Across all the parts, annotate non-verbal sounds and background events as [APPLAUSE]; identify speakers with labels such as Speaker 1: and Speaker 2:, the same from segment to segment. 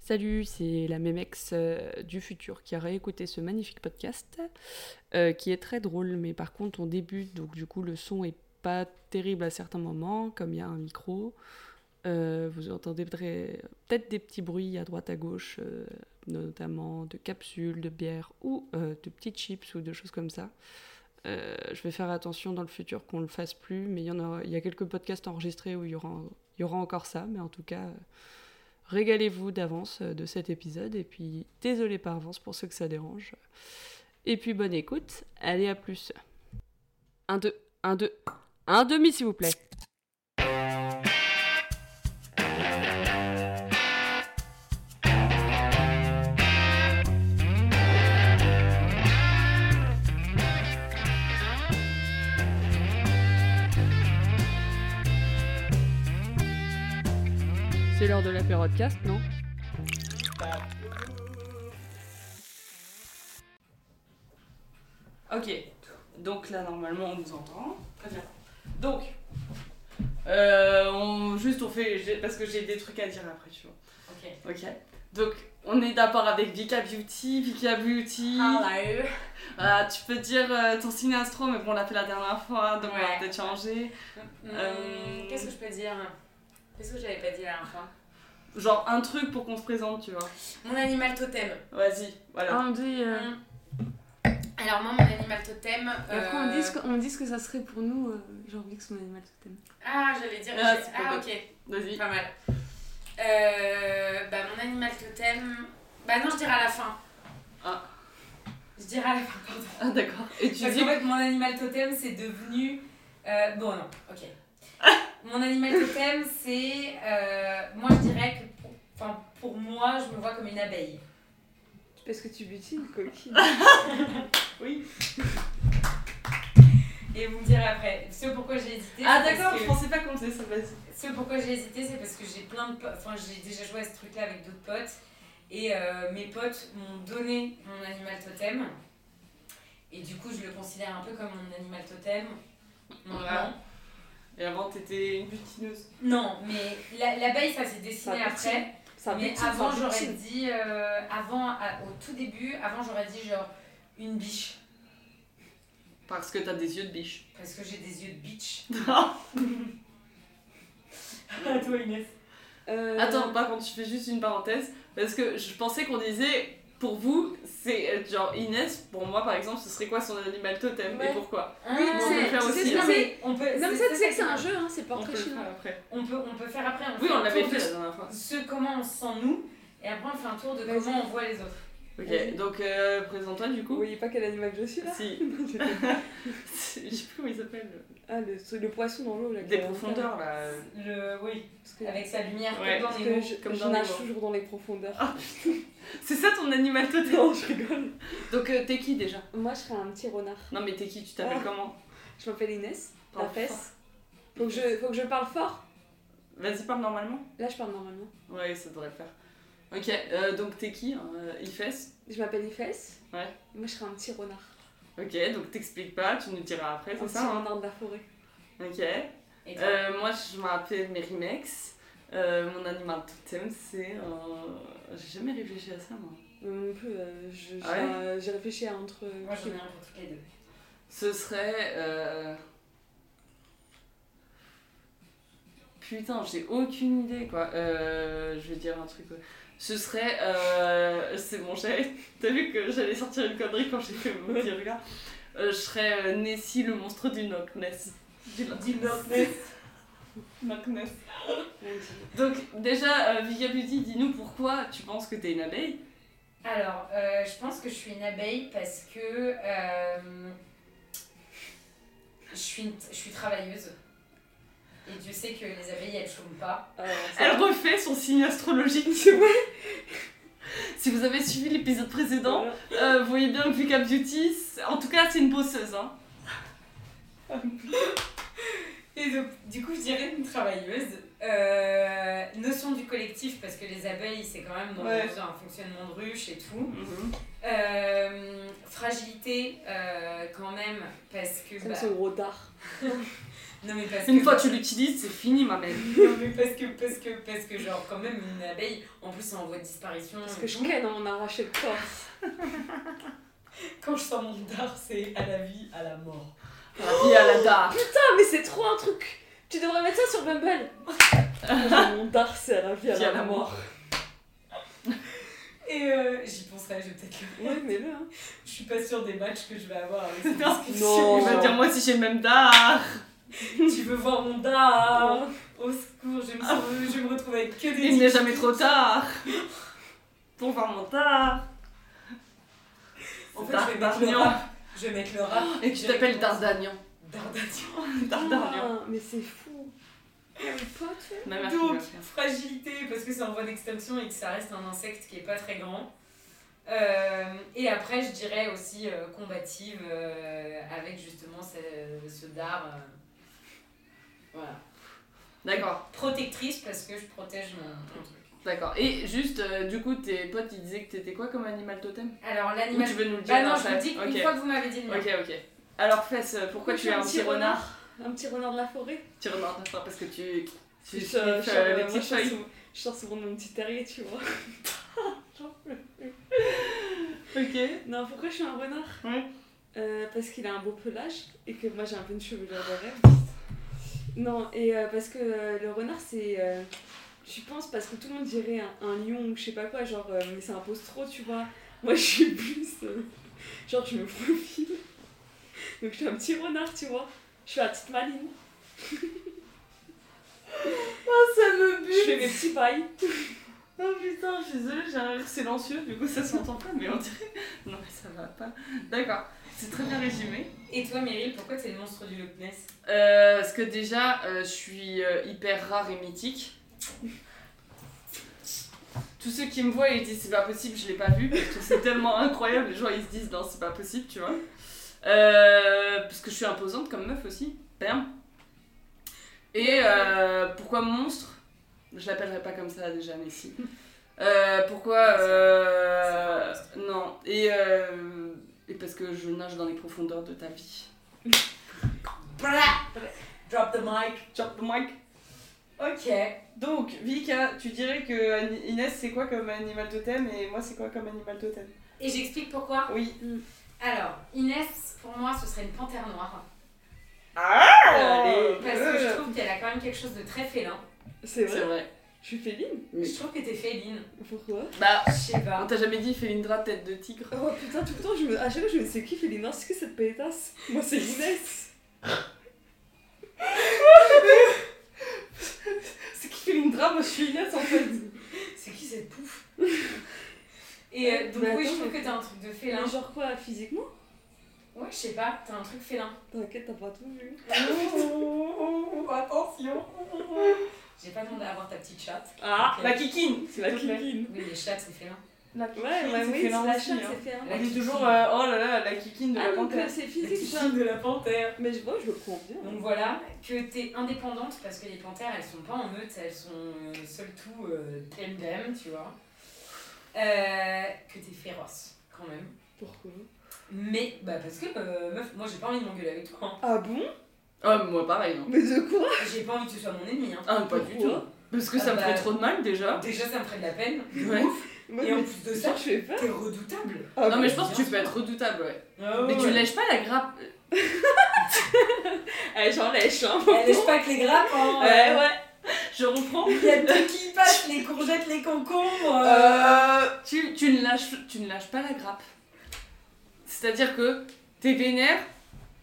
Speaker 1: Salut, c'est la Memex euh, du futur qui a réécouté ce magnifique podcast euh, qui est très drôle, mais par contre on débute donc du coup le son est pas terrible à certains moments, comme il y a un micro. Euh, vous entendez très- peut-être des petits bruits à droite à gauche, euh, notamment de capsules, de bière ou euh, de petits chips ou de choses comme ça. Euh, je vais faire attention dans le futur qu'on le fasse plus, mais il y, en a, il y a quelques podcasts enregistrés où il y, aura, il y aura encore ça, mais en tout cas, euh, régalez-vous d'avance euh, de cet épisode, et puis désolé par avance pour ceux que ça dérange. Et puis bonne écoute, allez à plus. Un, deux, un, deux, un demi s'il vous plaît. C'est l'heure de la cast, non Ok, donc là normalement on nous entend. Très bien. Donc, euh, on- juste on fait, j'ai- parce que j'ai des trucs à dire après, tu
Speaker 2: Ok.
Speaker 1: vois. Ok. Donc, on est d'abord avec Vika Beauty. Vika Beauty.
Speaker 2: Hello.
Speaker 1: Ah, tu peux dire euh, ton signe astro, mais bon, on l'a fait la dernière fois, donc on va
Speaker 2: Ouais.
Speaker 1: peut-être changer. Euh,
Speaker 2: Qu'est-ce que je peux dire Qu'est-ce que j'avais pas dit la dernière fois
Speaker 1: Genre un truc pour qu'on se présente, tu vois.
Speaker 2: Mon animal totem.
Speaker 1: Vas-y, voilà.
Speaker 3: Ah, on dit, euh,
Speaker 2: Hmm. Alors moi, mon animal totem...
Speaker 3: et après, on
Speaker 2: euh,
Speaker 3: dit, ce que, on dit ce que ça serait pour nous, euh, genre, vu que c'est mon animal totem.
Speaker 2: Ah, j'allais dire...
Speaker 1: Ah,
Speaker 2: j'ai-
Speaker 1: c'est pas
Speaker 2: Ah,
Speaker 1: mal.
Speaker 2: ok.
Speaker 1: Vas-y.
Speaker 2: Pas mal. Euh, bah, mon animal totem... Bah non, je dirai à la fin.
Speaker 1: Ah.
Speaker 2: Je dirai à la fin, pardon.
Speaker 1: Ah, d'accord. Et tu
Speaker 2: Parce
Speaker 1: dis.
Speaker 2: qu'en fait, mon animal totem, c'est devenu. euh, bon, non, ok.
Speaker 1: Ah
Speaker 2: Mon animal totem, c'est. euh, moi, je dirais que. pour- Enfin, pour moi, je me vois comme une abeille.
Speaker 3: Parce que tu butines une
Speaker 2: [LAUGHS]
Speaker 3: coquille. [LAUGHS]
Speaker 2: Et vous me direz après. Ce pourquoi j'ai hésité.
Speaker 1: Ah,
Speaker 2: c'est
Speaker 1: d'accord,
Speaker 2: parce
Speaker 1: je
Speaker 2: que-
Speaker 1: pensais pas qu'on faisait ça, vas-y.
Speaker 2: Ce pourquoi j'ai hésité, c'est parce que j'ai plein de potes. Enfin, j'ai déjà joué à ce truc-là avec d'autres potes. Et euh, mes potes m'ont donné mon animal totem. Et du coup, je le considère un peu comme mon animal totem. Maintenant.
Speaker 1: Et avant, t'étais une butineuse.
Speaker 2: Non, mais la- l'abeille, ça s'est dessiné
Speaker 3: Ça
Speaker 2: après.
Speaker 3: Ça
Speaker 2: Mais
Speaker 3: butine,
Speaker 2: avant,
Speaker 3: ça
Speaker 2: j'aurais
Speaker 3: butine.
Speaker 2: dit. euh, avant, à- au tout début, avant, j'aurais dit genre une biche.
Speaker 1: Parce que t'as des yeux de biche.
Speaker 2: Parce que j'ai des yeux de
Speaker 3: [LAUGHS]
Speaker 2: bitch.
Speaker 1: Attends,
Speaker 2: À toi, Inès.
Speaker 3: Euh,
Speaker 1: par contre, je fais juste une parenthèse. Parce que je pensais qu'on disait. Pour vous, c'est euh, genre Inès, pour moi par exemple, ce serait quoi son animal totem
Speaker 3: Ouais.
Speaker 1: et pourquoi
Speaker 2: Ah,
Speaker 3: Oui,
Speaker 1: On
Speaker 3: c'est-
Speaker 1: peut le faire
Speaker 3: tu sais
Speaker 1: aussi.
Speaker 3: ce que
Speaker 1: hein.
Speaker 3: c'est
Speaker 2: on peut.
Speaker 3: Non, mais ça, tu sais que c'est un
Speaker 2: qui-
Speaker 3: jeu, hein, c'est
Speaker 1: On peut
Speaker 3: portrait
Speaker 1: le faire
Speaker 3: chinois.
Speaker 1: après.
Speaker 2: On peut, on peut faire après.
Speaker 3: Ah,
Speaker 2: On
Speaker 1: Oui,
Speaker 2: fait
Speaker 1: on
Speaker 2: un
Speaker 1: l'avait
Speaker 2: tour
Speaker 1: fait
Speaker 2: de
Speaker 1: la dernière fois.
Speaker 2: Ce comment on se sent nous. Et après, on fait un tour de
Speaker 3: Vas-y.
Speaker 2: comment on voit les autres.
Speaker 1: Ok, donc euh, présente-toi du
Speaker 3: Vous
Speaker 1: coup.
Speaker 3: voyez pas quel animal je suis là
Speaker 1: [LAUGHS] Si.
Speaker 3: [LAUGHS] Non, j'ai-
Speaker 1: [LAUGHS] Je sais plus comment il s'appelle.
Speaker 3: Ah, le, le poisson dans l'eau là. qui
Speaker 1: Des
Speaker 3: est en terre.
Speaker 1: profondeurs là.
Speaker 2: Le, oui,
Speaker 3: Parce que,
Speaker 2: avec sa lumière
Speaker 1: Ouais,
Speaker 2: comme dans
Speaker 3: parce
Speaker 2: Nemo.
Speaker 3: que je,
Speaker 1: comme
Speaker 3: je
Speaker 1: dans Ah.
Speaker 3: nage
Speaker 1: Nemo.
Speaker 3: toujours dans les profondeurs.
Speaker 1: C'est ça ton animal totem
Speaker 3: Non, je rigole.
Speaker 1: Donc euh, t'es qui déjà
Speaker 3: Moi, je serais un petit renard.
Speaker 1: Non mais t'es qui Tu t'appelles
Speaker 3: Ah.
Speaker 1: comment
Speaker 3: Je m'appelle Inès, la
Speaker 1: Parle fort.
Speaker 3: fesse. Faut que, je, faut que je parle fort.
Speaker 1: Vas-y, parle normalement.
Speaker 3: Là, je parle normalement.
Speaker 1: Ouais, ça devrait le faire. Ok, euh, donc t'es qui hein Euh, Ifes
Speaker 3: Je m'appelle Ifès.
Speaker 1: Ouais.
Speaker 3: Moi, je serais un petit renard.
Speaker 1: Ok, donc t'expliques pas, tu nous diras après,
Speaker 3: Un
Speaker 1: c'est
Speaker 3: petit
Speaker 1: ça hein
Speaker 3: renard de la forêt.
Speaker 1: Ok.
Speaker 2: Et toi
Speaker 1: Euh, moi je m'appelle Merimex. Euh, mon animal totem c'est. euh, J'ai jamais réfléchi à ça moi.
Speaker 3: Euh, Non plus, euh, je- j'ai
Speaker 1: Ah ouais
Speaker 3: euh, j'ai réfléchi à entre.
Speaker 2: Moi, j'en ai un pour toutes les deux.
Speaker 1: Ce serait. euh, Putain, j'ai aucune idée quoi. Euh, je vais dire un truc. euh, Ce serait. euh, C'est bon, j'avais- t'as vu que j'allais sortir une connerie quand j'ai fait mon petit regard. Euh, je serais euh, Nessie, le monstre du Loch Ness. Du Loch Ness. Loch Ness.
Speaker 3: On dit-
Speaker 1: Donc, déjà, euh, Vika Beauty, dis-nous pourquoi tu penses que t'es une abeille
Speaker 2: Alors, euh, je pense que je suis une abeille parce que euh, je, suis une- je suis travailleuse. Et Dieu sait que les abeilles, elles chôment pas.
Speaker 3: Ah, ça
Speaker 1: Elle
Speaker 3: va.
Speaker 1: refait son signe [LAUGHS] astrologique. Si vous avez suivi l'épisode précédent,
Speaker 3: Voilà.
Speaker 1: Euh, vous voyez bien que Vika Beauty, c'est- en tout cas, c'est une bosseuse. Hein.
Speaker 2: Et donc, du coup, je dirais une travailleuse. Euh, notion du collectif, parce que les abeilles, c'est quand même dans
Speaker 4: Ouais.
Speaker 2: un fonctionnement de ruche et tout. Euh, fragilité, euh, quand même, parce que.
Speaker 3: Comme
Speaker 2: bah,
Speaker 3: son gros dard.
Speaker 2: non, mais parce
Speaker 3: Une
Speaker 2: que.
Speaker 3: fois que tu l'utilises, c'est fini, ma mère.
Speaker 2: [LAUGHS] non, mais parce que, parce que, parce que, genre, quand même, une abeille, en plus, c'est en voie de disparition.
Speaker 3: Parce
Speaker 2: et
Speaker 3: que je
Speaker 2: tout.
Speaker 1: Mmh.
Speaker 3: ken, hein, on a arraché le corps.
Speaker 2: Quand je sors mon dard, c'est à la vie, à la mort.
Speaker 3: La vie à la dard. Putain, Ah, mais c'est trop un truc. Tu devrais mettre ça sur Bumble. Genre, Mon dard, c'est à la vie, à,
Speaker 4: Vie
Speaker 3: la,
Speaker 4: à la
Speaker 3: mort.
Speaker 2: Et euh, j'y penserai, je vais peut-être le-
Speaker 3: Ouais, mais là. hein.
Speaker 2: Je suis pas sûre des matchs que je vais avoir
Speaker 3: [LAUGHS]
Speaker 2: avec cette
Speaker 5: [LAUGHS] Non.
Speaker 2: discussion.
Speaker 5: Il va dire moi si j'ai le même dard.
Speaker 2: tu veux voir mon
Speaker 5: Ah,
Speaker 2: dard
Speaker 3: Oh,
Speaker 2: Au secours, je vais me, sauver- je vais me retrouve avec que des
Speaker 5: Il n'est jamais trop tard. Pour voir mon dard.
Speaker 2: En fait, je vais mettre le
Speaker 5: Dardagnan.
Speaker 2: rap. Je vais mettre le rap.
Speaker 5: Et tu t'appelles Dardagnan.
Speaker 2: Dardagnan.
Speaker 5: Dardagnan.
Speaker 3: Ah, mais c'est fou. Harry Potter.
Speaker 5: Ma mère qui
Speaker 2: Donc,
Speaker 5: m'a fait.
Speaker 2: fragilité, parce que c'est en voie d'extinction et que ça reste un insecte qui est pas très grand. Euh, et après, je dirais aussi euh, combative euh, avec justement ce, ce dard. euh, voilà.
Speaker 5: D'accord,
Speaker 2: Protectrice parce que je protège mon, mon truc.
Speaker 5: d'accord. Et juste, euh, du coup, tes potes, ils disaient que t'étais quoi comme animal totem
Speaker 2: Alors,
Speaker 5: Ou
Speaker 2: l'animal.
Speaker 5: tu veux nous le dire
Speaker 2: Bah non,
Speaker 5: dans
Speaker 2: je
Speaker 5: la
Speaker 2: vous
Speaker 5: chat
Speaker 2: dis
Speaker 5: Ok.
Speaker 2: une fois que vous m'avez dit le mien.
Speaker 5: Ok, ok. Alors, Fess, euh, pourquoi tu es un petit renard
Speaker 3: Un petit renard de la forêt.
Speaker 5: Tu renard, d'accord, parce que tu. Tu
Speaker 3: Je-
Speaker 5: sniffes,
Speaker 3: je-
Speaker 5: euh,
Speaker 3: je- euh,
Speaker 5: les
Speaker 3: moi,
Speaker 5: petites
Speaker 3: je sors
Speaker 5: feuilles.
Speaker 3: souvent- Je sors souvent de mon petit terrier, tu vois. J'en peux plus.
Speaker 5: Ok.
Speaker 3: Non, pourquoi je suis un renard
Speaker 5: Ouais.
Speaker 3: Euh, parce qu'il a un beau pelage et que moi j'ai un peu une chevelure de rêve. Non, et euh, parce que euh, le renard c'est. euh, je pense parce que tout le monde dirait un, un lion ou je sais pas quoi, genre, euh, mais c'est un pose trop, tu vois. Moi je suis plus. euh, genre, je me profile. Donc je suis un petit renard, tu vois. Je suis la petite maline.
Speaker 5: Ah, Ça me
Speaker 3: Je fais mes petits bails.
Speaker 5: Oh putain, je suis désolée, j'ai un rire silencieux, du coup ça s'entend pas, mais on dirait. Non, mais ça va pas. D'accord, c'est très bien résumé.
Speaker 2: Et toi, Meryl, pourquoi t'es le monstre du Loch Ness
Speaker 5: Euh, parce que déjà, euh, je suis euh, hyper rare et mythique. Tous ceux qui me voient, ils disent c'est pas possible, je l'ai pas vu, parce que c'est tellement incroyable, les gens ils se disent non, c'est pas possible, tu vois. Euh, parce que je suis imposante comme meuf aussi, bam. Et euh, pourquoi monstre Je l'appellerai pas comme ça déjà, mais si. Euh, pourquoi euh, Non, et, euh, et parce que je nage dans les profondeurs de ta vie.
Speaker 2: Drop the mic.
Speaker 5: Drop the mic.
Speaker 2: Ok.
Speaker 5: Donc, Vika, tu dirais que Ani- Inès, c'est quoi comme animal totem et moi, c'est quoi comme animal totem
Speaker 2: Et j'explique pourquoi.
Speaker 5: Oui. Euh,
Speaker 2: Alors, Inès, pour moi, ce serait une panthère noire.
Speaker 5: Allez,
Speaker 2: Oh, Parce que je trouve qu'elle a quand même quelque chose de très félin.
Speaker 3: C'est
Speaker 5: C'est
Speaker 3: vrai.
Speaker 5: vrai.
Speaker 3: Je suis féline.
Speaker 5: Oui.
Speaker 2: Je trouve que t'es féline.
Speaker 3: Pourquoi
Speaker 5: Bah,
Speaker 2: Je sais
Speaker 5: on
Speaker 2: pas.
Speaker 5: t'a jamais dit Félindra tête de tigre
Speaker 3: Oh putain, tout le temps, je me... à chaque fois je me dis c'est qui Féline Non, C'est qui cette pétasse Moi c'est Inès.
Speaker 5: [LAUGHS] C'est qui Félindra Moi, je suis Inès en fait. [LAUGHS]
Speaker 2: C'est qui cette pouffe Et euh, donc,
Speaker 3: Mais
Speaker 2: oui, je
Speaker 3: attends,
Speaker 2: trouve
Speaker 3: mais-
Speaker 2: que t'as un truc de félin.
Speaker 3: Mais genre quoi, physiquement
Speaker 2: Ouais, je sais pas, t'as un truc félin.
Speaker 3: T'inquiète, t'as pas tout vu.
Speaker 2: attention J'ai pas demandé à avoir ta petite chatte.
Speaker 3: Ah
Speaker 2: Ok.
Speaker 5: La kikine
Speaker 3: C'est la
Speaker 5: S'il te plaît.
Speaker 3: cuisine.
Speaker 2: Oui, mais chatte, c'est félin.
Speaker 5: La
Speaker 3: Ouais, ouais, oui, c'est la chatte, c'est fait.
Speaker 5: On
Speaker 2: La
Speaker 5: dit
Speaker 2: kikine.
Speaker 5: toujours, euh, oh là là, la kikine de
Speaker 3: Ah
Speaker 5: la
Speaker 3: donc euh,
Speaker 5: panthère.
Speaker 3: c'est
Speaker 2: La
Speaker 3: physique, ça.
Speaker 2: [LAUGHS] petite de la panthère.
Speaker 3: Mais je vois, je le prends bien.
Speaker 2: Donc voilà, que t'es indépendante parce que les panthères elles sont pas en meute, elles sont euh, seules tout euh, pleines d'âme, tu vois. Euh, que t'es féroce quand même.
Speaker 3: Pourquoi
Speaker 2: Mais bah parce que euh, meuf, moi j'ai pas envie de m'engueuler avec toi. hein.
Speaker 3: Ah bon
Speaker 5: Ah, moi, pareil. hein.
Speaker 3: Mais de quoi
Speaker 2: J'ai pas envie que tu sois mon ennemi. hein.
Speaker 5: Ah, pas du tout.
Speaker 3: Pourquoi
Speaker 5: Parce que
Speaker 2: Ah
Speaker 5: ça me
Speaker 2: bah.
Speaker 5: fait trop de mal [LAUGHS] déjà.
Speaker 2: Déjà ça me ferait de la peine.
Speaker 5: Ouais.
Speaker 3: Moi,
Speaker 2: Et en
Speaker 3: mais-
Speaker 2: plus de ça,
Speaker 3: genre, je fais pas.
Speaker 2: t'es redoutable.
Speaker 3: Ah
Speaker 5: Non, mais je
Speaker 3: bon
Speaker 5: pense que tu peux être redoutable, Oh, ouais. Mais tu
Speaker 2: Ah ouais.
Speaker 5: lèches pas la grappe.
Speaker 3: Eh, j'en lèche, hein.
Speaker 2: Elle lèche pas que les grappes. Hein, Euh,
Speaker 5: Ouais, ouais. Euh, Je reprends.
Speaker 2: Il y a tout qui passe, les courgettes, les concombres.
Speaker 5: Euh, tu, tu, ne lâches, tu ne lâches pas la grappe. C'est-à-dire que t'es vénère,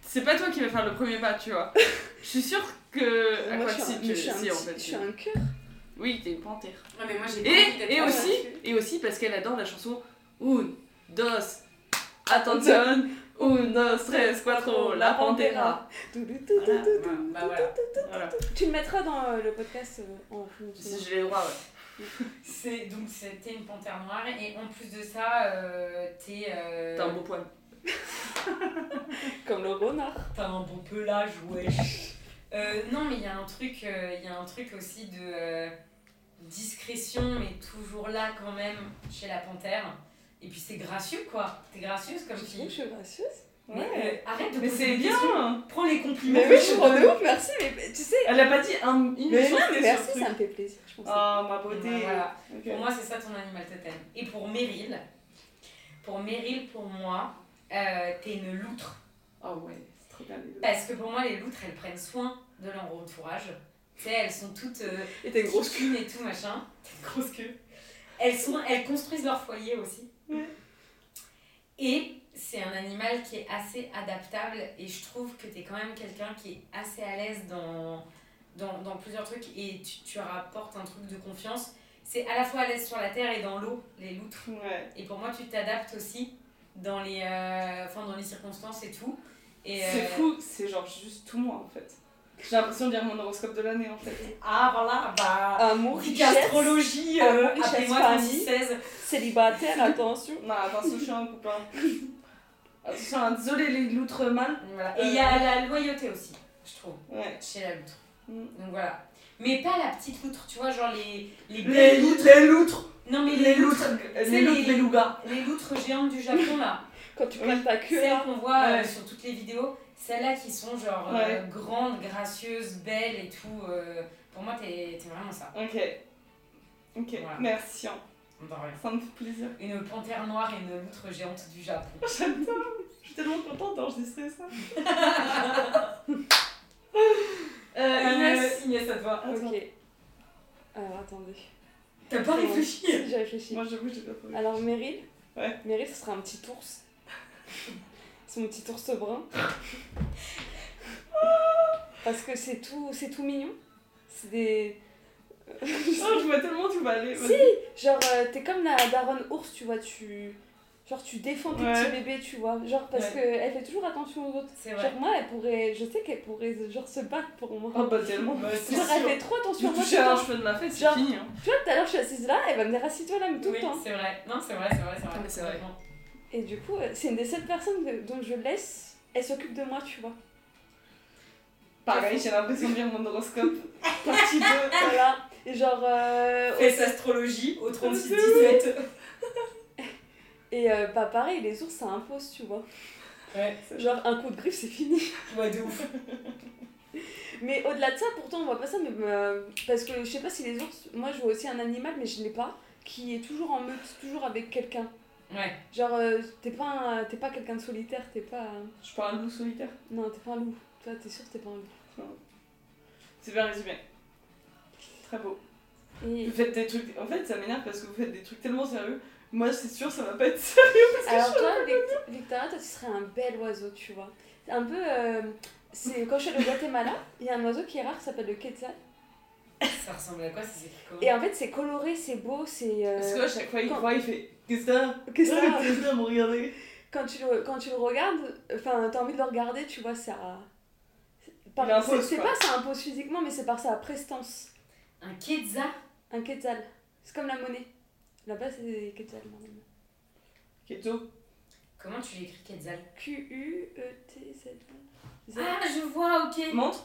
Speaker 5: c'est pas toi qui vas faire le premier pas, tu
Speaker 3: [LAUGHS]
Speaker 5: vois. Je suis sûre que. à Ah,
Speaker 3: Moi,
Speaker 5: quoi
Speaker 3: je suis un-
Speaker 5: si, tu-
Speaker 3: mais je suis un
Speaker 5: si, en
Speaker 3: petit-
Speaker 5: fait,
Speaker 3: je
Speaker 5: tu-
Speaker 3: suis un cœur.
Speaker 5: Oui, t'es une panthère.
Speaker 2: Ah, mais moi j'ai pas envie d'être
Speaker 5: Et, et,
Speaker 2: en-
Speaker 5: aussi, et aussi parce qu'elle adore la chanson Un, dos,
Speaker 3: [LAUGHS]
Speaker 5: attention, un, dos, tres, cuatro, la pantera.
Speaker 3: Tout, tout, tout,
Speaker 5: Voilà,
Speaker 3: tout,
Speaker 2: Voilà, bah voilà.
Speaker 5: Voilà.
Speaker 3: tout. Tu le mettras dans euh, le podcast euh, en fond.
Speaker 5: Si j'ai les droits, ouais.
Speaker 2: C'est donc c'était une panthère noire et en plus de ça euh, t'es euh,
Speaker 5: T'as un beau poil.
Speaker 3: Comme le renard.
Speaker 2: t'as un beau pelage wesh. Euh, non, mais il y a un truc, euh, il y a un truc aussi de euh, discrétion, mais toujours là quand même chez la panthère. Et puis c'est gracieux quoi. T'es gracieuse comme
Speaker 3: Je trouve que
Speaker 2: fille.
Speaker 3: je suis gracieuse.
Speaker 2: Mais,
Speaker 3: Ouais.
Speaker 2: euh, arrête de
Speaker 5: Mais
Speaker 2: poser
Speaker 5: c'est
Speaker 2: des
Speaker 5: bien
Speaker 2: questions. Prends les compliments.
Speaker 3: Mais oui, je suis grande de ouf, merci, mais tu sais.
Speaker 5: Elle a pas dit un, une
Speaker 3: Mais non,
Speaker 5: chose
Speaker 3: mais
Speaker 5: sur
Speaker 3: merci,
Speaker 5: ce
Speaker 3: ça
Speaker 5: truc.
Speaker 3: me fait plaisir, je pense.
Speaker 5: Ah, ma
Speaker 2: Bon,
Speaker 5: beauté.
Speaker 2: bah, voilà.
Speaker 3: Ok.
Speaker 2: Pour moi, c'est ça ton animal totem. Et pour Meryl, pour Meryl, pour moi, euh, t'es une loutre.
Speaker 5: Ah ouais, c'est trop bien. les deux.
Speaker 2: Parce que pour moi, les loutres, elles prennent soin de leur entourage. Tu sais, elles sont toutes euh,
Speaker 3: Et t'es grosse queue.
Speaker 2: fines et tout, machin. Grosse queue. Elles, sont, elles construisent leur foyer aussi.
Speaker 3: Ouais.
Speaker 2: Et c'est un animal qui est assez adaptable. Et je trouve que t'es quand même quelqu'un qui est assez à l'aise dans, dans, dans plusieurs trucs. Et tu, tu rapportes un truc de confiance. C'est à la fois à l'aise sur la terre et dans l'eau, les loutres.
Speaker 5: Ouais.
Speaker 2: Et pour moi, tu t'adaptes aussi dans les, euh, enfin, dans les circonstances et tout. Et, euh,
Speaker 5: C'est fou, c'est genre juste tout moi en fait. J'ai l'impression de lire mon horoscope de l'année en fait.
Speaker 2: Ah voilà, bah.
Speaker 3: Amour, richesse,
Speaker 2: Astrologie,
Speaker 3: Ah,
Speaker 2: euh,
Speaker 3: bon, richesse,
Speaker 2: appelez-moi
Speaker 3: famille.
Speaker 2: 3616.
Speaker 3: célibataire, attention.
Speaker 5: Non, attention, je suis un copain. Attention, hein, désolé les loutres mâles.
Speaker 2: Voilà. Et il y a la loyauté aussi, je trouve,
Speaker 5: Ouais.
Speaker 2: chez la loutre.
Speaker 5: Mm.
Speaker 2: Donc voilà. Mais pas la petite loutre, tu vois, genre les. Les,
Speaker 5: Les
Speaker 2: belles
Speaker 5: loutres, les loutres,
Speaker 2: Non, mais les
Speaker 5: les
Speaker 2: loutres.
Speaker 5: loutres,
Speaker 2: c'est
Speaker 5: les loutres,
Speaker 2: les-
Speaker 5: les lougas.
Speaker 2: Les loutres géantes du Japon, là.
Speaker 3: Quand tu prends ta queue,
Speaker 2: Celles
Speaker 3: là.
Speaker 2: qu'on voit euh,
Speaker 5: Ouais.
Speaker 2: sur toutes les vidéos, celles-là qui sont genre euh,
Speaker 5: Ouais.
Speaker 2: grandes, gracieuses, belles et tout. euh, pour moi, t'es t'es vraiment ça.
Speaker 5: Ok. Ok,
Speaker 2: Voilà.
Speaker 5: merci. hein.
Speaker 2: On t'en revient.
Speaker 5: Ça me fait plaisir.
Speaker 2: Une panthère noire et une loutre géante du Japon.
Speaker 5: J'adore. Je suis tellement contente d'enregistrer ça.
Speaker 2: [LAUGHS]
Speaker 5: euh,
Speaker 2: Inès,
Speaker 5: Inès.
Speaker 2: Inès, à toi.
Speaker 3: Ok. Alors attendez.
Speaker 2: T'as pas réfléchi
Speaker 5: [LAUGHS]
Speaker 3: Si, J'ai réfléchi.
Speaker 5: Moi j'avoue, j'ai pas trouvé.
Speaker 3: Alors Meryl
Speaker 5: Ouais.
Speaker 3: Meryl, ce serait un petit ours. C'est mon petit ours
Speaker 5: [LAUGHS]
Speaker 3: brun. Parce que c'est tout, c'est tout mignon. C'est des.
Speaker 5: Oh, je vois tellement tu vas aller.
Speaker 3: Si. Genre, euh, t'es comme la daronne ours, tu vois, tu. Genre, tu défends tes
Speaker 5: Ouais.
Speaker 3: petits bébés, tu vois. Genre, parce
Speaker 5: Ouais.
Speaker 3: que qu'elle fait toujours attention aux autres.
Speaker 2: C'est
Speaker 3: Genre,
Speaker 2: vrai.
Speaker 3: moi, elle pourrait. Je sais qu'elle pourrait, genre, se battre pour moi.
Speaker 5: Oh, bah tellement.
Speaker 2: Ah c'est
Speaker 3: genre, elle
Speaker 2: sûr.
Speaker 3: fait trop attention à
Speaker 5: Tu
Speaker 3: moi.
Speaker 5: touches
Speaker 3: tout le
Speaker 5: à un
Speaker 3: temps.
Speaker 5: cheveu de ma fête, c'est
Speaker 3: Genre-
Speaker 5: fini. Hein.
Speaker 3: Tu vois, tout à l'heure, je suis assise là, elle va me dire assis-toi là, mais tout
Speaker 2: Oui,
Speaker 3: le temps.
Speaker 2: c'est vrai. Non, c'est vrai, c'est vrai, c'est vrai.
Speaker 5: Ah, mais c'est vrai.
Speaker 2: Vraiment.
Speaker 3: Et du coup, euh, c'est une des seules personnes que- dont je laisse, elle s'occupe de moi, tu vois.
Speaker 5: Pareil, j'ai l'impression de lire mon horoscope. Partie 2.
Speaker 2: Ah.
Speaker 3: Voilà. Et genre. euh,
Speaker 2: Faites astrologie au
Speaker 5: [LAUGHS]
Speaker 2: 36 17.
Speaker 3: Et euh, bah pareil, les ours ça impose, tu vois.
Speaker 2: Ouais.
Speaker 3: Genre un coup de griffe c'est fini. [LAUGHS]
Speaker 2: Ouais, de ouf.
Speaker 3: Mais au-delà de ça, pourtant on voit pas ça, mais euh, parce que je sais pas si les ours, moi je vois aussi un animal, mais je l'ai pas, qui est toujours en meute, toujours avec quelqu'un.
Speaker 2: [LAUGHS] Ouais.
Speaker 3: Genre euh, t'es pas, un- t'es pas quelqu'un de solitaire, t'es pas. euh,
Speaker 5: Je parle loup solitaire.
Speaker 3: Non, t'es pas un loup. Toi t'es sûr que t'es pas un loup.
Speaker 5: C'est bien résumé. Très beau.
Speaker 3: Et-
Speaker 5: Vous faites des trucs. En fait, ça m'énerve parce que vous faites des trucs tellement sérieux. Moi, c'est sûr, ça va pas être [LAUGHS] ça.
Speaker 3: Alors toi, Vic- Victoria, toi tu serais un bel oiseau, tu vois. C'est Un peu. euh, c'est quand je suis allée au Guatemala, il y a un oiseau qui est rare qui s'appelle le quetzal.
Speaker 2: Ça ressemble à quoi Ça s'écrit comment
Speaker 3: Et en fait c'est coloré, c'est beau, c'est. euh,
Speaker 5: Parce que à chaque fois, il
Speaker 3: quand-
Speaker 5: voit, il fait. Qu'est-ce que ça
Speaker 3: Qu'est-ce que ça
Speaker 5: [LAUGHS] Qu'est-ce que ça, vous regardez
Speaker 3: quand tu le, quand tu le regardes, enfin, t'as envie de le regarder, tu vois, ça. c'est par-
Speaker 5: Il impose,
Speaker 3: c'est- C'est
Speaker 5: quoi.
Speaker 3: pas ça impose physiquement, mais c'est par sa prestance.
Speaker 2: Un quetzal
Speaker 3: Un quetzal. C'est comme la monnaie. Là-bas, c'est des quetzals. normalement.
Speaker 5: Keto.
Speaker 2: Comment tu l'écris quetzal
Speaker 3: E Q-U-E-T-Z-Z.
Speaker 2: Ah, je vois, ok.
Speaker 5: Montre.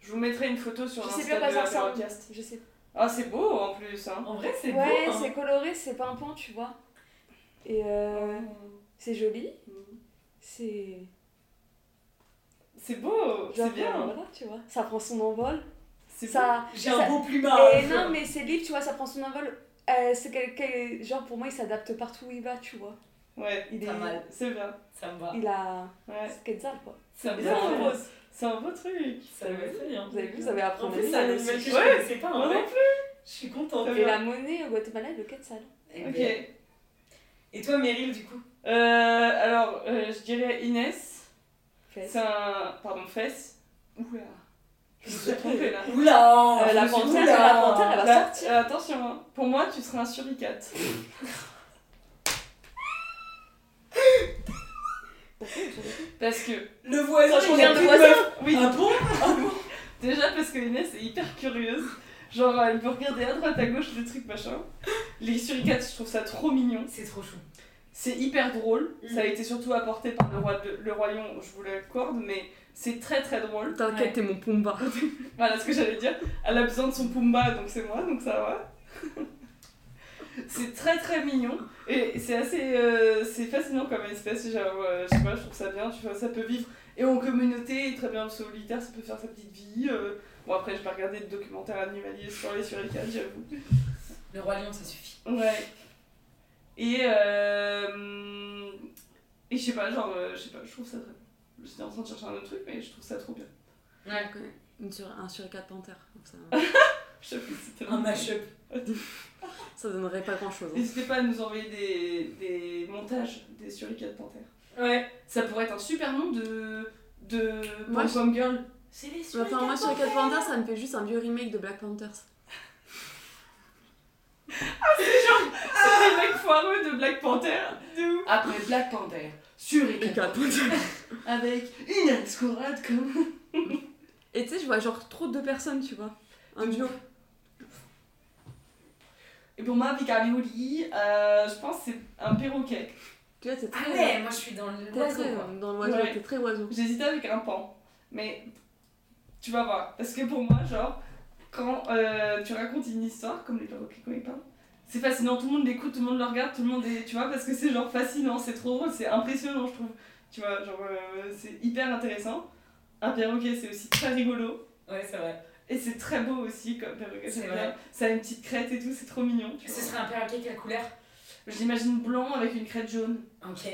Speaker 5: Je vous mettrai une photo sur
Speaker 3: Je
Speaker 5: Insta
Speaker 3: sais pas à
Speaker 5: de
Speaker 3: quoi ça
Speaker 5: la
Speaker 3: ressemble.
Speaker 5: Paracast.
Speaker 3: Je sais
Speaker 5: Ah, c'est beau en plus. Hein.
Speaker 2: En vrai, c'est
Speaker 3: pas.
Speaker 2: beau.
Speaker 3: Ouais,
Speaker 2: hein.
Speaker 3: c'est coloré, c'est pimpant, tu vois. Et euh, c'est joli, c'est.
Speaker 5: C'est beau,
Speaker 3: genre,
Speaker 5: c'est
Speaker 2: hein.
Speaker 5: bien.
Speaker 3: Voilà, tu vois. Ça prend son envol.
Speaker 5: C'est beau.
Speaker 3: Ça,
Speaker 2: J'ai
Speaker 3: ça-
Speaker 2: un beau Ah. plumard.
Speaker 3: Et non, mais c'est libre, tu vois, ça prend son envol. Euh, c'est quel- quel- genre pour moi, il s'adapte partout où il va, tu vois.
Speaker 5: Ouais,
Speaker 3: Il
Speaker 2: Pas mal.
Speaker 5: c'est bien.
Speaker 2: Ça me va.
Speaker 3: Il a.
Speaker 5: Ouais.
Speaker 3: C'est Quetzal, quoi.
Speaker 2: Ça me
Speaker 5: bien,
Speaker 2: va.
Speaker 5: ouais. C'est un beau truc.
Speaker 2: Ça me va très bien.
Speaker 3: Vous avez vu, vous avez appris
Speaker 2: En
Speaker 3: un
Speaker 2: plus, c'est
Speaker 3: animal
Speaker 2: un
Speaker 3: aussi.
Speaker 2: animal que je
Speaker 5: Ouais.
Speaker 2: connaissais pas en
Speaker 5: Moi non
Speaker 2: vrai. Je suis contente.
Speaker 5: Ça
Speaker 3: Et la monnaie au Guatemala, le Quetzal.
Speaker 2: Eh
Speaker 5: Ok.
Speaker 2: ben. Et toi, Meryl, du coup
Speaker 5: Euh, alors, euh, je dirais Inès.
Speaker 3: Fait.
Speaker 5: C'est un. Pardon, Fess. Oula. Je me suis
Speaker 2: [LAUGHS]
Speaker 5: trompée là.
Speaker 3: Euh,
Speaker 2: Oula
Speaker 3: la
Speaker 5: Je me suis
Speaker 3: panthère,
Speaker 5: trompée,
Speaker 3: la
Speaker 5: là.
Speaker 3: panthère, elle va
Speaker 5: Là,
Speaker 3: sortir.
Speaker 5: euh, attention, hein. pour moi, tu seras un suricate. Parce que
Speaker 2: Le voisin,
Speaker 5: Quand
Speaker 2: il
Speaker 5: je
Speaker 2: y a
Speaker 5: regarde
Speaker 2: plus
Speaker 5: le
Speaker 2: de
Speaker 5: voisin,
Speaker 2: meufs.
Speaker 5: oui.
Speaker 2: Ah bon
Speaker 5: Déjà parce que Inès est hyper curieuse. Genre, euh, elle peut regarder à droite, à gauche, des trucs, machin. Les suricates, je trouve ça trop mignon.
Speaker 2: C'est trop chou.
Speaker 5: C'est hyper drôle.
Speaker 2: Mm.
Speaker 5: Ça a été surtout apporté par le roi, de- le royaume, je vous l'accorde, mais c'est très très drôle.
Speaker 2: T'inquiète, Ouais.
Speaker 3: t'es mon Pumba.
Speaker 5: Voilà ce que j'allais dire. Elle a besoin de son Pumba, donc c'est moi, donc ça va. [LAUGHS] c'est très très mignon et c'est assez euh, c'est fascinant comme espèce. Genre, euh, je sais pas, je trouve ça bien. Tu vois, ça peut vivre et en communauté, très bien en solitaire, ça peut faire sa petite vie. euh. Bon après, je vais regarder des documentaires animaliers sur les suricates, j'avoue.
Speaker 2: Le roi lion, ça suffit.
Speaker 5: Ouais. Et euh... Et je sais pas, genre, euh, je sais pas, je trouve ça très bien. J'étais en train de chercher un autre truc, mais je trouve ça trop bien.
Speaker 2: Ouais.
Speaker 3: Une sur, un sur quatre panthères. Donc [LAUGHS] Ça,
Speaker 5: Je sais plus si c'était
Speaker 2: Un mashup.
Speaker 3: ça donnerait pas hein. grand chose.
Speaker 5: N'hésitez pas à nous envoyer des, des montages des suricates panthères.
Speaker 2: Ouais.
Speaker 5: Ça pourrait être un super nom de. de.
Speaker 3: Moi,
Speaker 5: Pom-Pom [LAUGHS] Girl. C'est les
Speaker 3: Mais
Speaker 5: suricates
Speaker 3: Enfin, moi sur les 4
Speaker 5: panthères.
Speaker 3: panthères, ça me fait juste un vieux remake de Black Panthers.
Speaker 5: C'est les mecs foireux de Black Panther. Après Black Panther, suricates [LAUGHS] Avec une escourade comme.
Speaker 3: Et tu sais, je vois genre trop de personnes, tu vois. Un duo.
Speaker 5: Et pour moi, Vicarioli, euh, je pense que c'est un perroquet.
Speaker 3: Tu vois, t'es
Speaker 2: Ah
Speaker 3: très.
Speaker 2: ouais, moi je suis dans
Speaker 3: t'es
Speaker 2: l'oiseau.
Speaker 3: très,
Speaker 2: quoi.
Speaker 3: euh, dans l'oiseau,
Speaker 5: Ouais.
Speaker 3: t'es très oiseau.
Speaker 5: J'hésitais avec un pan, mais tu vas voir. Parce que pour moi, genre, quand euh, tu racontes une histoire, comme les perroquets quand ils parlent, c'est fascinant, tout le monde l'écoute, tout le monde le regarde, tout le monde est. Tu vois, parce que c'est genre fascinant, c'est trop drôle, c'est impressionnant, je trouve. Tu vois, genre, euh, c'est hyper intéressant. Un perroquet, c'est aussi très rigolo.
Speaker 2: Ouais, c'est vrai.
Speaker 5: Et c'est très beau aussi comme perroquet.
Speaker 2: C'est
Speaker 5: j'aime
Speaker 2: vrai.
Speaker 5: bien. Ça a une petite crête et tout, c'est trop mignon. Tu
Speaker 2: Ce
Speaker 5: vois.
Speaker 2: serait un perroquet, quelle couleur
Speaker 5: Je l'imagine blanc avec une crête jaune.
Speaker 2: Ok.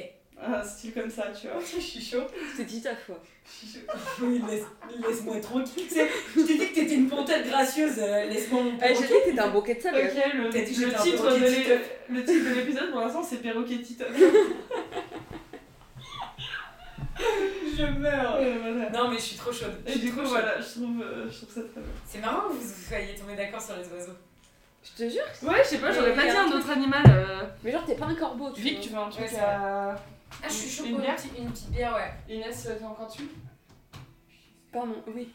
Speaker 5: Un style comme ça, tu vois.
Speaker 2: [LAUGHS] Je suis chaud.
Speaker 3: C'est dit ta foi.
Speaker 2: Oui, laisse- laisse-moi tranquille, tu sais. Je t'ai dit que t'étais une panthère gracieuse, euh, laisse-moi
Speaker 5: Ah,
Speaker 2: mon
Speaker 3: Bah,
Speaker 1: J'ai dit
Speaker 2: perroquet.
Speaker 1: que t'étais un bouquet de sable.
Speaker 5: Ok, le,
Speaker 2: T'as dit que
Speaker 5: le
Speaker 2: j'étais un
Speaker 5: titre
Speaker 2: perroquet
Speaker 5: de
Speaker 2: Titeuf.
Speaker 5: l'é- le titre de l'épisode pour l'instant c'est Perroquet Titeuf.
Speaker 2: Je meurs.
Speaker 5: Euh, voilà.
Speaker 2: Non, mais je suis trop chaude. Je
Speaker 5: Et
Speaker 2: suis
Speaker 5: du
Speaker 2: trop
Speaker 5: coup,
Speaker 2: chaude.
Speaker 5: voilà, je trouve, euh, je trouve ça très bien.
Speaker 2: C'est marrant que vous vous soyez tombés d'accord sur les oiseaux.
Speaker 1: Je te jure.
Speaker 5: Ouais, je sais pas,
Speaker 1: j'aurais pas dit un
Speaker 5: autre animal. euh,
Speaker 1: Mais genre, t'es pas un corbeau, tu
Speaker 5: Vic,
Speaker 1: vois.
Speaker 5: tu veux un truc euh,
Speaker 2: Ouais, c'est
Speaker 5: à.
Speaker 2: Ah, je suis chaud
Speaker 5: Une
Speaker 2: pour
Speaker 5: bière
Speaker 2: une, petite- une petite bière, ouais.
Speaker 5: Inès, tu encore dessus
Speaker 1: Pardon, oui.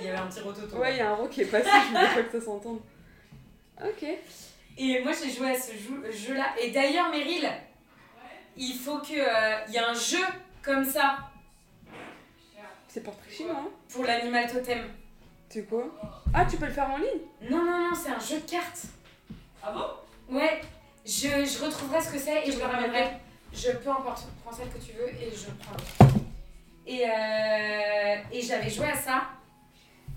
Speaker 2: Il y avait un petit rototo.
Speaker 1: Ouais, il y a un roc qui est passé, je voulais pas que ça s'entende. Ok.
Speaker 2: Et moi, j'ai joué à ce jeu- jeu-là. Et d'ailleurs, Meryl, il faut que. euh, Il y a un jeu comme ça
Speaker 1: C'est pas très chinois, hein.
Speaker 2: pour l'animal totem.
Speaker 1: C'est quoi Ah, tu peux le faire en ligne
Speaker 2: Non, non, non, c'est un jeu de cartes.
Speaker 5: Ah bon
Speaker 2: Ouais, je, je retrouverai ce que c'est et je le ramènerai. Je peux emporter, prends celle que tu veux et je prends l'autre. Et, euh, et j'avais joué à ça.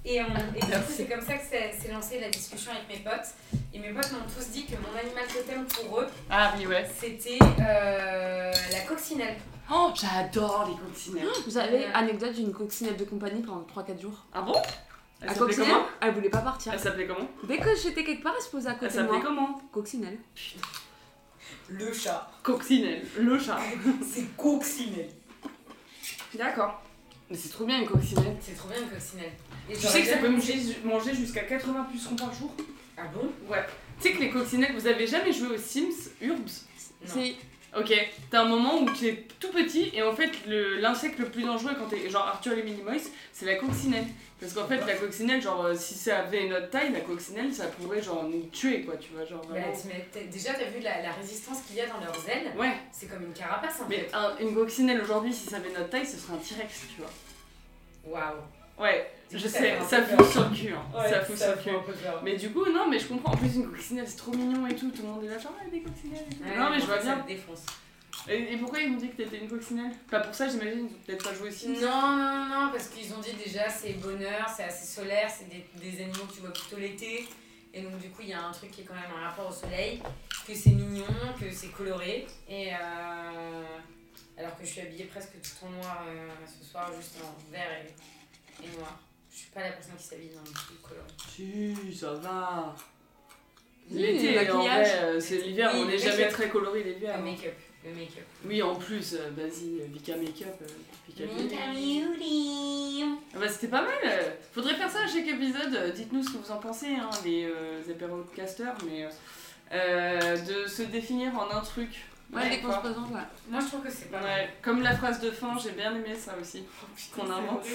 Speaker 2: Et, on, et du coup, c'est comme ça que c'est- s'est lancée la discussion avec mes potes. Et mes potes m'ont tous dit que mon animal totem pour eux,
Speaker 5: Ah oui, ouais.
Speaker 2: c'était euh, la coccinelle.
Speaker 5: Oh, j'adore les coccinelles.
Speaker 3: J'avais anecdote d'une coccinelle de compagnie pendant 3-4 jours.
Speaker 5: Ah bon Elle
Speaker 3: La
Speaker 5: s'appelait
Speaker 3: coccinelle,
Speaker 5: comment
Speaker 3: elle voulait pas partir.
Speaker 5: Elle s'appelait comment
Speaker 3: Dès que j'étais quelque part, elle se posait à
Speaker 5: Elle
Speaker 3: côté de
Speaker 5: s'appelait
Speaker 3: moi.
Speaker 5: comment
Speaker 3: Coccinelle.
Speaker 2: Le
Speaker 5: [LAUGHS]
Speaker 2: chat,
Speaker 5: Coccinelle, le chat.
Speaker 2: c'est coccinelle.
Speaker 5: D'accord. Mais c'est trop bien une coccinelle.
Speaker 2: C'est trop bien une coccinelle. Et
Speaker 5: Tu
Speaker 2: j'aurais
Speaker 5: sais que ça
Speaker 2: jamais-
Speaker 5: peut manger, manger jusqu'à 80 pucerons par jour
Speaker 2: Ah bon
Speaker 5: Ouais. Tu sais que les coccinelles, vous avez jamais joué aux Sims Urbs
Speaker 2: Non.
Speaker 3: Si.
Speaker 5: Ok, t'as un moment où tu es tout petit et en fait le- l'insecte le, plus dangereux quand t'es genre Arthur et les Minimoys, c'est la coccinelle. Parce qu'en fait la coccinelle, genre euh, si ça avait une autre taille, la coccinelle ça pourrait genre nous tuer quoi, tu vois, genre
Speaker 2: Bah,
Speaker 5: vraiment.
Speaker 2: tu m'as- t'as- déjà, t'as vu la, la résistance qu'il y a dans leurs ailes
Speaker 5: Ouais,
Speaker 2: C'est comme une carapace en
Speaker 5: mais
Speaker 2: fait.
Speaker 5: un- une coccinelle aujourd'hui si ça avait notre taille, ce serait un T-Rex, tu vois.
Speaker 2: Waouh.
Speaker 5: Ouais,
Speaker 2: Du coup,
Speaker 5: je
Speaker 2: ça
Speaker 5: sais,
Speaker 2: fait un
Speaker 5: ça
Speaker 2: peu
Speaker 5: fout
Speaker 2: peur.
Speaker 5: sur le cul, hein. ça fout sur le cul. Mais du coup, non, mais je comprends. En plus, une coccinelle, c'est trop mignon et tout. Tout le monde est là, genre, ah, des coccinelles et tout. non, mais je vois bien.
Speaker 2: défonce.
Speaker 5: Et, et pourquoi ils m'ont dit que t'étais une coccinelle Pas pour ça, j'imagine, ils ont peut-être pas joué aussi.
Speaker 2: Non, non, non, parce qu'ils ont dit déjà c'est bonheur, c'est assez solaire, c'est des, des animaux que tu vois plutôt l'été. Et donc, du coup, il y a un truc qui est quand même un rapport au soleil, que c'est mignon, que c'est coloré. Et euh, alors que je suis habillée presque tout en noir euh, ce soir, juste en vert et, et noir. Je suis pas la personne qui s'habille dans le truc coloré.
Speaker 5: Si, ça va.
Speaker 3: Oui,
Speaker 5: L'été,
Speaker 3: le
Speaker 5: en
Speaker 3: maquillage.
Speaker 5: vrai, euh, c'est l'hiver,
Speaker 2: Oui,
Speaker 5: on
Speaker 2: le
Speaker 5: n'est jamais
Speaker 2: make-up.
Speaker 5: très coloré l'hiver.
Speaker 2: Le
Speaker 5: hein.
Speaker 2: make-up. Le make-up.
Speaker 5: Oui, en plus, euh, vas-y, euh, Vika Make-up. euh, Vika Beauty. Ah bah, c'était pas mal. euh. Faudrait faire ça à chaque épisode. euh, Dites-nous ce que vous en pensez, hein, les euh, apérocasters, mais euh, euh, de se définir en un truc.
Speaker 3: Ouais, dès qu'on se
Speaker 5: quoi.
Speaker 3: présente, ouais.
Speaker 2: Moi, je trouve que c'est pas mal.
Speaker 5: Ouais, comme la phrase de fin, j'ai bien aimé ça aussi. Qu'on invente.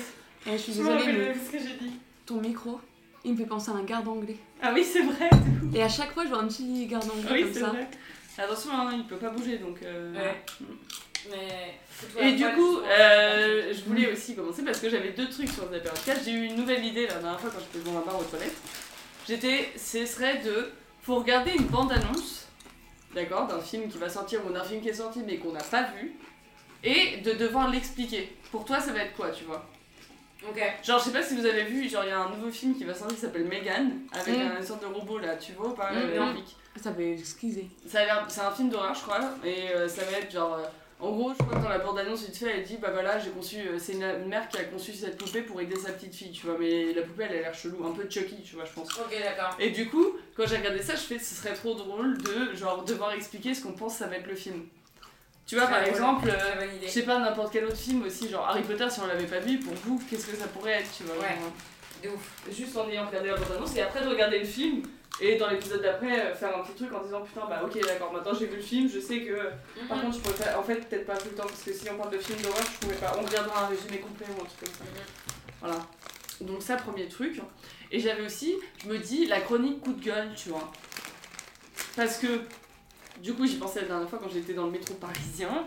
Speaker 3: Et je suis
Speaker 5: Je me rappelle
Speaker 3: désolée, mais
Speaker 5: même ce que j'ai dit.
Speaker 3: ton micro, il me fait penser à un garde anglais.
Speaker 5: Ah oui, c'est vrai.
Speaker 3: Et à chaque fois, je vois un petit garde anglais
Speaker 5: Oui,
Speaker 3: comme
Speaker 5: c'est
Speaker 3: ça.
Speaker 5: vrai. Attention, hein, il peut pas bouger donc. euh,
Speaker 2: Ouais. Mais fous-toi
Speaker 5: Et
Speaker 2: à
Speaker 5: du
Speaker 2: poil,
Speaker 5: coup,
Speaker 2: je pense.
Speaker 5: euh, je voulais aussi commencer parce que j'avais deux trucs sur The Podcast. J'ai eu une nouvelle idée la dernière fois quand j'étais dans la barre aux toilettes. J'étais, ce serait de, faut regarder une bande-annonce, d'accord, d'un film qui va sortir ou d'un film qui est sorti mais qu'on n'a pas vu, et de devoir l'expliquer. Pour toi, ça va être quoi, tu vois
Speaker 2: Ok.
Speaker 5: Genre, je sais pas si vous avez vu, genre, il y a un nouveau film qui va sortir qui s'appelle Megan, avec
Speaker 3: Mm.
Speaker 5: une sorte de robot là, tu vois, par
Speaker 3: Mm,
Speaker 5: euh,
Speaker 3: mm.
Speaker 5: Olympique.
Speaker 3: Ça peut excuser.
Speaker 5: Ça a l'air- C'est un film d'horreur, je crois, et euh, ça va être genre. euh, en gros, je crois que dans la bande-annonce, vite fait, elle dit Bah voilà, j'ai conçu. euh, C'est une, une mère qui a conçu cette poupée pour aider sa petite fille, tu vois, mais la poupée, elle a l'air chelou, un peu Chucky, tu vois, je pense.
Speaker 2: Ok, d'accord.
Speaker 5: Et du coup, quand j'ai regardé ça, je fais Ce serait trop drôle de, genre, devoir expliquer ce qu'on pense ça va être le film. Tu vois,
Speaker 2: Très
Speaker 5: par
Speaker 2: drôle.
Speaker 5: exemple, euh,
Speaker 2: Très bonne idée.
Speaker 5: je sais pas, n'importe quel autre film aussi, genre Harry Potter, si on l'avait pas vu, pour vous, qu'est-ce que ça pourrait être, tu vois
Speaker 2: Ouais.
Speaker 5: genre,
Speaker 2: De ouf.
Speaker 5: juste en ayant regardé la bande-annonce et après de regarder le film et dans l'épisode d'après euh, faire un petit truc en disant putain bah ok d'accord maintenant j'ai vu le film je sais que
Speaker 2: Mhm.
Speaker 5: par contre je pourrais pas en fait peut-être pas tout le temps parce que si on parle de film d'horreur je pourrais pas on regardera un résumé complet ou un truc comme ça voilà donc ça premier truc et j'avais aussi je me dis la chronique coup de gueule tu vois parce que du coup j'y pensais la dernière fois quand j'étais dans le métro parisien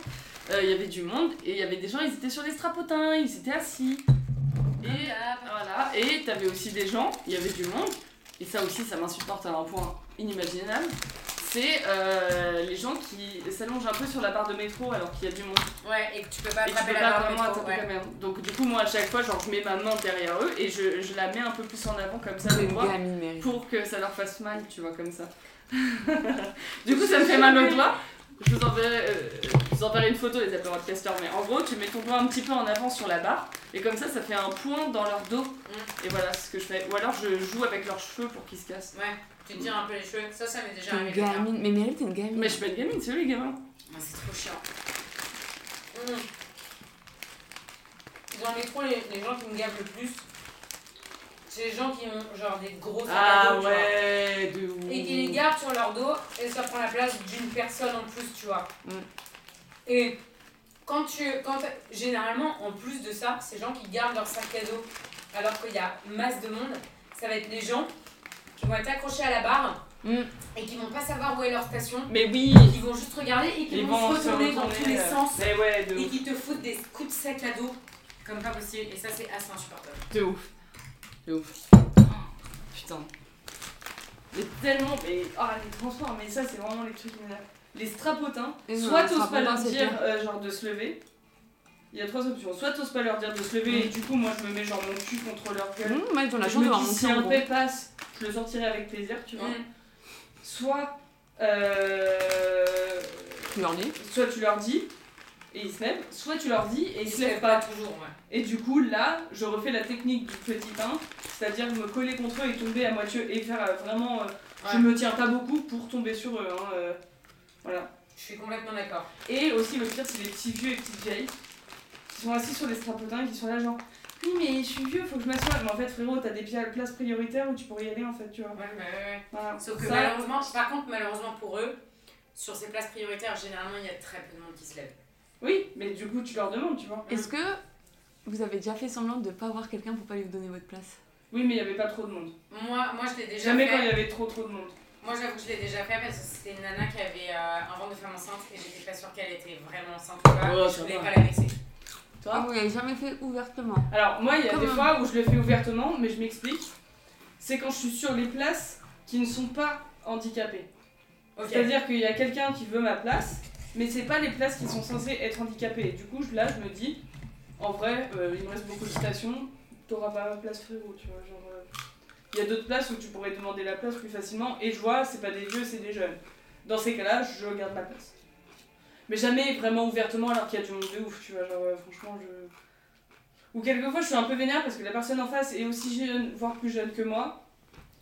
Speaker 5: euh, il y avait du monde et il y avait des gens ils étaient sur les strapotins ils étaient assis et voilà, et t'avais aussi des gens, il y avait du monde, et ça aussi ça m'insupporte à un point inimaginable, c'est euh, les gens qui s'allongent un peu sur la barre de métro alors qu'il y a du monde.
Speaker 2: Ouais, et que tu peux pas
Speaker 5: Et tu
Speaker 2: attraper
Speaker 5: peux
Speaker 2: la
Speaker 5: pas
Speaker 2: barre de
Speaker 5: vraiment
Speaker 2: métro,
Speaker 5: attraper
Speaker 2: ouais.
Speaker 5: la merde. Donc du coup moi à chaque fois genre je mets ma main derrière eux et je, je la mets un peu plus en avant comme ça
Speaker 3: C'est
Speaker 5: le
Speaker 3: une
Speaker 5: doigt,
Speaker 3: gamine mérite.
Speaker 5: pour que ça leur fasse mal, tu vois, comme ça.
Speaker 2: [LAUGHS]
Speaker 5: du coup, ça me fait mal au doigt. Je vous enverrai, euh, je vous enverrai une photo des appels podcasters, mais en gros, tu mets ton doigt un petit peu en avant sur la barre, et comme ça, ça fait un point dans leur dos.
Speaker 2: Mm.
Speaker 5: Et voilà c'est ce que je fais. Ou alors, je joue avec leurs cheveux pour qu'ils se cassent.
Speaker 2: Ouais, tu te tires un peu les cheveux. Ça, ça m'est déjà
Speaker 3: C'est une
Speaker 2: arrivé. d'ailleurs.
Speaker 3: gamine. Mais mérite, t'es une gamine.
Speaker 5: Mais je suis pas une gamine, c'est eux les gamins.
Speaker 2: Ah, C'est trop chiant. Mm. Dans le métro, les, les gens qui me gavent le plus, c'est les gens qui ont genre des gros sacs à dos, tu vois.
Speaker 5: Ah ouais, de ouf.
Speaker 2: et qui les gardent sur leur dos et ça prend la place d'une personne en plus, tu vois.
Speaker 5: Mm.
Speaker 2: Et quand tu. Quand t'as- généralement, en plus de ça, ces gens qui gardent leur sac à dos alors qu'il y a masse de monde, ça va être les gens qui vont être accrochés à la barre
Speaker 3: Mm.
Speaker 2: et qui vont pas savoir où est leur station,
Speaker 5: Mais oui,
Speaker 2: qui vont juste regarder et qui
Speaker 5: ils
Speaker 2: vont,
Speaker 5: vont
Speaker 2: se retourner dans tous les
Speaker 5: euh,
Speaker 2: sens
Speaker 5: Mais ouais, de
Speaker 2: et
Speaker 5: ouf.
Speaker 2: qui te foutent des coups de sac à dos comme pas possible. Et ça, c'est assez insupportable.
Speaker 5: De ouf. De ouf. Putain. Mais tellement. Mais. Ah, les transports, mais ça, c'est vraiment les trucs qui m'énervent. Les strapotins.
Speaker 3: Et non,
Speaker 5: soit
Speaker 3: les
Speaker 5: t'oses pas
Speaker 3: strapotins,
Speaker 5: leur
Speaker 3: c'est
Speaker 5: dire,
Speaker 3: pire.
Speaker 5: euh, genre, de se lever. Il y a trois options. Soit t'oses pas leur dire de se lever, et du coup, moi, je me mets, genre, mon cul contre leur gueule.
Speaker 1: Mm,
Speaker 3: Mmh, ouais, ils ont la
Speaker 5: je
Speaker 3: chance
Speaker 5: me
Speaker 3: d'avoir
Speaker 5: dis,
Speaker 3: mon
Speaker 5: si
Speaker 3: cul en
Speaker 5: un
Speaker 3: gros.
Speaker 5: paix passe, je le sortirai avec plaisir, tu vois.
Speaker 2: Mm.
Speaker 5: Soit. euh,
Speaker 3: Tu leur dis.
Speaker 5: Soit tu leur dis, et ils se lèvent. Soit tu leur dis, et ils se lèvent pas.
Speaker 2: toujours, ouais.
Speaker 5: Et du coup, là, je refais la technique du petit pain, c'est-à-dire me coller contre eux et tomber à moitié et faire euh, vraiment. euh, Je
Speaker 2: Ouais.
Speaker 5: me tiens pas beaucoup pour tomber sur eux. hein, euh, voilà.
Speaker 2: Je suis complètement d'accord.
Speaker 5: Et aussi, le pire, c'est les petits vieux et petites vieilles qui sont assis sur les strapotins et qui sont là, genre. Oui, mais je suis vieux, faut que je m'assoie. Mais en fait, frérot, t'as des pla- places prioritaires où tu pourrais y aller, en fait, tu vois.
Speaker 2: Ouais, ouais, ouais.
Speaker 5: Voilà.
Speaker 2: Sauf que
Speaker 5: Ça,
Speaker 2: malheureusement, par contre, malheureusement pour eux, sur ces places prioritaires, généralement, il y a très peu de monde qui se lève.
Speaker 5: Oui, mais du coup, tu leur demandes, tu vois.
Speaker 3: Est-ce que vous avez déjà fait semblant de pas voir quelqu'un pour pas lui donner votre place
Speaker 5: Oui, mais il y avait pas trop de monde.
Speaker 2: Moi, moi je l'ai déjà
Speaker 5: Jamais
Speaker 2: fait.
Speaker 5: quand il y avait trop, trop de monde.
Speaker 2: Moi, j'avoue que je l'ai déjà fait parce que c'était une nana qui avait euh, un ventre de femme enceinte et j'étais pas sûre qu'elle était vraiment enceinte ou pas.
Speaker 5: Oh,
Speaker 2: et je
Speaker 5: ça
Speaker 2: voulais
Speaker 5: va.
Speaker 2: pas la vexer.
Speaker 3: Ah, vous l'avez jamais fait ouvertement.
Speaker 5: Alors moi, il y a
Speaker 3: Comme
Speaker 5: des
Speaker 3: un-
Speaker 5: fois où je le fais ouvertement, mais je m'explique. C'est quand je suis sur les places qui ne sont pas handicapées.
Speaker 2: Ok.
Speaker 5: C'est-à-dire qu'il y a quelqu'un qui veut ma place, mais c'est pas les places qui sont censées être handicapées. Du coup, je- là, je me dis, en vrai, euh, il me reste beaucoup de stations, t'auras pas ma place frérot, tu vois. Genre, euh, il y a d'autres places où tu pourrais demander la place plus facilement, et je vois, c'est pas des vieux, c'est des jeunes. Dans ces cas-là, je garde ma place. Mais jamais vraiment ouvertement alors qu'il y a du monde de ouf, tu vois, genre euh, franchement je... Ou quelquefois je suis un peu vénère parce que la personne en face est aussi jeune, voire plus jeune que moi,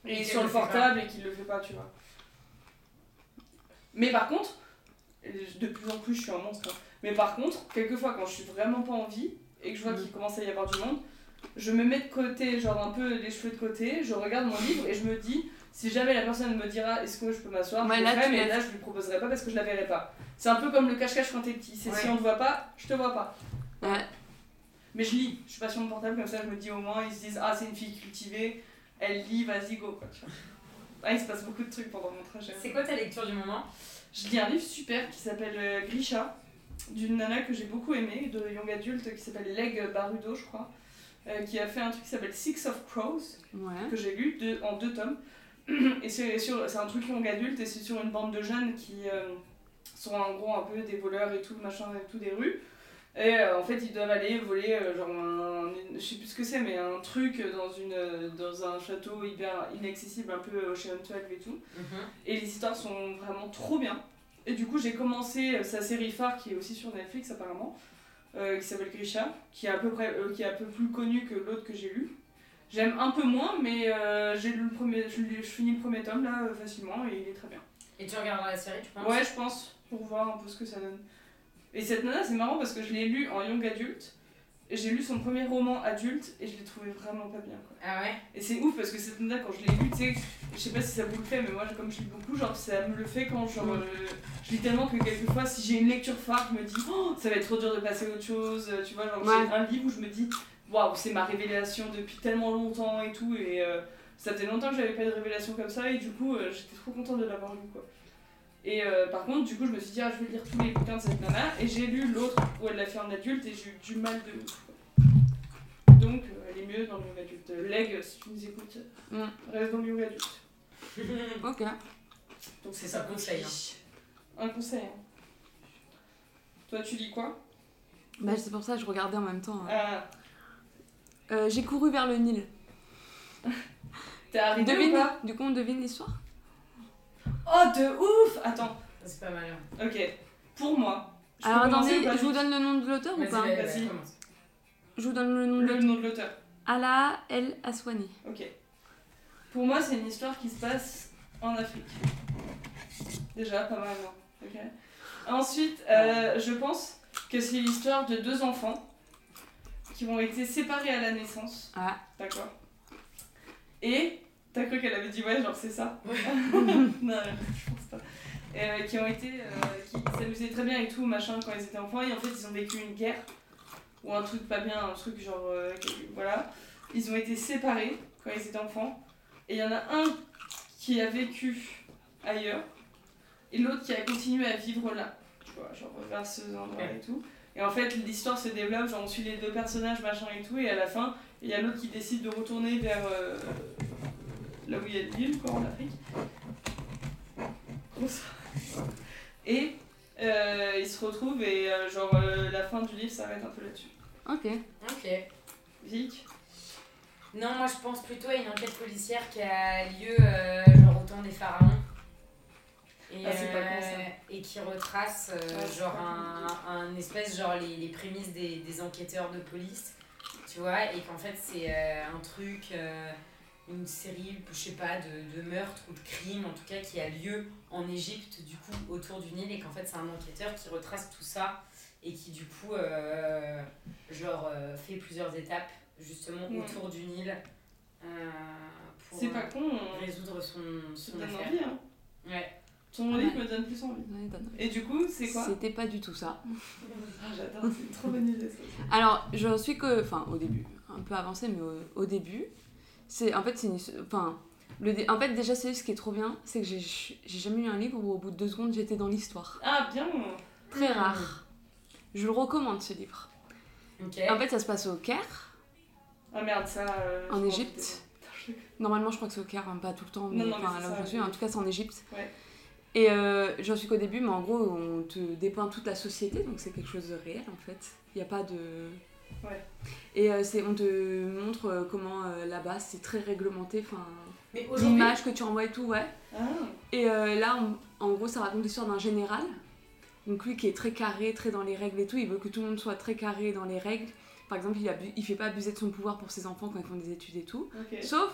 Speaker 2: Et
Speaker 5: et, est
Speaker 2: qu'elle
Speaker 5: sur
Speaker 2: le
Speaker 5: le
Speaker 2: fait pas.
Speaker 5: portable et qu'il le fait pas, tu vois. Mais par contre, euh, de plus en plus je suis un monstre, hein. mais par contre, quelquefois quand je suis vraiment pas en vie et que je vois
Speaker 3: Mhm.
Speaker 5: qu'il commence à y avoir du monde, je me mets de côté, genre un peu les cheveux de côté, je regarde mon livre et je me dis, si jamais la personne me dira est-ce que je peux m'asseoir,
Speaker 3: Ouais,
Speaker 5: je le
Speaker 3: là,
Speaker 5: ferai,
Speaker 3: tu
Speaker 5: mais
Speaker 3: l'as-
Speaker 5: là je lui proposerai pas parce que je la verrai pas. C'est un peu comme le cache-cache quand t'es petit, c'est si
Speaker 2: Ouais.
Speaker 5: on te voit pas, je te vois pas.
Speaker 3: Ouais.
Speaker 5: Mais je lis, je suis pas sur mon portable comme ça, je me dis au moins, ils se disent ah c'est une fille cultivée, elle lit, vas-y go quoi. tu vois. Ah, il se passe beaucoup de trucs pendant mon trajet.
Speaker 2: C'est quoi ta lecture du moment
Speaker 5: Je lis un livre super qui s'appelle euh, Grisha, d'une nana que j'ai beaucoup aimée, de young adulte, qui s'appelle Leg Barudo, je crois, euh, qui a fait un truc qui s'appelle Six of Crows,
Speaker 3: Ouais.
Speaker 5: que j'ai lu deux- en deux tomes. Et c'est sur- c'est un truc young adulte et c'est sur une bande de jeunes qui euh, sont en gros un peu des voleurs et tout, machin et tout, des rues. Et euh, en fait, ils doivent aller voler, euh, genre, un, une- je sais plus ce que c'est, mais un truc dans, une, euh, dans un château hyper inaccessible, un peu Ocean 12 et tout. Et les histoires sont vraiment trop bien. Et du coup, j'ai commencé euh, sa série phare qui est aussi sur Netflix apparemment, euh, qui s'appelle Grisha, qui est à peu près, euh, qui est un peu plus connue que l'autre que j'ai lu. J'aime un peu moins, mais euh, j'ai lu le premier, je, l'ai- je finis le premier tome là euh, facilement et il est très bien.
Speaker 2: Et tu regarderas la série, tu penses
Speaker 5: Ouais, je pense pour voir un peu ce que ça donne. Et cette nana, c'est marrant parce que je l'ai lu en young adulte. et J'ai lu son premier roman adulte et je l'ai trouvé vraiment pas bien. quoi.
Speaker 2: Ah ouais
Speaker 5: Et c'est ouf parce que cette nana, quand je l'ai lu, tu sais, je sais pas si ça vous le fait, mais moi, comme je lis beaucoup, genre, ça me le fait quand genre,
Speaker 1: Mm.
Speaker 5: euh, je lis tellement que quelquefois, si j'ai une lecture phare, je me dis, oh, ça va être trop dur de passer à autre chose, euh, tu vois, genre,
Speaker 3: Ouais.
Speaker 5: j'ai un livre où je me dis, waouh, c'est ma révélation depuis tellement longtemps et tout, et euh, ça faisait longtemps que j'avais pas eu de révélation comme ça, et du coup, euh, j'étais trop contente de l'avoir lu, quoi. Et euh, par contre, du coup, je me suis dit, ah, je vais lire tous les bouquins de cette nana, et j'ai lu l'autre où elle l'a fait en adulte, et j'ai eu du mal de ouf, quoi. Donc, euh, elle est mieux dans le young adulte. Leg, si tu nous écoutes,
Speaker 3: Mm.
Speaker 5: reste dans le young adulte. Mm.
Speaker 3: Ok.
Speaker 5: Donc,
Speaker 2: C'est ça, conseil, hein.
Speaker 5: Un conseil. hein. Toi, tu lis quoi
Speaker 3: Bah, c'est pour ça que je regardais en même temps. hein.
Speaker 5: Ah,
Speaker 3: Euh, J'ai couru vers le Nil.
Speaker 5: T'es arrivé ou
Speaker 3: Devine,
Speaker 5: pas
Speaker 3: du coup, on devine l'histoire
Speaker 5: Oh, de ouf Attends,
Speaker 2: c'est pas mal. hein.
Speaker 5: ok. Pour moi. je peux
Speaker 3: Alors,
Speaker 5: commencer
Speaker 3: attendez,
Speaker 5: ou pas
Speaker 3: je vous donne le nom de l'auteur ou
Speaker 2: Vas-y,
Speaker 3: pas
Speaker 2: vas-y,
Speaker 5: Vas-y. Mm.
Speaker 2: vas-y, commence.
Speaker 3: Je vous donne le nom de
Speaker 5: le
Speaker 3: l'auteur.
Speaker 5: nom de l'auteur.
Speaker 3: Ala El Aswani.
Speaker 5: Ok. Pour moi, c'est une histoire qui se passe en Afrique. Déjà, pas mal, non Ok. Ensuite, euh, je pense que c'est l'histoire de deux enfants qui ont été séparés à la naissance.
Speaker 3: Ah.
Speaker 5: D'accord. Et, t'as cru qu'elle avait dit ouais, genre c'est ça
Speaker 2: Ouais.
Speaker 5: [LAUGHS] Non, je pense pas. Euh, qui ont été, euh, qui s'amusaient très bien et tout, machin, quand ils étaient enfants, et en fait, ils ont vécu une guerre ou un truc pas bien, un truc genre. euh, que- voilà ils ont été séparés quand ils étaient enfants. Et il y en a un qui a vécu ailleurs et l'autre qui a continué à vivre là. Tu vois, genre vers ce endroit et tout. Et en fait, l'histoire se développe, genre on suit les deux personnages, machin et tout. Et à la fin, il y a l'autre qui décide de retourner vers euh, là où il y a de l'île, quoi, en Afrique. Gros ça. [LAUGHS] Et euh, ils se retrouvent et euh, genre euh, la fin du livre s'arrête un peu là-dessus.
Speaker 3: Ok.
Speaker 2: Ok.
Speaker 5: Vic
Speaker 2: Non, moi je pense plutôt à une enquête policière qui a lieu euh, genre au temps des pharaons. Et, euh,
Speaker 5: Ah, c'est pas con, ça.
Speaker 2: et qui retrace euh,
Speaker 5: Ouais, c'est
Speaker 2: genre
Speaker 5: pas
Speaker 2: un, un espèce, genre les, les prémices des, des enquêteurs de police, tu vois, et qu'en fait c'est euh, un truc, euh, une série, je sais pas, de, de meurtres ou de crimes en tout cas qui a lieu en Égypte du coup autour du Nil et qu'en fait c'est un enquêteur qui retrace tout ça et qui du coup euh, genre euh, fait plusieurs étapes justement
Speaker 5: Ouais.
Speaker 2: autour du Nil euh, pour
Speaker 5: C'est pas
Speaker 2: euh,
Speaker 5: con, on-
Speaker 2: résoudre son,
Speaker 5: Ça
Speaker 2: son
Speaker 5: me donne
Speaker 2: affaire.
Speaker 5: envie, hein.
Speaker 2: Ouais.
Speaker 5: Ton
Speaker 3: Ah Ouais.
Speaker 5: livre me donne plus envie.
Speaker 3: Ouais, donne.
Speaker 5: Et du coup, c'est quoi
Speaker 3: C'était pas du tout ça.
Speaker 5: Ah, J'adore, c'est une trop bonne idée. ça.
Speaker 3: Alors, je suis que. Enfin, au début. Un peu avancé, mais au, au début. C'est, en fait, c'est une. Enfin. Le dé- En fait, déjà, c'est ce qui est trop bien, c'est que j'ai j'ai jamais lu un livre où au bout de deux secondes j'étais dans l'histoire.
Speaker 5: Ah, bien
Speaker 3: Très rare. Je le recommande ce livre.
Speaker 2: Ok.
Speaker 3: En fait, ça se passe au Caire,
Speaker 5: Ah merde, ça. euh,
Speaker 3: en
Speaker 5: je
Speaker 3: Égypte. Normalement, je crois que c'est au Caire, hein, pas tout le temps, mais
Speaker 5: Non, non,
Speaker 3: enfin,
Speaker 5: mais c'est
Speaker 3: là où
Speaker 5: ça,
Speaker 3: j'en suis,
Speaker 5: oui.
Speaker 3: en tout cas, c'est en Égypte.
Speaker 5: Ouais.
Speaker 3: Et euh, j'en suis qu'au début, mais en gros, on te dépeint toute la société, donc c'est quelque chose de réel en fait. Il n'y a pas de.
Speaker 5: Ouais.
Speaker 3: Et euh, c'est, on te montre euh, comment euh, là-bas c'est très réglementé, enfin,
Speaker 2: Mais aujourd'hui,
Speaker 3: l'image que tu envoies et tout, ouais.
Speaker 5: Ah,
Speaker 3: Et euh, là, on- en gros, ça raconte l'histoire d'un général. Donc lui qui est très carré, très dans les règles et tout, il veut que tout le monde soit très carré dans les règles. Par exemple, il, abu- il fait pas abuser de son pouvoir pour ses enfants quand ils font des études et tout.
Speaker 5: ok.
Speaker 3: Sauf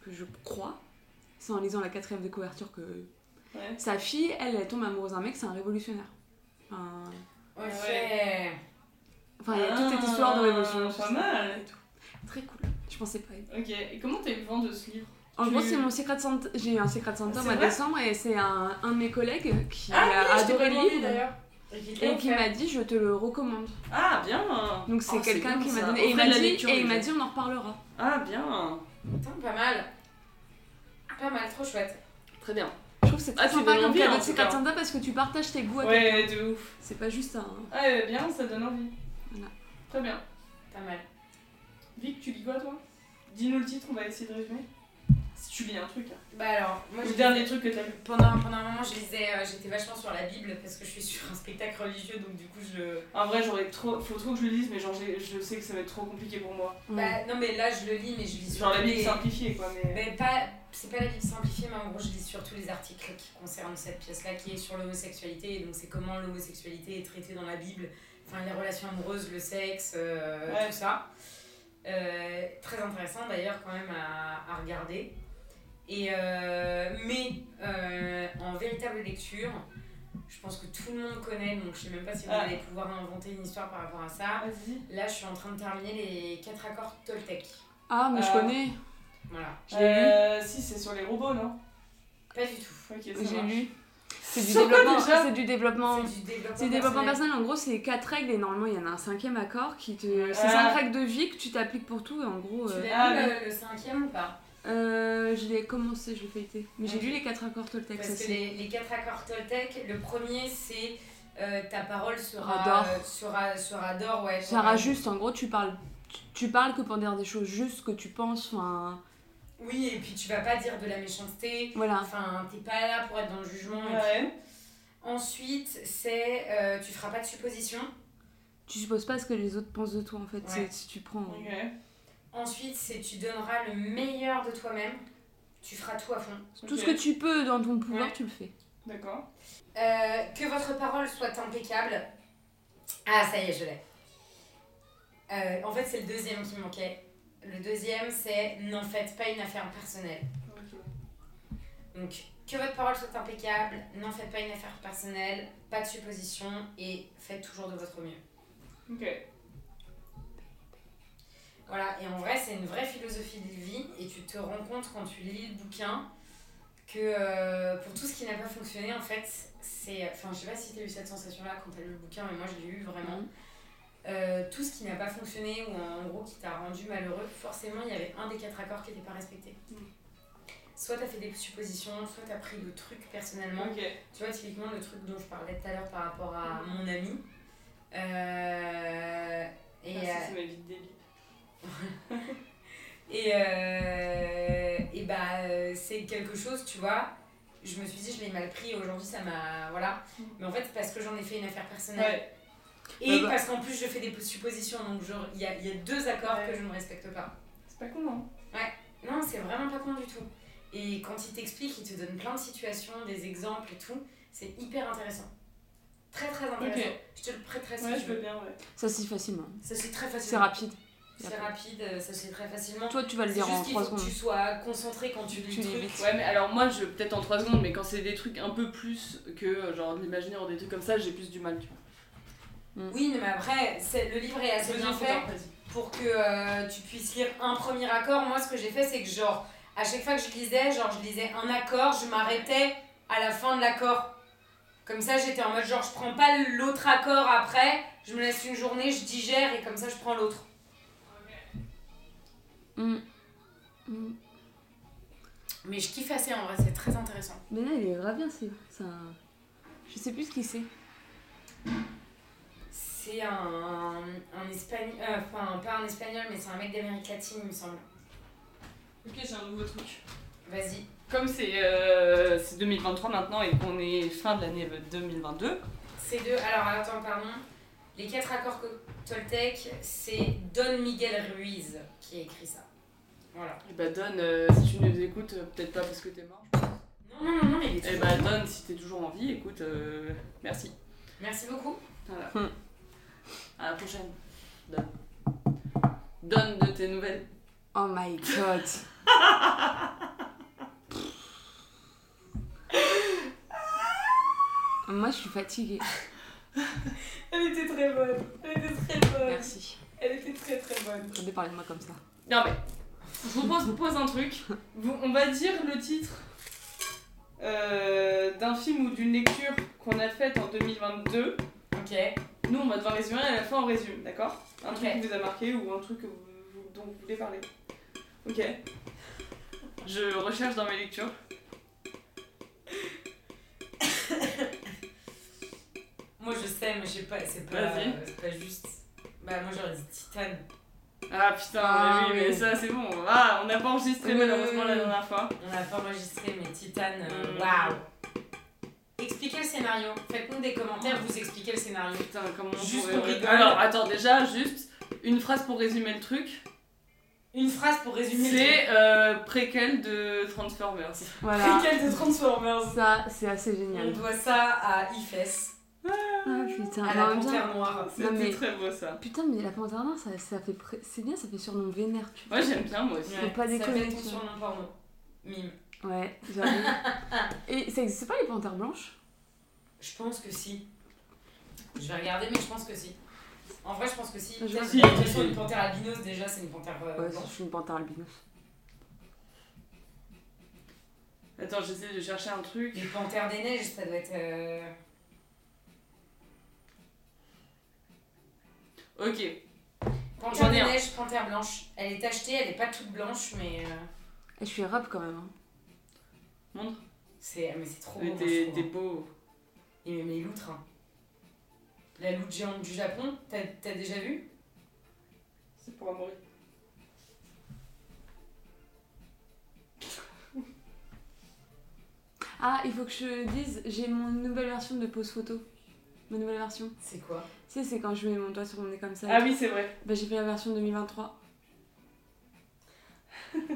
Speaker 3: que je crois, c'est en lisant la quatrième de couverture que
Speaker 5: Ouais.
Speaker 3: sa fille, elle, elle tombe amoureuse d'un mec, c'est un révolutionnaire. Enfin,
Speaker 2: ok.
Speaker 5: Ouais.
Speaker 3: enfin, il y a
Speaker 5: Ah,
Speaker 3: toute cette histoire de révolution.
Speaker 5: Pas mal.
Speaker 3: et tout. Très cool. Je pensais pas.
Speaker 5: Ok, et comment t'as eu vent de ce livre
Speaker 3: En
Speaker 5: Tu-
Speaker 3: gros, c'est mon secret Santa. J'ai eu un secret Santa au
Speaker 5: C'est
Speaker 3: mois de
Speaker 5: vrai
Speaker 3: décembre et c'est un, un de mes collègues qui a
Speaker 2: Ah, je t'ai
Speaker 3: adoré
Speaker 2: pas
Speaker 3: le
Speaker 2: demandé,
Speaker 3: livre
Speaker 2: d'ailleurs. Et qui te l'a
Speaker 3: et qui
Speaker 2: offert.
Speaker 3: m'a dit je te le recommande.
Speaker 5: Ah, bien
Speaker 3: Donc c'est
Speaker 5: Oh, c'est
Speaker 3: quelqu'un
Speaker 5: bien,
Speaker 3: qui m'a
Speaker 5: ça.
Speaker 3: donné
Speaker 5: Au
Speaker 3: et il
Speaker 5: frais
Speaker 3: m'a
Speaker 5: de la
Speaker 3: dit
Speaker 5: lecture,
Speaker 3: et il
Speaker 5: déjà.
Speaker 3: m'a dit on en reparlera.
Speaker 5: Ah, bien
Speaker 2: euh, Putain, pas mal. Pas mal, trop chouette.
Speaker 5: Très bien.
Speaker 3: Je trouve que c'est
Speaker 5: Ah,
Speaker 3: très
Speaker 5: tu
Speaker 3: sympa
Speaker 5: donnes
Speaker 3: comme
Speaker 5: envie, en
Speaker 3: cadeau de
Speaker 5: tout
Speaker 3: cet
Speaker 5: cas.
Speaker 3: agenda parce que tu partages tes goûts avec
Speaker 5: Ouais, de ouf.
Speaker 3: C'est pas juste un. hein.
Speaker 5: Ah, euh, bien, ça donne envie.
Speaker 3: Voilà.
Speaker 5: Très bien.
Speaker 2: Pas mal.
Speaker 5: Vic, tu lis quoi toi Dis-nous le titre, on va essayer de résumer. Si tu lis un truc. Hein.
Speaker 2: Bah alors, moi
Speaker 5: Le
Speaker 2: je
Speaker 5: dernier truc que t'as lu.
Speaker 2: pendant, pendant un moment, je lisais, euh, j'étais vachement sur la Bible parce que je suis sur un spectacle religieux, donc du coup je.
Speaker 5: En vrai, j'aurais trop. Faut trop que je le lise, mais genre, j'ai- je sais que ça va être trop compliqué pour moi.
Speaker 3: Ouais.
Speaker 2: Bah non, mais là je le lis, mais je lis sur
Speaker 5: Genre, la
Speaker 2: tous
Speaker 5: Bible
Speaker 2: les-
Speaker 5: simplifiée quoi, mais.
Speaker 2: Mais pas, c'est pas la Bible simplifiée, mais en gros, je lis surtout les articles qui concernent cette pièce-là, qui est sur l'homosexualité, et donc c'est comment l'homosexualité est traitée dans la Bible, enfin les relations amoureuses, le sexe, euh,
Speaker 5: Ouais.
Speaker 2: tout ça. Euh, très intéressant d'ailleurs quand même à, à regarder. Et euh, mais euh, en véritable lecture, je pense que tout le monde connaît, donc je sais même pas si vous
Speaker 5: Ah.
Speaker 2: allez pouvoir inventer une histoire par rapport à ça.
Speaker 5: Vas-y.
Speaker 2: Là, je suis en train de terminer les quatre accords Toltec.
Speaker 3: Ah, mais je
Speaker 5: Euh,
Speaker 3: connais.
Speaker 2: Voilà,
Speaker 3: Je l'ai
Speaker 5: Euh, si, c'est sur les robots, non
Speaker 2: pas du tout.
Speaker 5: Ok, ça
Speaker 3: lu. J'ai
Speaker 5: marche.
Speaker 3: lu. C'est du
Speaker 5: Sur quoi
Speaker 3: développement.
Speaker 5: déjà
Speaker 3: C'est du développement.
Speaker 2: C'est du développement,
Speaker 3: C'est du développement
Speaker 2: personnel.
Speaker 3: personnel. En gros, c'est quatre règles et normalement, il y en a un cinquième accord qui te.
Speaker 5: Ouais.
Speaker 3: C'est cinq règles de vie que tu t'appliques pour tout et en gros.
Speaker 2: Euh. Tu
Speaker 3: euh,
Speaker 2: l'as
Speaker 5: Ah,
Speaker 2: lu
Speaker 5: mais-
Speaker 2: le, le cinquième ou pas
Speaker 3: euh, je l'ai commencé, je l'ai feuilleté. Mais j'ai
Speaker 2: Ok.
Speaker 3: lu les quatre accords Toltec.
Speaker 2: Parce
Speaker 3: ça,
Speaker 2: que
Speaker 3: c'est-
Speaker 2: les, les quatre accords Toltec, le premier c'est euh, ta parole sera
Speaker 3: Sera d'or.
Speaker 2: euh, sera, sera d'or, ouais. euh,
Speaker 3: Ça
Speaker 2: sera-
Speaker 3: aura juste, en gros, tu parles. tu- Tu parles que pour dire des choses justes que tu penses, enfin
Speaker 2: Oui, et puis tu vas pas dire de la méchanceté.
Speaker 3: voilà.
Speaker 2: Enfin, t'es pas là pour être dans le jugement. et
Speaker 5: Ouais.
Speaker 2: tout. Ensuite, c'est euh, tu feras pas de suppositions.
Speaker 3: Tu supposes pas ce que les autres pensent de toi en fait,
Speaker 2: Ouais.
Speaker 3: c'est si tu prends.
Speaker 5: Ok.
Speaker 2: Ensuite, c'est tu donneras le meilleur de toi-même. Tu feras tout à fond.
Speaker 3: Tout ce
Speaker 5: Ok.
Speaker 3: que tu peux dans ton pouvoir,
Speaker 2: Ouais.
Speaker 3: tu le fais.
Speaker 5: D'accord.
Speaker 2: Euh, que votre parole soit impeccable. Ah, ça y est, je l'ai. Euh, en fait, c'est le deuxième qui manquait. Le deuxième, c'est n'en faites pas une affaire personnelle.
Speaker 5: Ok.
Speaker 2: Donc, que votre parole soit impeccable, n'en faites pas une affaire personnelle, pas de suppositions et faites toujours de votre mieux.
Speaker 5: Ok.
Speaker 2: Voilà, et en vrai, c'est une vraie philosophie de vie et tu te rends compte quand tu lis le bouquin que euh, pour tout ce qui n'a pas fonctionné, en fait, c'est. Enfin, je sais pas si t'as eu cette sensation-là quand t'as lu le bouquin, mais moi, je l'ai eu vraiment. Euh, tout ce qui n'a pas fonctionné ou en gros qui t'a rendu malheureux, forcément il y avait un des quatre accords qui n'était pas respecté.
Speaker 5: Mm.
Speaker 2: Soit t'as fait des suppositions, soit t'as pris le truc personnellement.
Speaker 5: Ok.
Speaker 2: Tu vois, typiquement le truc dont je parlais tout à l'heure par rapport à mon ami. Euh, et,
Speaker 5: Merci,
Speaker 2: euh,
Speaker 5: ça m'évite des bips.
Speaker 2: et, euh, et bah, euh, c'est quelque chose, tu vois. Je me suis dit, je l'ai mal pris, aujourd'hui ça m'a. Voilà.
Speaker 5: Mm.
Speaker 2: Mais en fait, c'est parce que j'en ai fait une affaire personnelle.
Speaker 5: Ouais.
Speaker 2: Et
Speaker 3: Bah, bah.
Speaker 2: parce qu'en plus, je fais des suppositions, donc genre, il y a, il y a deux accords
Speaker 5: Ouais.
Speaker 2: que je ne respecte pas.
Speaker 5: C'est pas con, hein
Speaker 2: Non, c'est vraiment pas con du tout. Et quand il t'explique, il te donne plein de situations, des exemples et tout, c'est hyper intéressant. Très très intéressant.
Speaker 5: Ok.
Speaker 2: Je te le prêterai si
Speaker 5: Ouais,
Speaker 2: tu
Speaker 5: je
Speaker 2: veux.
Speaker 5: veux bien, ouais.
Speaker 3: Ça se lit facilement.
Speaker 2: Ça c'est très
Speaker 3: C'est
Speaker 2: facilement.
Speaker 3: rapide.
Speaker 2: C'est rapide, euh, ça c'est très facilement.
Speaker 3: Toi, tu vas le
Speaker 2: C'est
Speaker 3: dire en
Speaker 2: juste qu'il
Speaker 3: 3
Speaker 2: faut que
Speaker 3: secondes.
Speaker 2: tu sois concentré quand tu lis
Speaker 3: Tu
Speaker 2: le
Speaker 3: lis
Speaker 2: truc.
Speaker 3: vite.
Speaker 5: Ouais, mais alors moi, je peut-être en 3 secondes, mais quand c'est des trucs un peu plus que euh, genre de l'imaginaire ou des trucs comme ça, j'ai plus du mal, tu vois.
Speaker 2: Oui, mais après, c'est- le livre est assez bien
Speaker 5: Vas-y,
Speaker 2: fait
Speaker 5: vas-y, vas-y.
Speaker 2: pour que euh, tu puisses lire un premier accord. Moi, ce que j'ai fait, c'est que genre, à chaque fois que je lisais, genre, je lisais un accord, je m'arrêtais à la fin de l'accord. Comme ça, j'étais en mode genre, je prends pas l'autre accord après, je me laisse une journée, je digère et comme ça, je prends l'autre.
Speaker 3: Mm. Mm.
Speaker 2: Mais je kiffe assez en vrai, c'est très intéressant.
Speaker 3: Mais là, il est grave bien, c'est. c'est un- Je sais plus ce qu'il c'est.
Speaker 2: C'est un, un espagnol, euh, enfin, pas un espagnol, mais c'est un mec d'Amérique latine, il me semble.
Speaker 5: Ok, j'ai un nouveau truc.
Speaker 2: Vas-y.
Speaker 5: Comme c'est euh, c'est 2023 maintenant et qu'on est fin de l'année euh, 2022,
Speaker 2: Ces deux, alors attends, pardon. Les quatre accords co- Toltec, c'est Don Miguel Ruiz qui a écrit ça. Voilà.
Speaker 5: et bah donne, euh, si tu nous écoutes, euh, peut-être pas parce que t'es mort.
Speaker 2: Non, non, non, non, il est
Speaker 5: Et
Speaker 2: toujours
Speaker 5: bah
Speaker 2: bon.
Speaker 5: donne, si t'es toujours en vie, écoute, euh, merci.
Speaker 2: Merci beaucoup.
Speaker 5: Voilà.
Speaker 3: Hmm.
Speaker 5: À la prochaine. Donne. Donne de tes nouvelles.
Speaker 3: Oh my god. Moi, je suis fatiguée.
Speaker 5: Elle était très bonne. Elle était très bonne.
Speaker 3: Merci.
Speaker 5: Elle était très très bonne.
Speaker 3: Arrêtez de parler de moi comme ça.
Speaker 5: Non mais, je vous propose, je vous propose un truc. Vous- on va dire le titre euh, d'un film ou d'une lecture qu'on a faite en 2022.
Speaker 2: Ok.
Speaker 5: Nous, on va devoir résumer et à la fin, on résume, d'accord Un truc
Speaker 2: Ok.
Speaker 5: qui vous a marqué ou un truc que vous- vous- dont vous voulez parler. Ok. Je recherche dans mes lectures.
Speaker 2: je sais, mais je sais pas, c'est pas,
Speaker 5: Vas-y.
Speaker 2: c'est pas juste. Bah, moi j'aurais dit titane.
Speaker 5: Ah putain,
Speaker 3: Ah,
Speaker 5: mais oui, mais
Speaker 3: oui.
Speaker 5: ça c'est bon. Ah, on n'a pas enregistré
Speaker 3: Oui,
Speaker 5: malheureusement
Speaker 3: oui,
Speaker 5: la
Speaker 3: oui.
Speaker 5: dernière fois.
Speaker 2: On n'a pas enregistré, mais titane, euh,
Speaker 5: Mm.
Speaker 2: waouh! Expliquez le scénario. Faites-nous des commentaires, vous expliquez le scénario.
Speaker 5: Putain, comment on
Speaker 2: Juste
Speaker 5: pourrait-
Speaker 2: on rigole.
Speaker 5: Alors, attends, déjà, juste une phrase pour résumer le truc.
Speaker 2: Une phrase pour résumer. le truc.
Speaker 5: C'est euh, préquel de Transformers.
Speaker 3: Voilà.
Speaker 2: Préquel de Transformers.
Speaker 3: Ça, c'est assez
Speaker 2: On
Speaker 3: génial.
Speaker 2: doit ça à Ifes,
Speaker 3: Ah putain,
Speaker 2: à
Speaker 3: mais en
Speaker 2: la
Speaker 3: même temps-
Speaker 2: panthère noire.
Speaker 5: C'était
Speaker 3: mais-
Speaker 5: très beau ça.
Speaker 3: Putain, mais la panthère noire, ça, ça fait. pré- C'est bien, ça fait surnom vénère, tu vois.
Speaker 5: Moi j'aime bien, moi aussi.
Speaker 3: Faut pas
Speaker 2: ça
Speaker 3: déconner,
Speaker 2: fait ton
Speaker 3: tu vois.
Speaker 2: surnom porno. Mime.
Speaker 3: Ouais, j'avoue. Et ça existe pas les panthères blanches
Speaker 2: Je pense que si. Je vais regarder, mais je pense que si. En vrai, je pense que si.
Speaker 3: Je
Speaker 2: Peut-être
Speaker 3: pense
Speaker 2: que
Speaker 5: que
Speaker 2: de toute
Speaker 5: si.
Speaker 2: façon, une panthère albinos, déjà, c'est une panthère euh,
Speaker 3: Ouais, je
Speaker 2: blanche.
Speaker 3: suis une panthère albinos.
Speaker 5: Attends, j'essaie de chercher un truc.
Speaker 2: Les panthères des neiges, ça doit être. euh,
Speaker 5: Ok.
Speaker 2: Panthère
Speaker 5: J'en ai
Speaker 2: des
Speaker 5: un.
Speaker 2: neiges, panthère blanche. Elle est tachetée, elle est pas toute blanche, mais. euh,
Speaker 3: Et je suis rap quand même. hein.
Speaker 5: Montre.
Speaker 2: C'est ah, mais c'est trop beau.
Speaker 5: Mais
Speaker 2: moi, je
Speaker 5: T'es
Speaker 2: trouve,
Speaker 5: t'es
Speaker 2: hein.
Speaker 5: beau.
Speaker 2: Et même les loutres. hein. La loutre géante du Japon, t'as t'as déjà vu
Speaker 5: C'est pour Amaury.
Speaker 3: Ah, il faut que je dise, j'ai mon nouvelle version de pose photo. Ma nouvelle version.
Speaker 2: C'est quoi
Speaker 3: Tu sais, c'est quand je mets mon doigt sur mon nez comme ça.
Speaker 5: Ah oui, c'est vrai.
Speaker 3: Bah, j'ai fait la version 2023.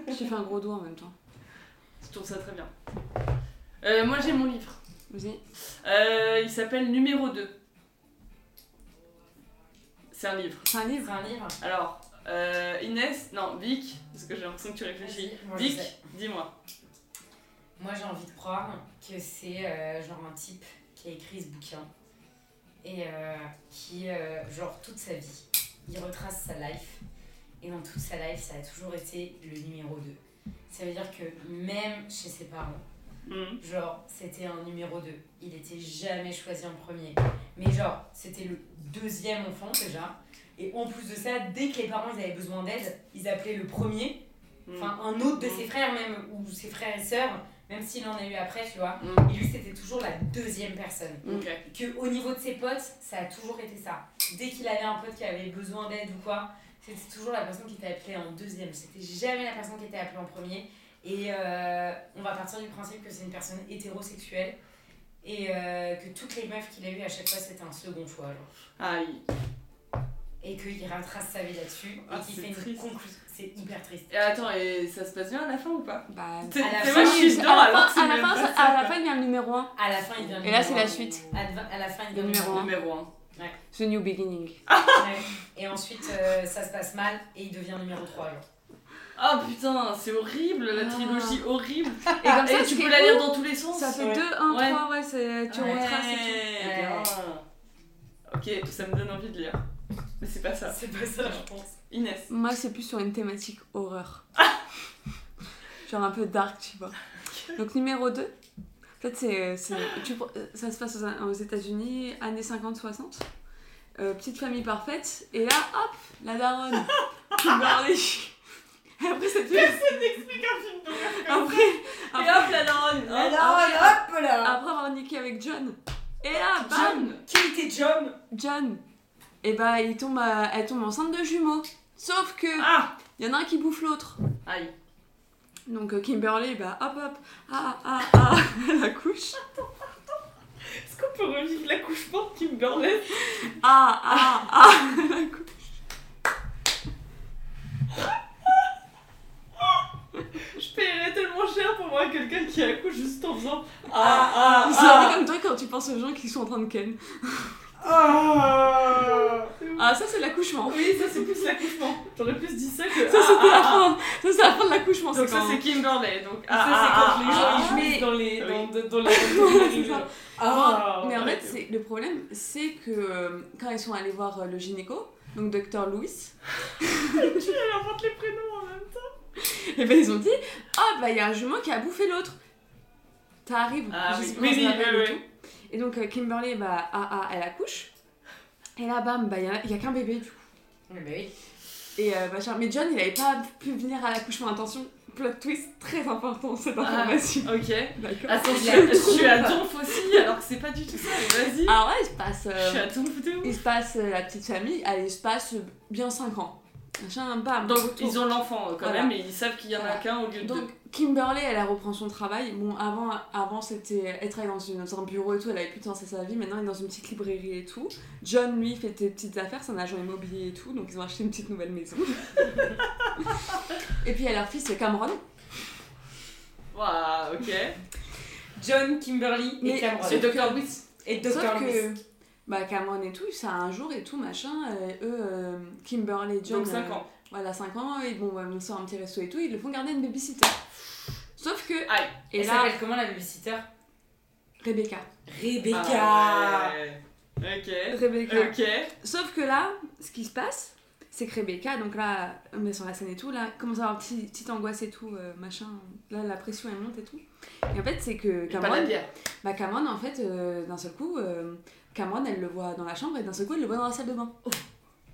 Speaker 3: j'ai fait un gros doigt en même temps.
Speaker 5: Je trouve ça très bien. Euh, moi j'ai mon livre.
Speaker 3: Vous savez
Speaker 5: Euh, il s'appelle Numéro 2. C'est un livre.
Speaker 3: C'est un
Speaker 2: C'est
Speaker 3: livre
Speaker 2: un livre
Speaker 5: Alors, euh, Inès, non, Vic, parce que j'ai l'impression que tu réfléchis.
Speaker 2: Vas-y, moi, je
Speaker 5: Vic,
Speaker 2: sais.
Speaker 5: dis-moi.
Speaker 2: Moi, j'ai envie de croire que c'est euh, genre un type qui a écrit ce bouquin et euh, qui, euh, genre, toute sa vie, il retrace sa life. Et dans toute sa life, ça a toujours été le numéro 2. Ça veut dire que même chez ses parents,
Speaker 5: Mhm.
Speaker 2: genre, c'était un numéro 2. Il était jamais choisi en premier. Mais genre, c'était le deuxième enfant déjà. Et en plus de ça, dès que les parents ils avaient besoin d'aide, ils appelaient le premier
Speaker 3: Mm.
Speaker 5: hmm.
Speaker 2: enfin un autre de ses frères même, ou ses frères et sœurs, même s'il en a eu après, tu vois.
Speaker 5: Mhm.
Speaker 3: Mm.
Speaker 2: Et lui, c'était toujours la deuxième personne.
Speaker 5: Ok.
Speaker 3: Hmm.
Speaker 2: Que au niveau de ses potes, ça a toujours été ça. Dès qu'il avait un pote qui avait besoin d'aide ou quoi, c'était toujours la personne qui était appelée en deuxième. C'était jamais la personne qui était appelée en premier. Et euh, on va partir du principe que c'est une personne hétérosexuelle et euh, que toutes les meufs qu'il a eues à chaque fois, c'était un second choix. genre
Speaker 5: Aïe.
Speaker 2: Et qu'il retrace sa vie là-dessus
Speaker 5: Ah,
Speaker 2: et qu'il
Speaker 5: c'est
Speaker 2: fait une
Speaker 5: triste.
Speaker 2: conclusion. C'est hyper triste.
Speaker 5: Et attends, et ça se passe bien à la fin ou pas
Speaker 3: Bah.
Speaker 5: C'est
Speaker 2: la
Speaker 5: c'est
Speaker 2: fin,
Speaker 5: moi, je suis
Speaker 3: à
Speaker 5: dedans
Speaker 3: la
Speaker 5: alors
Speaker 3: fin-
Speaker 5: c'est
Speaker 3: à la
Speaker 5: même
Speaker 3: fin,
Speaker 5: pas
Speaker 3: ça-
Speaker 5: ça,
Speaker 3: à la
Speaker 5: quoi.
Speaker 3: fin, il y a le numéro 1.
Speaker 2: À la fin, il vient
Speaker 3: Et là, c'est
Speaker 2: numéro
Speaker 3: la
Speaker 2: un.
Speaker 3: suite.
Speaker 2: Adva- À la fin, il
Speaker 3: Le numéro
Speaker 2: devient-
Speaker 3: un.
Speaker 5: Numéro 1.
Speaker 3: The New Beginning.
Speaker 2: Ouais. Et ensuite, euh, ça se passe mal et il devient numéro 3. Genre.
Speaker 5: Ah putain, c'est horrible, la
Speaker 3: Ah.
Speaker 5: trilogie horrible.
Speaker 3: Et comme
Speaker 5: Ah, Et
Speaker 3: ça,
Speaker 5: tu
Speaker 3: c'est
Speaker 5: peux la lire
Speaker 3: cool.
Speaker 5: dans tous les sens.
Speaker 3: Ça fait
Speaker 5: Ouais.
Speaker 3: 2, 1,
Speaker 5: Ouais.
Speaker 3: 3, ouais, c'est- tu
Speaker 5: Ouais.
Speaker 3: retraces et tout.
Speaker 5: Bien. Ok, ça me donne envie de lire. Mais c'est pas ça.
Speaker 2: C'est pas ça, je pense.
Speaker 5: Inès.
Speaker 3: Moi, c'est plus sur une thématique horreur. Genre un peu dark, tu vois. Donc, numéro 2. En fait, c'est, c'est- tu pr- ça se passe aux, aux États-Unis, années 50-60. Euh, petite famille parfaite. Et là, hop, la daronne. Kimberly. Et après, cette fille. Après, Ah.
Speaker 5: Et hop la daronne hop.
Speaker 2: hop là
Speaker 3: après avoir niqué avec John. Et là, bam,
Speaker 5: John
Speaker 2: Qui était John
Speaker 3: John. Et bah, il tombe à- elle tombe enceinte de jumeaux. Sauf que,
Speaker 5: Ah
Speaker 3: il y en a un qui bouffe l'autre.
Speaker 5: Aïe.
Speaker 3: Donc euh, Kimberly, bah hop hop, ah ah ah, [LAUGHS] elle accouche.
Speaker 5: Est-ce qu'on peut revivre l'accouchement de Kimberley
Speaker 3: Ah ah ah, [LAUGHS] elle accouche.
Speaker 5: Je paierais tellement cher pour voir quelqu'un qui accouche juste en faisant Ah ah
Speaker 3: C'est un
Speaker 5: ah
Speaker 3: peu comme toi quand tu penses aux gens qui sont en train de ken.
Speaker 5: Ah
Speaker 3: Ah ça c'est l'accouchement.
Speaker 5: Oui, ça c'est plus l'accouchement. J'aurais plus dit ça que.
Speaker 3: Ça
Speaker 5: ah,
Speaker 3: c'était
Speaker 5: ah,
Speaker 3: la
Speaker 5: ah.
Speaker 3: fin. Ça c'est la fin de l'accouchement.
Speaker 5: Donc ça
Speaker 3: quand-
Speaker 5: c'est Kimberley. Donc
Speaker 2: Ça, c'est quand les gens
Speaker 5: ah,
Speaker 2: ils
Speaker 3: mais-
Speaker 2: jouissent dans les.
Speaker 5: Oui.
Speaker 2: dans, de- dans les- dans les-
Speaker 3: C'est ça.
Speaker 5: ah,
Speaker 3: mais en
Speaker 5: ouais.
Speaker 3: fait c'est le problème, c'est que euh, quand ils sont allés voir euh, le gynéco, donc docteur Louis,
Speaker 5: [LAUGHS] Tu elle invente les prénoms en même temps.
Speaker 3: [LAUGHS] et ben ils ont dit, ah bah il y a un jumeau qui a bouffé l'autre. Ça arrive.
Speaker 5: Ah
Speaker 3: je
Speaker 5: oui,
Speaker 3: sais pas
Speaker 5: oui,
Speaker 3: comment
Speaker 5: oui,
Speaker 3: ça s'appelle
Speaker 5: oui,
Speaker 3: et
Speaker 5: oui.
Speaker 3: tout. Et donc euh, Kimberly, bah ah ah, elle accouche. Et là bam, bah il y a, il y a qu'un bébé du coup.
Speaker 2: Mais bah oui.
Speaker 3: Et euh, machin. Mais John, il avait pas pu venir à l'accouchement. Attention, plot twist très important cette
Speaker 5: Ah.
Speaker 3: information.
Speaker 5: [LAUGHS] Ok.
Speaker 3: D'accord.
Speaker 5: Attends,
Speaker 2: Il
Speaker 5: je,
Speaker 2: a
Speaker 5: je suis à
Speaker 2: trop
Speaker 5: Donf aussi alors que c'est pas du tout ça, mais vas-y.
Speaker 3: Ah ouais, il se passe. euh,
Speaker 5: Je suis à ton foutu.
Speaker 3: il se passe euh, la petite famille, elle il se passe euh, bien 5 ans. Machin, bam.
Speaker 5: Donc
Speaker 3: tout.
Speaker 5: ils ont l'enfant euh, quand
Speaker 3: ah, Voilà.
Speaker 5: même et ils savent qu'il y en a
Speaker 3: Voilà.
Speaker 5: qu'un au lieu de
Speaker 3: Donc
Speaker 5: deux.
Speaker 3: Kimberly, elle, elle reprend son travail. Bon, avant, avant c'était elle travaillait dans, une- dans un bureau et tout, elle avait plus de sens à sa vie. Maintenant, elle est dans une petite librairie et tout. John, lui, fait des petites affaires, c'est un agent immobilier et tout, donc ils ont acheté une petite nouvelle
Speaker 5: [LAUGHS]
Speaker 3: maison. et puis, il y a leur fils Cameron.
Speaker 5: Waouh, ok.
Speaker 2: John, Kimberly et
Speaker 3: Mais
Speaker 2: Cameron.
Speaker 5: C'est Dr. Wiss.
Speaker 2: Et
Speaker 3: Sauf
Speaker 2: Dr.
Speaker 3: que
Speaker 2: Lewis.
Speaker 3: bah, Cameron et tout, ça un jour et tout, machin. euh, eux, euh, Kimberly et John.
Speaker 5: Donc 5
Speaker 3: euh,
Speaker 5: ans.
Speaker 3: Voilà, 5 ans, ils vont euh, sur un petit resto et tout, ils le font garder une babysitter. Sauf que.
Speaker 5: Aïe.
Speaker 3: Et
Speaker 2: Elle
Speaker 3: là,
Speaker 2: s'appelle comment la babysitter
Speaker 3: Rebecca.
Speaker 2: Rebecca
Speaker 5: Ah ouais. Ok.
Speaker 3: Rebecca.
Speaker 5: Ok.
Speaker 3: Euh, Sauf que là, ce qui se passe, c'est que Rebecca, donc là, on est sur la scène et tout, là, commence à avoir une petite, petite angoisse et tout, euh, machin. Là, la pression, elle monte et tout. Et en fait, c'est que
Speaker 5: Et Pas la
Speaker 3: Cameron,
Speaker 5: bière.
Speaker 3: bah Cameron, en fait, euh, d'un seul coup, euh, Cameron, elle le voit dans la chambre et d'un seul coup, elle le voit dans la salle de bain.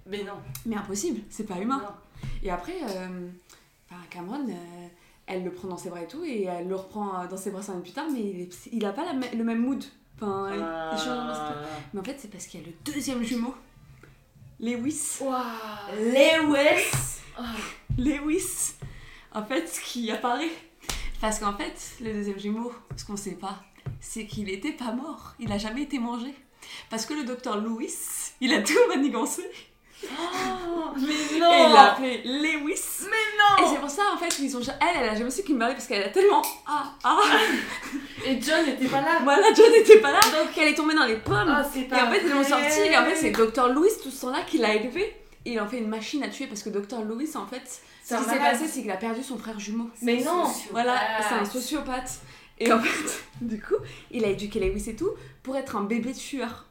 Speaker 5: Mais non.
Speaker 3: Mais impossible, c'est pas humain.
Speaker 5: Non.
Speaker 3: Et après, euh, bah, Cameron, euh, elle le prend dans ses bras et tout, et elle le reprend euh, dans ses bras cinq minutes plus tard, mais il, est- il a pas la mê- le même mood. Enfin, il-
Speaker 5: Ah.
Speaker 3: il change. Mais en fait, c'est parce qu'il y a le deuxième jumeau,
Speaker 5: Euh.
Speaker 3: Lewis.
Speaker 5: Waouh.
Speaker 2: Lewis
Speaker 3: Lewis, en fait, ce qui apparaît. Parce qu'en fait, le deuxième jumeau, ce qu'on sait pas, c'est qu'il était pas mort. Il a jamais été mangé. Parce que le docteur Lewis, il a tout manigancé.
Speaker 5: Mais
Speaker 3: Et il l'a
Speaker 5: non.
Speaker 3: appelé Lewis.
Speaker 5: non
Speaker 3: Et c'est pour ça, en fait, qu'ils ont... elle, elle a jamais su qu'il me parlait parce qu'elle a tellement. Ah, ah
Speaker 5: Et John n'était pas là.
Speaker 3: Voilà, John n'était pas là. Donc, elle est tombée dans les pommes.
Speaker 5: Ah, c'est pas
Speaker 3: Et en fait, ils l'ont
Speaker 5: vrai.
Speaker 3: sorti, et en fait, c'est Dr. Louis, tout ce temps-là, qui l'a élevé. Et il en fait une machine à tuer parce que Dr. Louis, en fait, ce
Speaker 5: un
Speaker 3: qui s'est
Speaker 5: malade.
Speaker 3: passé, c'est qu'il a perdu son frère jumeau.
Speaker 5: Mais non.
Speaker 2: Ah.
Speaker 3: Voilà, c'est un sociopathe. Et en fait, [LAUGHS] du coup, il a éduqué Lewis et tout pour être un bébé tueur.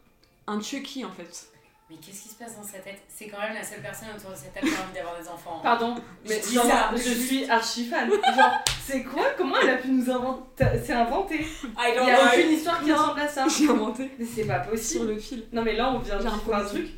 Speaker 3: Un Chucky, en fait. [LAUGHS]
Speaker 2: Mais qu'est-ce qui se passe dans sa tête C'est quand même la seule personne autour de cette table qui a envie d'avoir des enfants.
Speaker 5: Pardon, mais
Speaker 2: Je dis
Speaker 5: genre,
Speaker 2: ça,
Speaker 5: je
Speaker 2: juste.
Speaker 5: suis archi [LAUGHS] fan. Genre, c'est quoi Comment elle a pu nous inventer C'est inventé.
Speaker 2: I
Speaker 5: Il
Speaker 2: don't
Speaker 5: n'y a
Speaker 2: know.
Speaker 5: aucune histoire qui
Speaker 3: Non.
Speaker 5: ressemble à [LAUGHS] ça.
Speaker 3: J'ai inventé
Speaker 5: Mais c'est pas
Speaker 3: sur
Speaker 5: possible.
Speaker 3: le fil.
Speaker 5: Non, mais là, on vient de
Speaker 3: J'ai
Speaker 5: faire un
Speaker 3: improvisé.
Speaker 5: truc.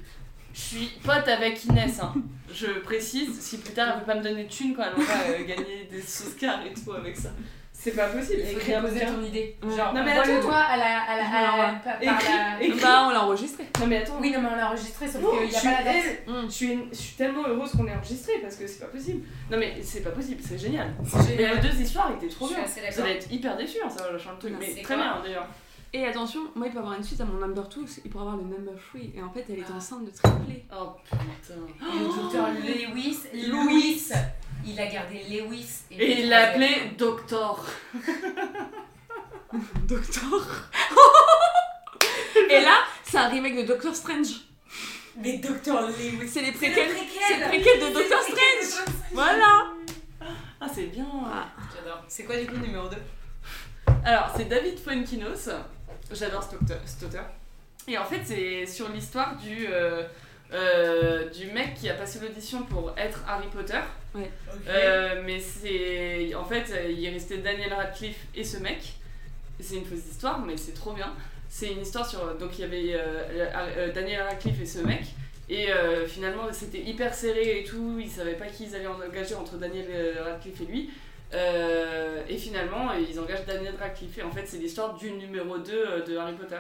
Speaker 5: Je suis pote avec Inès, hein. je précise, si plus tard elle veut pas me donner de thunes quand elle va euh, gagner des Oscars et tout avec ça. C'est pas possible,
Speaker 2: Il faut
Speaker 5: écris un
Speaker 2: déposer
Speaker 5: bouquin.
Speaker 2: ton idée.
Speaker 3: Ouais.
Speaker 2: Genre,
Speaker 5: Non,
Speaker 2: on
Speaker 5: mais
Speaker 2: voit
Speaker 5: attends.
Speaker 2: le doigt à la. à la- à la-
Speaker 3: Alors,
Speaker 2: par- par
Speaker 5: écrit,
Speaker 2: la-
Speaker 5: écrit.
Speaker 3: Bah, on l'a enregistré.
Speaker 5: Non, mais attends,
Speaker 2: Oui, non, mais on l'a enregistré, sauf
Speaker 5: Oh,
Speaker 2: qu'il
Speaker 5: je,
Speaker 2: n'y a
Speaker 5: suis
Speaker 2: pas la date.
Speaker 5: heureuse.
Speaker 3: Mm.
Speaker 5: Je suis, je suis tellement heureuse qu'on ait enregistré parce que c'est pas possible. Non, mais c'est pas possible, c'est génial.
Speaker 2: J'ai-
Speaker 5: Mais vos deux histoires étaient trop
Speaker 2: Je suis
Speaker 5: bien.
Speaker 2: assez
Speaker 5: Vous allez
Speaker 2: d'accord.
Speaker 5: être hyper déçus, hein, ça va changer le truc.
Speaker 3: Non,
Speaker 5: Mais
Speaker 2: c'est
Speaker 5: très
Speaker 2: quoi
Speaker 5: bien d'ailleurs.
Speaker 3: Et attention, moi, il peut avoir une suite à mon number 2, il pourrait avoir le number 3. Et en fait, elle
Speaker 5: Ah.
Speaker 3: est enceinte de triplé.
Speaker 5: Oh putain.
Speaker 2: Le docteur Lewis.
Speaker 5: Louis.
Speaker 2: Lewis. Il a gardé Lewis.
Speaker 5: Et il l'a appelé Doctor. [LAUGHS]
Speaker 3: Docteur. et là, c'est un remake de Doctor Strange.
Speaker 2: Mais docteur Lewis.
Speaker 3: C'est les
Speaker 2: C'est le
Speaker 3: préquels. C'est
Speaker 2: préquel.
Speaker 3: le préquel de
Speaker 2: C'est le
Speaker 3: Doctor
Speaker 2: préquel de
Speaker 3: Strange.
Speaker 2: Doctor
Speaker 3: Voilà.
Speaker 5: Ah, c'est bien.
Speaker 2: J'adore. C'est quoi du coup numéro 2
Speaker 5: Alors, c'est David Fuenkinos. J'adore cet auteur- cet auteur. Et en fait, c'est sur l'histoire du, euh, euh, du mec qui a passé l'audition pour être Harry Potter. Euh, mais c'est. En fait, euh, il restait Daniel Radcliffe et ce mec. C'est une fausse histoire, mais c'est trop bien. C'est une histoire sur. Donc il y avait euh, euh, Daniel Radcliffe et ce mec. Et euh, finalement, c'était hyper serré et tout. Ils savaient pas qui ils allaient engager entre Daniel euh, Radcliffe et lui. Euh, et finalement, euh, ils engagent Daniel Radcliffe. Et en fait, c'est l'histoire du numéro 2 euh, de Harry Potter.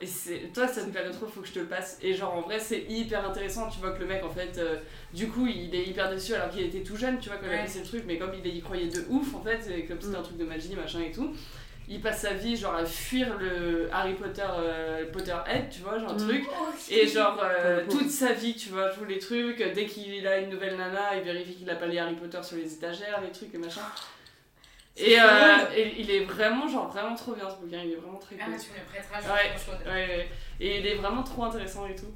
Speaker 5: Et c'est toi, ça me paraît trop, faut que je te le passe. Et genre, en vrai, c'est hyper intéressant. Tu vois que le mec, en fait, euh, du coup, il est hyper déçu alors qu'il était tout jeune, tu vois, quand il a
Speaker 2: Ouais.
Speaker 5: fait le truc. Mais comme il y croyait de ouf, en fait, et comme c'était un truc de magie, machin et tout, il passe sa vie, genre, à fuir le Harry Potter, euh, Potterhead, tu vois, genre,
Speaker 3: Mm.
Speaker 5: truc. Et genre, euh,
Speaker 3: Pour le coup.
Speaker 5: toute sa vie, tu vois, tous les trucs, dès qu'il a une nouvelle nana, il vérifie qu'il a pas les Harry Potter sur les étagères, les trucs, les machins. Et, euh, et il est vraiment, genre, vraiment trop bien ce bouquin, il est vraiment très
Speaker 2: Ah,
Speaker 5: cool.
Speaker 2: mais tu me le prêteras, je
Speaker 5: Ouais.
Speaker 2: suis trop chaude.
Speaker 5: Ouais, ouais. et il est vraiment trop intéressant et tout.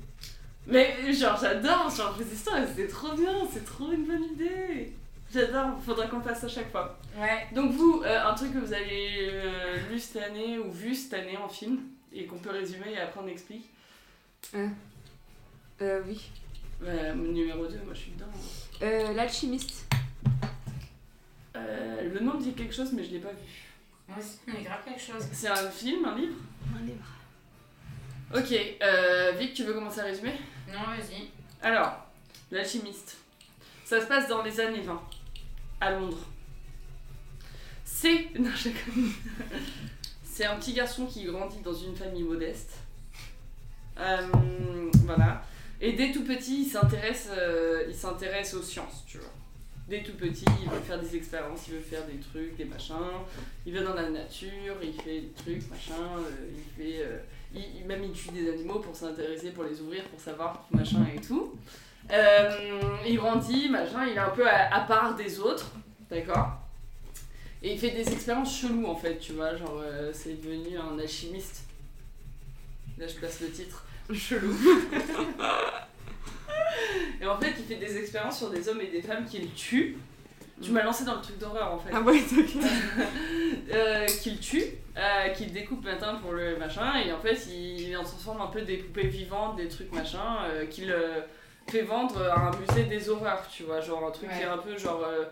Speaker 5: Mais genre, j'adore, genre, les histoires, c'est trop bien, c'est trop une bonne idée. J'adore, faudra qu'on le fasse à chaque fois.
Speaker 2: Ouais.
Speaker 5: Donc, vous, euh, un truc que vous avez euh, lu cette année ou vu cette année en film, et qu'on peut résumer et après on explique.
Speaker 3: Euh, oui.
Speaker 5: Bah, mon numéro 2, moi je suis dedans. hein.
Speaker 3: Euh, L'alchimiste.
Speaker 5: Euh, le nom me dit quelque chose, mais je l'ai pas vu.
Speaker 2: Moi aussi, on est grave quelque chose.
Speaker 5: C'est un film, un livre
Speaker 3: Un livre.
Speaker 5: Ok, euh, Vic, tu veux commencer à résumer
Speaker 2: Non, vas-y.
Speaker 5: Alors, l'alchimiste. Ça se passe dans les années 20, [LAUGHS] à Londres. C'est. Non, je déconne. C'est un petit garçon qui grandit dans une famille modeste. Euh, voilà. Et dès tout petit, il s'intéresse, euh, il s'intéresse aux sciences, tu vois. Dès tout petit, il veut faire des expériences, il veut faire des trucs, des machins. Il va dans la nature, il fait des trucs, machin. euh, il fait, euh, il- il- même il tue des animaux pour s'intéresser, pour les ouvrir, pour savoir, machin et tout. Euh, il grandit, machin. Il est un peu à- à part des autres, d'accord. Et il fait des expériences cheloues en fait, tu vois, genre euh, c'est devenu un alchimiste. Là je place le titre, [LAUGHS] chelou. et en fait il fait des expériences sur des hommes et des femmes qu'il tue. Tu m'as lancé dans le truc d'horreur en fait.
Speaker 3: Ah ouais, ok.
Speaker 5: Euh, qu'il tue, euh, qu'il découpe matin pour le machin, et en fait il, il en transforme un peu des poupées vivantes, des trucs machin, euh, qu'il euh, fait vendre à un musée des horreurs, tu vois, genre un truc qui est un peu genre euh,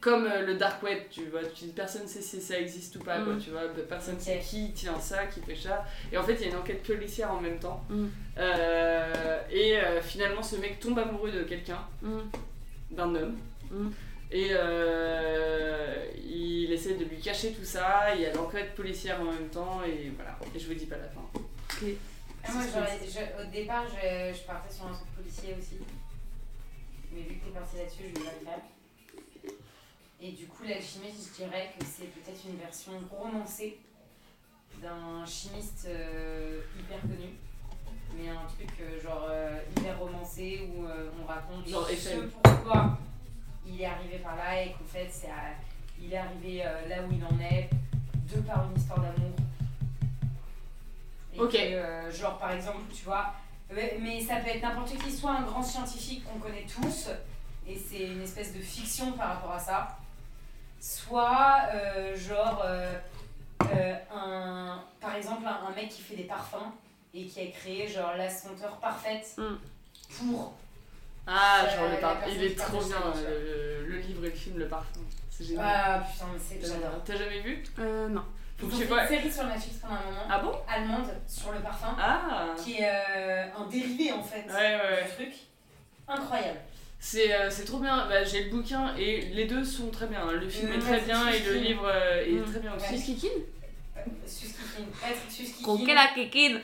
Speaker 5: comme euh, le dark web, tu vois, tu, personne sait si ça existe ou pas, quoi, tu vois, personne
Speaker 2: Ok.
Speaker 5: sait qui tient ça, qui fait ça, et en fait il y a une enquête policière en même temps,
Speaker 3: [LAUGHS] Mm.
Speaker 5: Euh, et euh, finalement ce mec tombe amoureux de quelqu'un,
Speaker 3: Mm.
Speaker 5: d'un homme.
Speaker 3: Mm.
Speaker 5: Et euh, il essaie de lui cacher tout ça, il y a l'enquête policière en même temps, et voilà. Et je vous dis pas la fin.
Speaker 2: Ah, moi, j'aurais- je- au départ, je, je partais sur un truc policier aussi. Mais vu que t'es parti là-dessus, je vais pas le faire. Et du coup, l'alchimiste, je dirais que c'est peut-être une version romancée d'un chimiste euh, hyper connu. Mais un truc euh, genre euh, hyper romancé où euh, on raconte
Speaker 5: Genre
Speaker 2: ce
Speaker 5: Eiffel.
Speaker 2: pourquoi il est arrivé par là et qu'en fait, c'est à- il est arrivé euh, là où il en est, de par une histoire d'amour. Et
Speaker 5: Ok.
Speaker 2: que, euh, genre, par exemple, tu vois, mais, mais ça peut être n'importe qui, soit un grand scientifique qu'on connaît tous, et c'est une espèce de fiction par rapport à ça, soit, euh, genre, euh, euh, un, par exemple, un, un mec qui fait des parfums et qui a créé, genre, la senteur parfaite
Speaker 5: Hmm.
Speaker 3: Mm.
Speaker 2: pour.
Speaker 5: Ah,
Speaker 2: C'est
Speaker 5: genre
Speaker 2: la
Speaker 5: le parfum.
Speaker 2: personne
Speaker 5: Il est
Speaker 2: qui parle
Speaker 5: trop
Speaker 2: de
Speaker 5: bien,
Speaker 2: ça.
Speaker 5: euh, le, le livre et le film, le parfum. C'est génial.
Speaker 2: Ah putain, mais c'est,
Speaker 5: T'as-
Speaker 2: j'adore.
Speaker 5: T'as jamais vu
Speaker 3: Euh, non.
Speaker 5: Faut
Speaker 2: Ils
Speaker 5: que
Speaker 2: ont
Speaker 5: tu
Speaker 2: fait
Speaker 5: vois.
Speaker 2: une série sur Netflix pendant un moment,
Speaker 5: Ah bon
Speaker 2: allemande, sur le parfum.
Speaker 5: Ah
Speaker 2: qui est euh, un dérivé en fait
Speaker 5: Ouais, ouais, ouais.
Speaker 2: du truc. Incroyable.
Speaker 5: C'est euh, c'est trop bien. Bah, J'ai le bouquin, et les deux sont très bien. Le film
Speaker 2: Euh,
Speaker 5: est très
Speaker 2: ouais,
Speaker 5: bien, et
Speaker 2: c'est
Speaker 5: le
Speaker 2: film.
Speaker 5: livre euh, est
Speaker 3: Mm.
Speaker 5: très bien aussi.
Speaker 2: Ouais.
Speaker 3: Kikine
Speaker 2: Euh, Suskikin, Patrick Suskikin.
Speaker 3: Croquer la kikine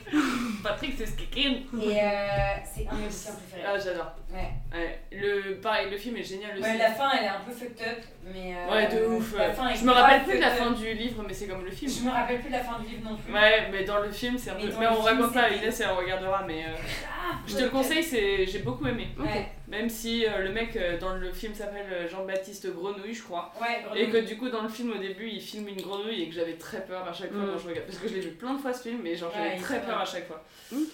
Speaker 5: Patrick, c'est Skikin.
Speaker 2: Et euh, c'est un de mes musiciens préférés.
Speaker 5: Ah, j'adore.
Speaker 2: Ouais.
Speaker 5: Ouais. Le, pareil, le film est génial aussi.
Speaker 2: Ouais, la fin elle est un peu fucked up, mais. euh,
Speaker 5: Ouais, de ouf.
Speaker 2: La
Speaker 5: ouais.
Speaker 2: fin est
Speaker 5: je me
Speaker 2: grave
Speaker 5: rappelle plus de la
Speaker 2: fucked
Speaker 5: fin
Speaker 2: up.
Speaker 5: du livre, mais c'est comme le film.
Speaker 2: Je me rappelle plus de la fin du livre non plus.
Speaker 5: Ouais, mais dans le film, c'est un
Speaker 2: Mais
Speaker 5: peu.
Speaker 2: dans
Speaker 5: Mais
Speaker 2: le
Speaker 5: on
Speaker 2: film,
Speaker 5: raconte pas à
Speaker 2: c'est-
Speaker 5: Inès, elle regardera, mais. euh,
Speaker 2: Ah,
Speaker 5: je te le conseille, c'est... j'ai beaucoup aimé.
Speaker 2: Ouais,
Speaker 5: Même si euh, le mec euh, dans le film s'appelle euh, Jean-Baptiste Grenouille, je crois.
Speaker 2: ouais,
Speaker 5: Et
Speaker 2: vraiment.
Speaker 5: que du coup, dans le film, au début, il filme une grenouille et que j'avais très peur à chaque fois
Speaker 3: Mm.
Speaker 5: quand je regarde. Parce que je l'ai vu plein de fois ce film, mais genre,
Speaker 2: Ouais,
Speaker 5: j'avais
Speaker 2: il
Speaker 5: très
Speaker 2: faut-
Speaker 5: peur à chaque fois.
Speaker 3: Ok.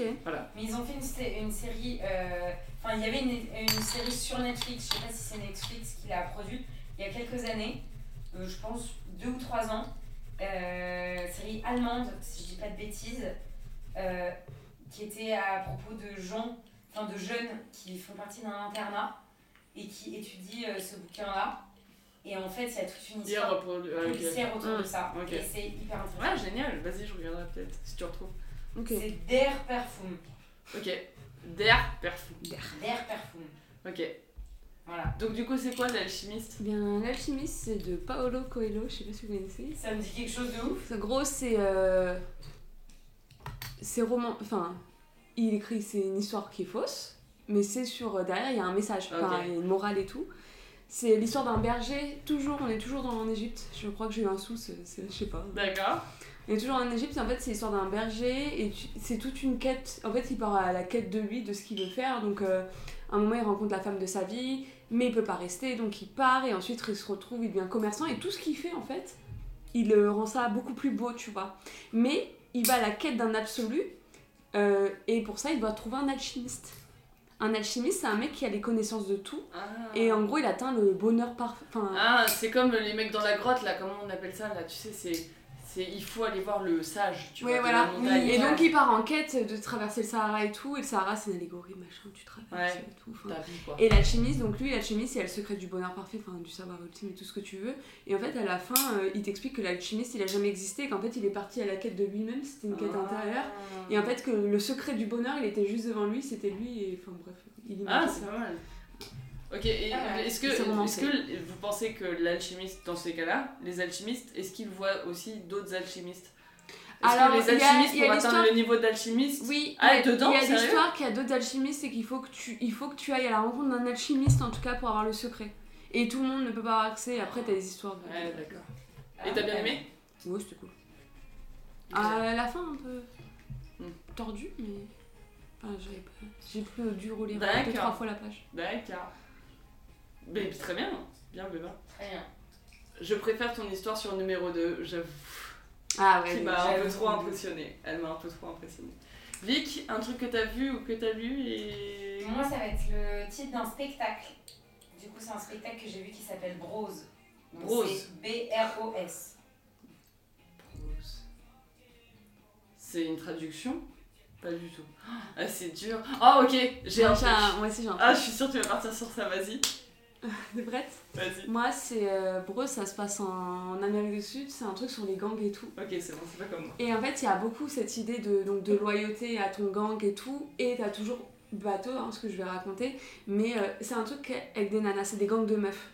Speaker 2: Mais ils ont fait une, sé- une série. euh, Enfin, il y avait une, une série sur Netflix, je sais pas si c'est Netflix qui l'a produite, il y a quelques années, euh, je pense deux ou trois ans. euh, série allemande, si je dis pas de bêtises, euh, qui était à propos de gens, enfin de jeunes qui font partie d'un internat et qui étudient euh, ce bouquin-là. Et en fait, il y a toute une
Speaker 5: Dire,
Speaker 2: histoire
Speaker 5: euh, pour- euh, ok. Ah,
Speaker 2: policière autour de
Speaker 3: Mm.
Speaker 2: ça.
Speaker 5: Ok.
Speaker 2: Et c'est hyper intéressant.
Speaker 5: Ouais, génial, vas-y, je regarderai peut-être si tu retrouves.
Speaker 3: Ok.
Speaker 2: C'est Der Perfum.
Speaker 5: Ok. Der Perfum.
Speaker 2: Der Perfum.
Speaker 5: Ok.
Speaker 2: Voilà.
Speaker 5: Donc, du coup, c'est quoi l'alchimiste
Speaker 3: Bien, L'Alchimiste, c'est de Paolo Coelho, je sais pas si vous connaissez.
Speaker 2: Ça me dit quelque chose de ouf.
Speaker 3: En gros, c'est. euh, C'est roman. Enfin, il écrit, c'est une histoire qui est fausse, mais c'est sur. euh, derrière, il y a un message, enfin,
Speaker 5: Ok.
Speaker 3: il y a une morale et tout. C'est l'histoire d'un berger, toujours, on est toujours dans, en Égypte. Je crois que j'ai eu un sou, c'est- c'est- je sais pas.
Speaker 5: D'accord.
Speaker 3: On est toujours en Égypte, et en fait, c'est l'histoire d'un berger, et tu- c'est toute une quête. En fait, il part à la quête de lui, de ce qu'il veut faire. Donc, euh, à un moment, il rencontre la femme de sa vie, mais il peut pas rester, donc il part, et ensuite, il se retrouve, il devient commerçant, et tout ce qu'il fait, en fait, il euh, rend ça beaucoup plus beau, tu vois. Mais il va à la quête d'un absolu, euh, et pour ça, il doit trouver un alchimiste. Un alchimiste, c'est un mec qui a les connaissances de tout,
Speaker 5: Ah.
Speaker 3: et en gros, il atteint le bonheur parfait. Enfin,
Speaker 5: Ah, c'est comme les mecs dans la grotte, là, comment on appelle ça, là, tu sais, c'est... c'est il faut aller voir le sage, tu
Speaker 3: Ouais,
Speaker 5: vois, de
Speaker 3: voilà.
Speaker 5: la montagne. euh,
Speaker 3: Et
Speaker 2: Ouais.
Speaker 3: donc il part en quête de traverser le Sahara et tout, et le Sahara c'est une allégorie, machin, tu traverses
Speaker 5: Ouais.
Speaker 3: et tout. enfin.
Speaker 5: Ta vie, quoi.
Speaker 3: Et l'alchimiste, donc lui, l'alchimiste, il a le secret du bonheur parfait, enfin du savoir ultime et tout ce que tu veux. Et en fait, à la fin, euh, il t'explique que l'alchimiste, il a jamais existé, et qu'en fait, il est parti à la quête de lui-même, c'était une
Speaker 5: Ah.
Speaker 3: quête intérieure. Et en fait, que le secret du bonheur, il était juste devant lui, c'était lui, et enfin bref, il
Speaker 5: Ah,
Speaker 3: imagine
Speaker 5: c'est
Speaker 3: ça.
Speaker 5: pas mal. Ok, et
Speaker 2: Ah ouais.
Speaker 5: est-ce que,
Speaker 3: C'est romancé.
Speaker 5: est que vous pensez que l'alchimiste, dans ces cas-là, les alchimistes, est-ce qu'ils voient aussi d'autres alchimistes Est-ce
Speaker 3: Alors,
Speaker 5: que les
Speaker 3: il y a-
Speaker 5: alchimistes,
Speaker 3: il y a
Speaker 5: pour atteindre
Speaker 3: l'histoire-
Speaker 5: le niveau d'alchimiste,
Speaker 3: Oui,
Speaker 5: Ah,
Speaker 3: il y a-
Speaker 5: dedans,
Speaker 3: il y a
Speaker 5: sérieux
Speaker 3: l'histoire qu'il y a d'autres alchimistes et qu'il faut que tu il faut que tu ailles à la rencontre d'un alchimiste en tout cas pour avoir le secret. Et tout le monde ne peut pas avoir accès. Et après t'as des histoires. De...
Speaker 5: Ouais, d'accord. Et t'as bien
Speaker 3: Ah.
Speaker 5: aimé
Speaker 3: Ouais, c'était cool. À la fin un peu
Speaker 5: Hmm.
Speaker 3: tordu mais enfin, j'avais pas- j'ai plus dû rouler
Speaker 5: D'accord.
Speaker 3: deux trois fois la page.
Speaker 5: D'accord. Mais très bien, bien Béba.
Speaker 2: Très bien.
Speaker 5: Je préfère ton histoire sur le numéro 2, j'avoue.
Speaker 3: Ah
Speaker 5: Qui
Speaker 3: ouais.
Speaker 5: m'a un peu
Speaker 2: j'avoue.
Speaker 5: trop impressionnée. Elle m'a un peu trop impressionnée. Vic, un truc que t'as vu ou que t'as lu et.
Speaker 2: Et moi, ça va être le titre d'un spectacle. Du coup, c'est un spectacle que j'ai vu qui s'appelle Brose. Donc,
Speaker 5: Brose.
Speaker 2: c'est B-R-O-S.
Speaker 5: Prose. C'est une traduction Pas du tout. Ah, c'est dur. Ah, ok, j'ai un
Speaker 3: Moi
Speaker 5: truc.
Speaker 3: aussi j'ai un.
Speaker 5: Ah, je suis sûre que tu vas partir sur ça, vas-y. [LAUGHS]
Speaker 3: T'es prête
Speaker 5: Vas-y.
Speaker 3: Moi c'est euh, pour eux, ça se passe en, en Amérique du Sud. C'est un truc sur les gangs et tout.
Speaker 5: Ok, c'est bon, c'est pas comme moi.
Speaker 3: Et en fait, il y a beaucoup cette idée de, donc, de loyauté à ton gang et tout. Et t'as toujours bateau, hein, ce que je vais raconter. Mais euh, c'est un truc avec des nanas, c'est des gangs de meufs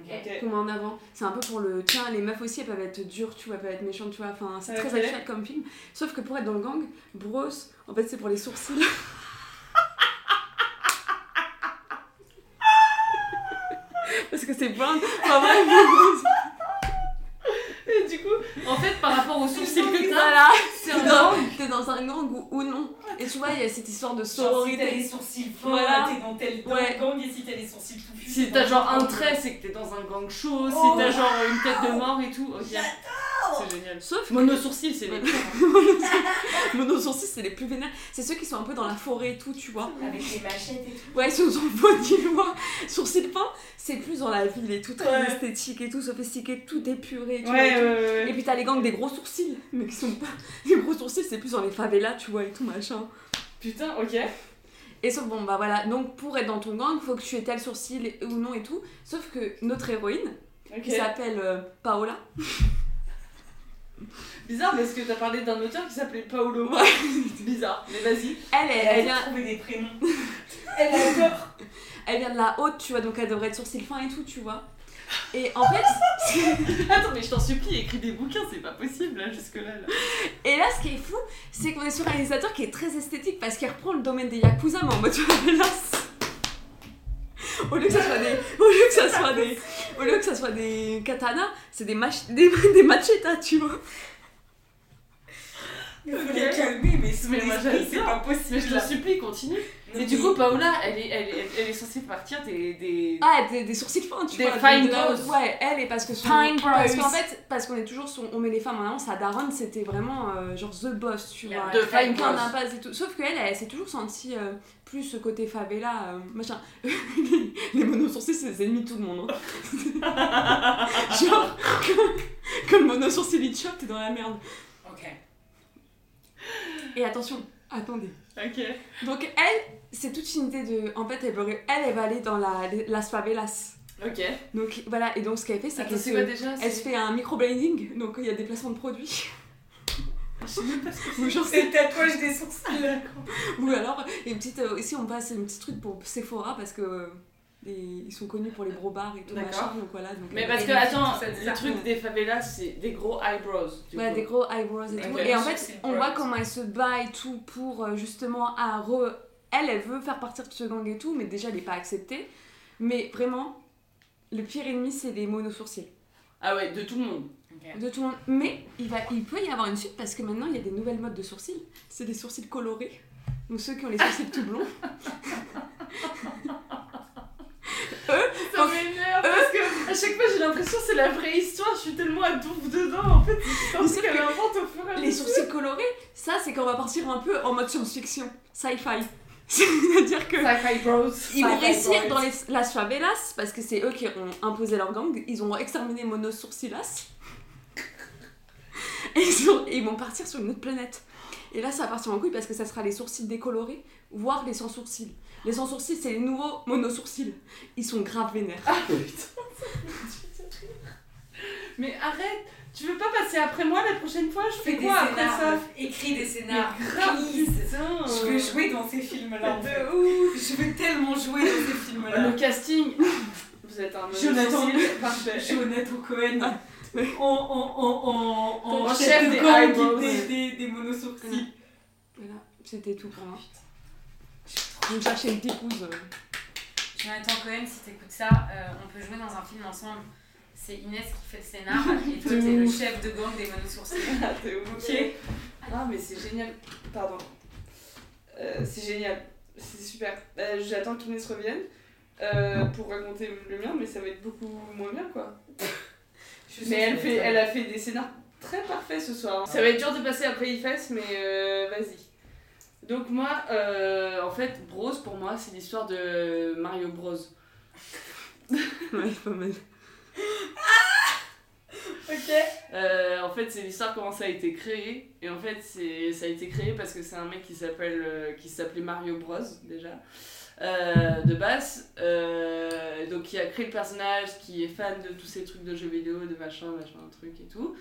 Speaker 2: Ok.
Speaker 5: Ok.
Speaker 3: qu'on met en avant. C'est un peu pour le. Tiens, les meufs aussi, elles peuvent être dures, tu vois, elles peuvent être méchantes, tu vois. Enfin, c'est très
Speaker 5: Ok.
Speaker 3: actuel comme film. Sauf que pour être dans le gang, brosse, en fait, c'est pour les sourcils. [LAUGHS] Parce que c'est blinde. Enfin, vraiment,
Speaker 5: Et du coup, en fait, par rapport au sourcil que t'as,
Speaker 3: voilà.
Speaker 5: c'est un
Speaker 3: Non,
Speaker 5: gang.
Speaker 3: T'es dans un gang ou, ou non. Et tu vois, il y a cette histoire de
Speaker 2: Genre, si t'as
Speaker 3: sororité.
Speaker 2: les sourcils fins,
Speaker 3: Voilà.
Speaker 2: t'es dans tel dans
Speaker 3: Ouais.
Speaker 2: le gang, et si t'as les sourcils tout futés,
Speaker 5: Si
Speaker 2: t'es
Speaker 5: t'as
Speaker 2: dans
Speaker 5: genre
Speaker 2: le
Speaker 5: un
Speaker 2: gang.
Speaker 5: trait, c'est que t'es dans un gang chaud. Si
Speaker 2: Oh,
Speaker 5: t'as genre une tête de mort et tout, ok. C'est génial.
Speaker 3: Sauf que
Speaker 5: Mono sourcil, c'est les
Speaker 3: [LAUGHS]
Speaker 5: pires. hein.
Speaker 3: nos sourcils, c'est les plus vénères. C'est ceux qui sont un peu dans la forêt et tout, tu vois.
Speaker 2: Avec les machettes et tout.
Speaker 3: Ouais, ils sont [LAUGHS] sur le tu vois. Sourcils peints, c'est plus dans la ville et tout, très
Speaker 5: Ouais.
Speaker 3: esthétique et tout, sophistiqué, tout épuré, tu vois.
Speaker 5: Ouais,
Speaker 3: et tout.
Speaker 5: ouais,
Speaker 3: Et
Speaker 5: ouais.
Speaker 3: puis t'as les gangs des gros sourcils, mais qui sont pas. [LAUGHS] Les gros sourcils, c'est plus dans les favelas, tu vois, et tout machin.
Speaker 5: Putain, ok.
Speaker 3: Et sauf, bon, bah voilà, donc pour être dans ton gang, faut que tu aies tel sourcil et- ou non et tout. Sauf que notre héroïne,
Speaker 5: Ok.
Speaker 3: qui s'appelle euh, Paola,
Speaker 5: Bizarre parce que t'as parlé d'un auteur qui s'appelait Paolo. [LAUGHS] Bizarre, mais vas-y.
Speaker 3: elle, elle,
Speaker 2: Elle
Speaker 3: elle
Speaker 2: a
Speaker 3: vient,
Speaker 2: bien trouvé des
Speaker 5: [LAUGHS]
Speaker 2: prénoms. Elle adore.
Speaker 3: elle vient de la haute, tu vois, donc elle devrait être sourcil fin et tout, tu vois. Et en fait, [LAUGHS]
Speaker 5: Attends, mais je t'en supplie, écris des bouquins, c'est pas possible là, jusque-là. là.
Speaker 3: et là, ce qui est fou, c'est qu'on est sur un réalisateur qui est très esthétique parce qu'il reprend le domaine des yakuza, mais en mode [LAUGHS] favelas. Au lieu que ça soit des, au lieu que ça soit des, au lieu que ça soit des katanas, c'est des mach, des, [LAUGHS] des machetas, tu vois.
Speaker 2: Il faut
Speaker 5: Ok.
Speaker 2: les calmer, mais son
Speaker 5: Mais moi,
Speaker 2: esprit, c'est
Speaker 5: j'adore.
Speaker 2: pas
Speaker 5: Mais
Speaker 2: possible.
Speaker 5: je te
Speaker 2: là.
Speaker 5: supplie, continue.
Speaker 2: Non,
Speaker 5: Mais du coup, Paola, elle est, elle, est- elle est censée partir des. des...
Speaker 3: Ah, des, des sourcils fins, tu
Speaker 5: Des
Speaker 3: vois.
Speaker 5: fine
Speaker 3: de- de la-
Speaker 5: brows.
Speaker 3: Ouais, elle est parce que son-
Speaker 5: Fine
Speaker 3: parce
Speaker 5: brows.
Speaker 3: qu'en fait, parce qu'on est toujours son, on met les femmes en avant. Sa daronne, c'était vraiment euh, genre the boss, tu
Speaker 2: La
Speaker 3: vois.
Speaker 5: de
Speaker 2: Ouais,
Speaker 5: Fine
Speaker 2: ouais.
Speaker 3: Plein
Speaker 5: Bros.
Speaker 3: d'impasses et tout. Sauf qu'elle, elle, s'est toujours sentie euh, plus ce côté favela, euh, machin. [LAUGHS] les, les monosourcils, c'est les ennemis de tout le monde. hein. [LAUGHS] Genre, quand- quand le monosourcil il te chope, t'es dans la merde.
Speaker 2: Ok.
Speaker 3: Et attention, attendez.
Speaker 5: Ok.
Speaker 3: Donc elle, c'est toute une idée de. En fait, elle, veut- elle, elle va aller dans la, las favelas.
Speaker 5: Ok.
Speaker 3: Donc voilà, et donc ce qu'elle fait, c'est
Speaker 5: Attends,
Speaker 3: qu'elle
Speaker 5: c'est
Speaker 3: se-
Speaker 5: quoi déjà
Speaker 3: elle se fait un microblading, donc il y a des placements de produits. Ou genre,
Speaker 2: C'est le tatouage des sourcils.
Speaker 3: Ou alors, une petite, euh, ici on passe un petit truc pour Sephora parce que euh, les- ils sont connus pour les gros bars et tout
Speaker 5: D'accord.
Speaker 3: machin, donc voilà. Donc,
Speaker 5: Mais
Speaker 3: euh,
Speaker 5: parce
Speaker 3: et
Speaker 5: que,
Speaker 3: les-
Speaker 5: attends,
Speaker 2: ça,
Speaker 5: le
Speaker 2: ça.
Speaker 5: truc des favelas, c'est des gros eyebrows. Du
Speaker 3: voilà,
Speaker 5: coup.
Speaker 3: des gros eyebrows et
Speaker 2: Des
Speaker 3: tout.
Speaker 2: gros
Speaker 3: Et en
Speaker 2: sourcils
Speaker 3: fait, on
Speaker 2: bruns.
Speaker 3: voit comment elle se bat et tout pour euh, justement à re- Elle, elle veut faire partir de ce gang et tout, mais déjà elle n'est pas acceptée. Mais vraiment, le pire ennemi, c'est les monosourcils.
Speaker 5: Ah ouais, de tout le monde.
Speaker 2: Ok.
Speaker 3: De tout le monde. Mais il, va, il peut y avoir une suite parce que maintenant il y a des nouvelles modes de sourcils. C'est des sourcils colorés. Donc ceux qui ont les sourcils tout blonds.
Speaker 5: Ça m'énerve parce [LAUGHS] que à chaque fois j'ai l'impression que c'est la vraie histoire, je suis tellement à donf dedans en fait. C'est un
Speaker 3: Mais
Speaker 5: truc
Speaker 3: sauf
Speaker 5: qu'elle
Speaker 3: que
Speaker 5: invente au fur et à
Speaker 3: Les
Speaker 5: mesure.
Speaker 3: sourcils colorés, ça c'est qu'on va partir un peu en mode science-fiction, sci-fi. [LAUGHS] C'est-à-dire que
Speaker 5: Sci-fi bros.
Speaker 3: ils vont
Speaker 2: Sci-fi
Speaker 3: réussir
Speaker 2: boys.
Speaker 3: dans les Las Favelas parce que c'est eux qui ont imposé leur gang, ils ont exterminé Mono Sourcilas. Et [LAUGHS] ils, ont- et ils vont partir sur une autre planète. Et là, ça va partir en couille parce que ça sera les sourcils décolorés, voire les sans sourcils. Les sans sourcils, c'est les nouveaux monosourcils. Ils sont grave vénères.
Speaker 5: Mais arrête, tu veux pas passer après moi la prochaine fois Je fais
Speaker 2: Fais des
Speaker 5: quoi après
Speaker 2: scénars,
Speaker 5: ça
Speaker 2: meuf. Écris des scénars.
Speaker 5: Mais grave,
Speaker 2: Please.
Speaker 5: putain.
Speaker 2: Je veux jouer dans ces films-là. en fait.
Speaker 5: De ouf.
Speaker 2: Je veux tellement jouer dans ces films-là.
Speaker 5: Le casting. [LAUGHS] Vous êtes un
Speaker 2: Jonathan.
Speaker 3: [LAUGHS]
Speaker 5: monosourcil, parfait.
Speaker 2: [LAUGHS]
Speaker 3: Ah,
Speaker 2: Jonathan Cohen. On, on, on, on, on
Speaker 3: T'as
Speaker 5: le
Speaker 2: cherche
Speaker 5: chef
Speaker 2: des
Speaker 5: de
Speaker 2: eyebrows,
Speaker 5: eyebrows.
Speaker 2: des, des, des monosourcils.
Speaker 3: Voilà, c'était tout pour moi. Je vais me chercher une épouse. euh. [LAUGHS]
Speaker 2: Jonathan Cohen, si t'écoutes ça, euh, on peut jouer dans un film ensemble. C'est Inès qui fait le [LAUGHS] scénar et toi t'es le chef de gang des monosourcils.
Speaker 5: Ah, t'es obligé.
Speaker 2: Ok
Speaker 5: Non, Ah, mais c'est génial. Pardon. Euh, c'est génial. C'est super. Euh, J'attends qu'Inès revienne euh, pour raconter le mien, mais ça va être beaucoup moins bien, quoi.
Speaker 2: Je suis
Speaker 5: Mais
Speaker 2: sûre
Speaker 5: elle,
Speaker 2: que-
Speaker 5: fait, elle a fait des scénars très parfaits ce soir. hein. Ça va être dur de passer après IFES, mais euh, vas-y. Donc moi, euh, en fait, Bros, pour moi, c'est l'histoire de Mario Bros.
Speaker 3: Ouais, pas mal.
Speaker 5: Ok. Euh, en fait, c'est l'histoire comment ça a été créé. Et en fait, c'est ça a été créé parce que c'est un mec qui s'appelle euh, qui s'appelait Mario Bros déjà euh, de base. Euh, donc qui a créé le personnage, qui est fan de tous ces trucs de jeux vidéo, de machin, machin, truc et tout.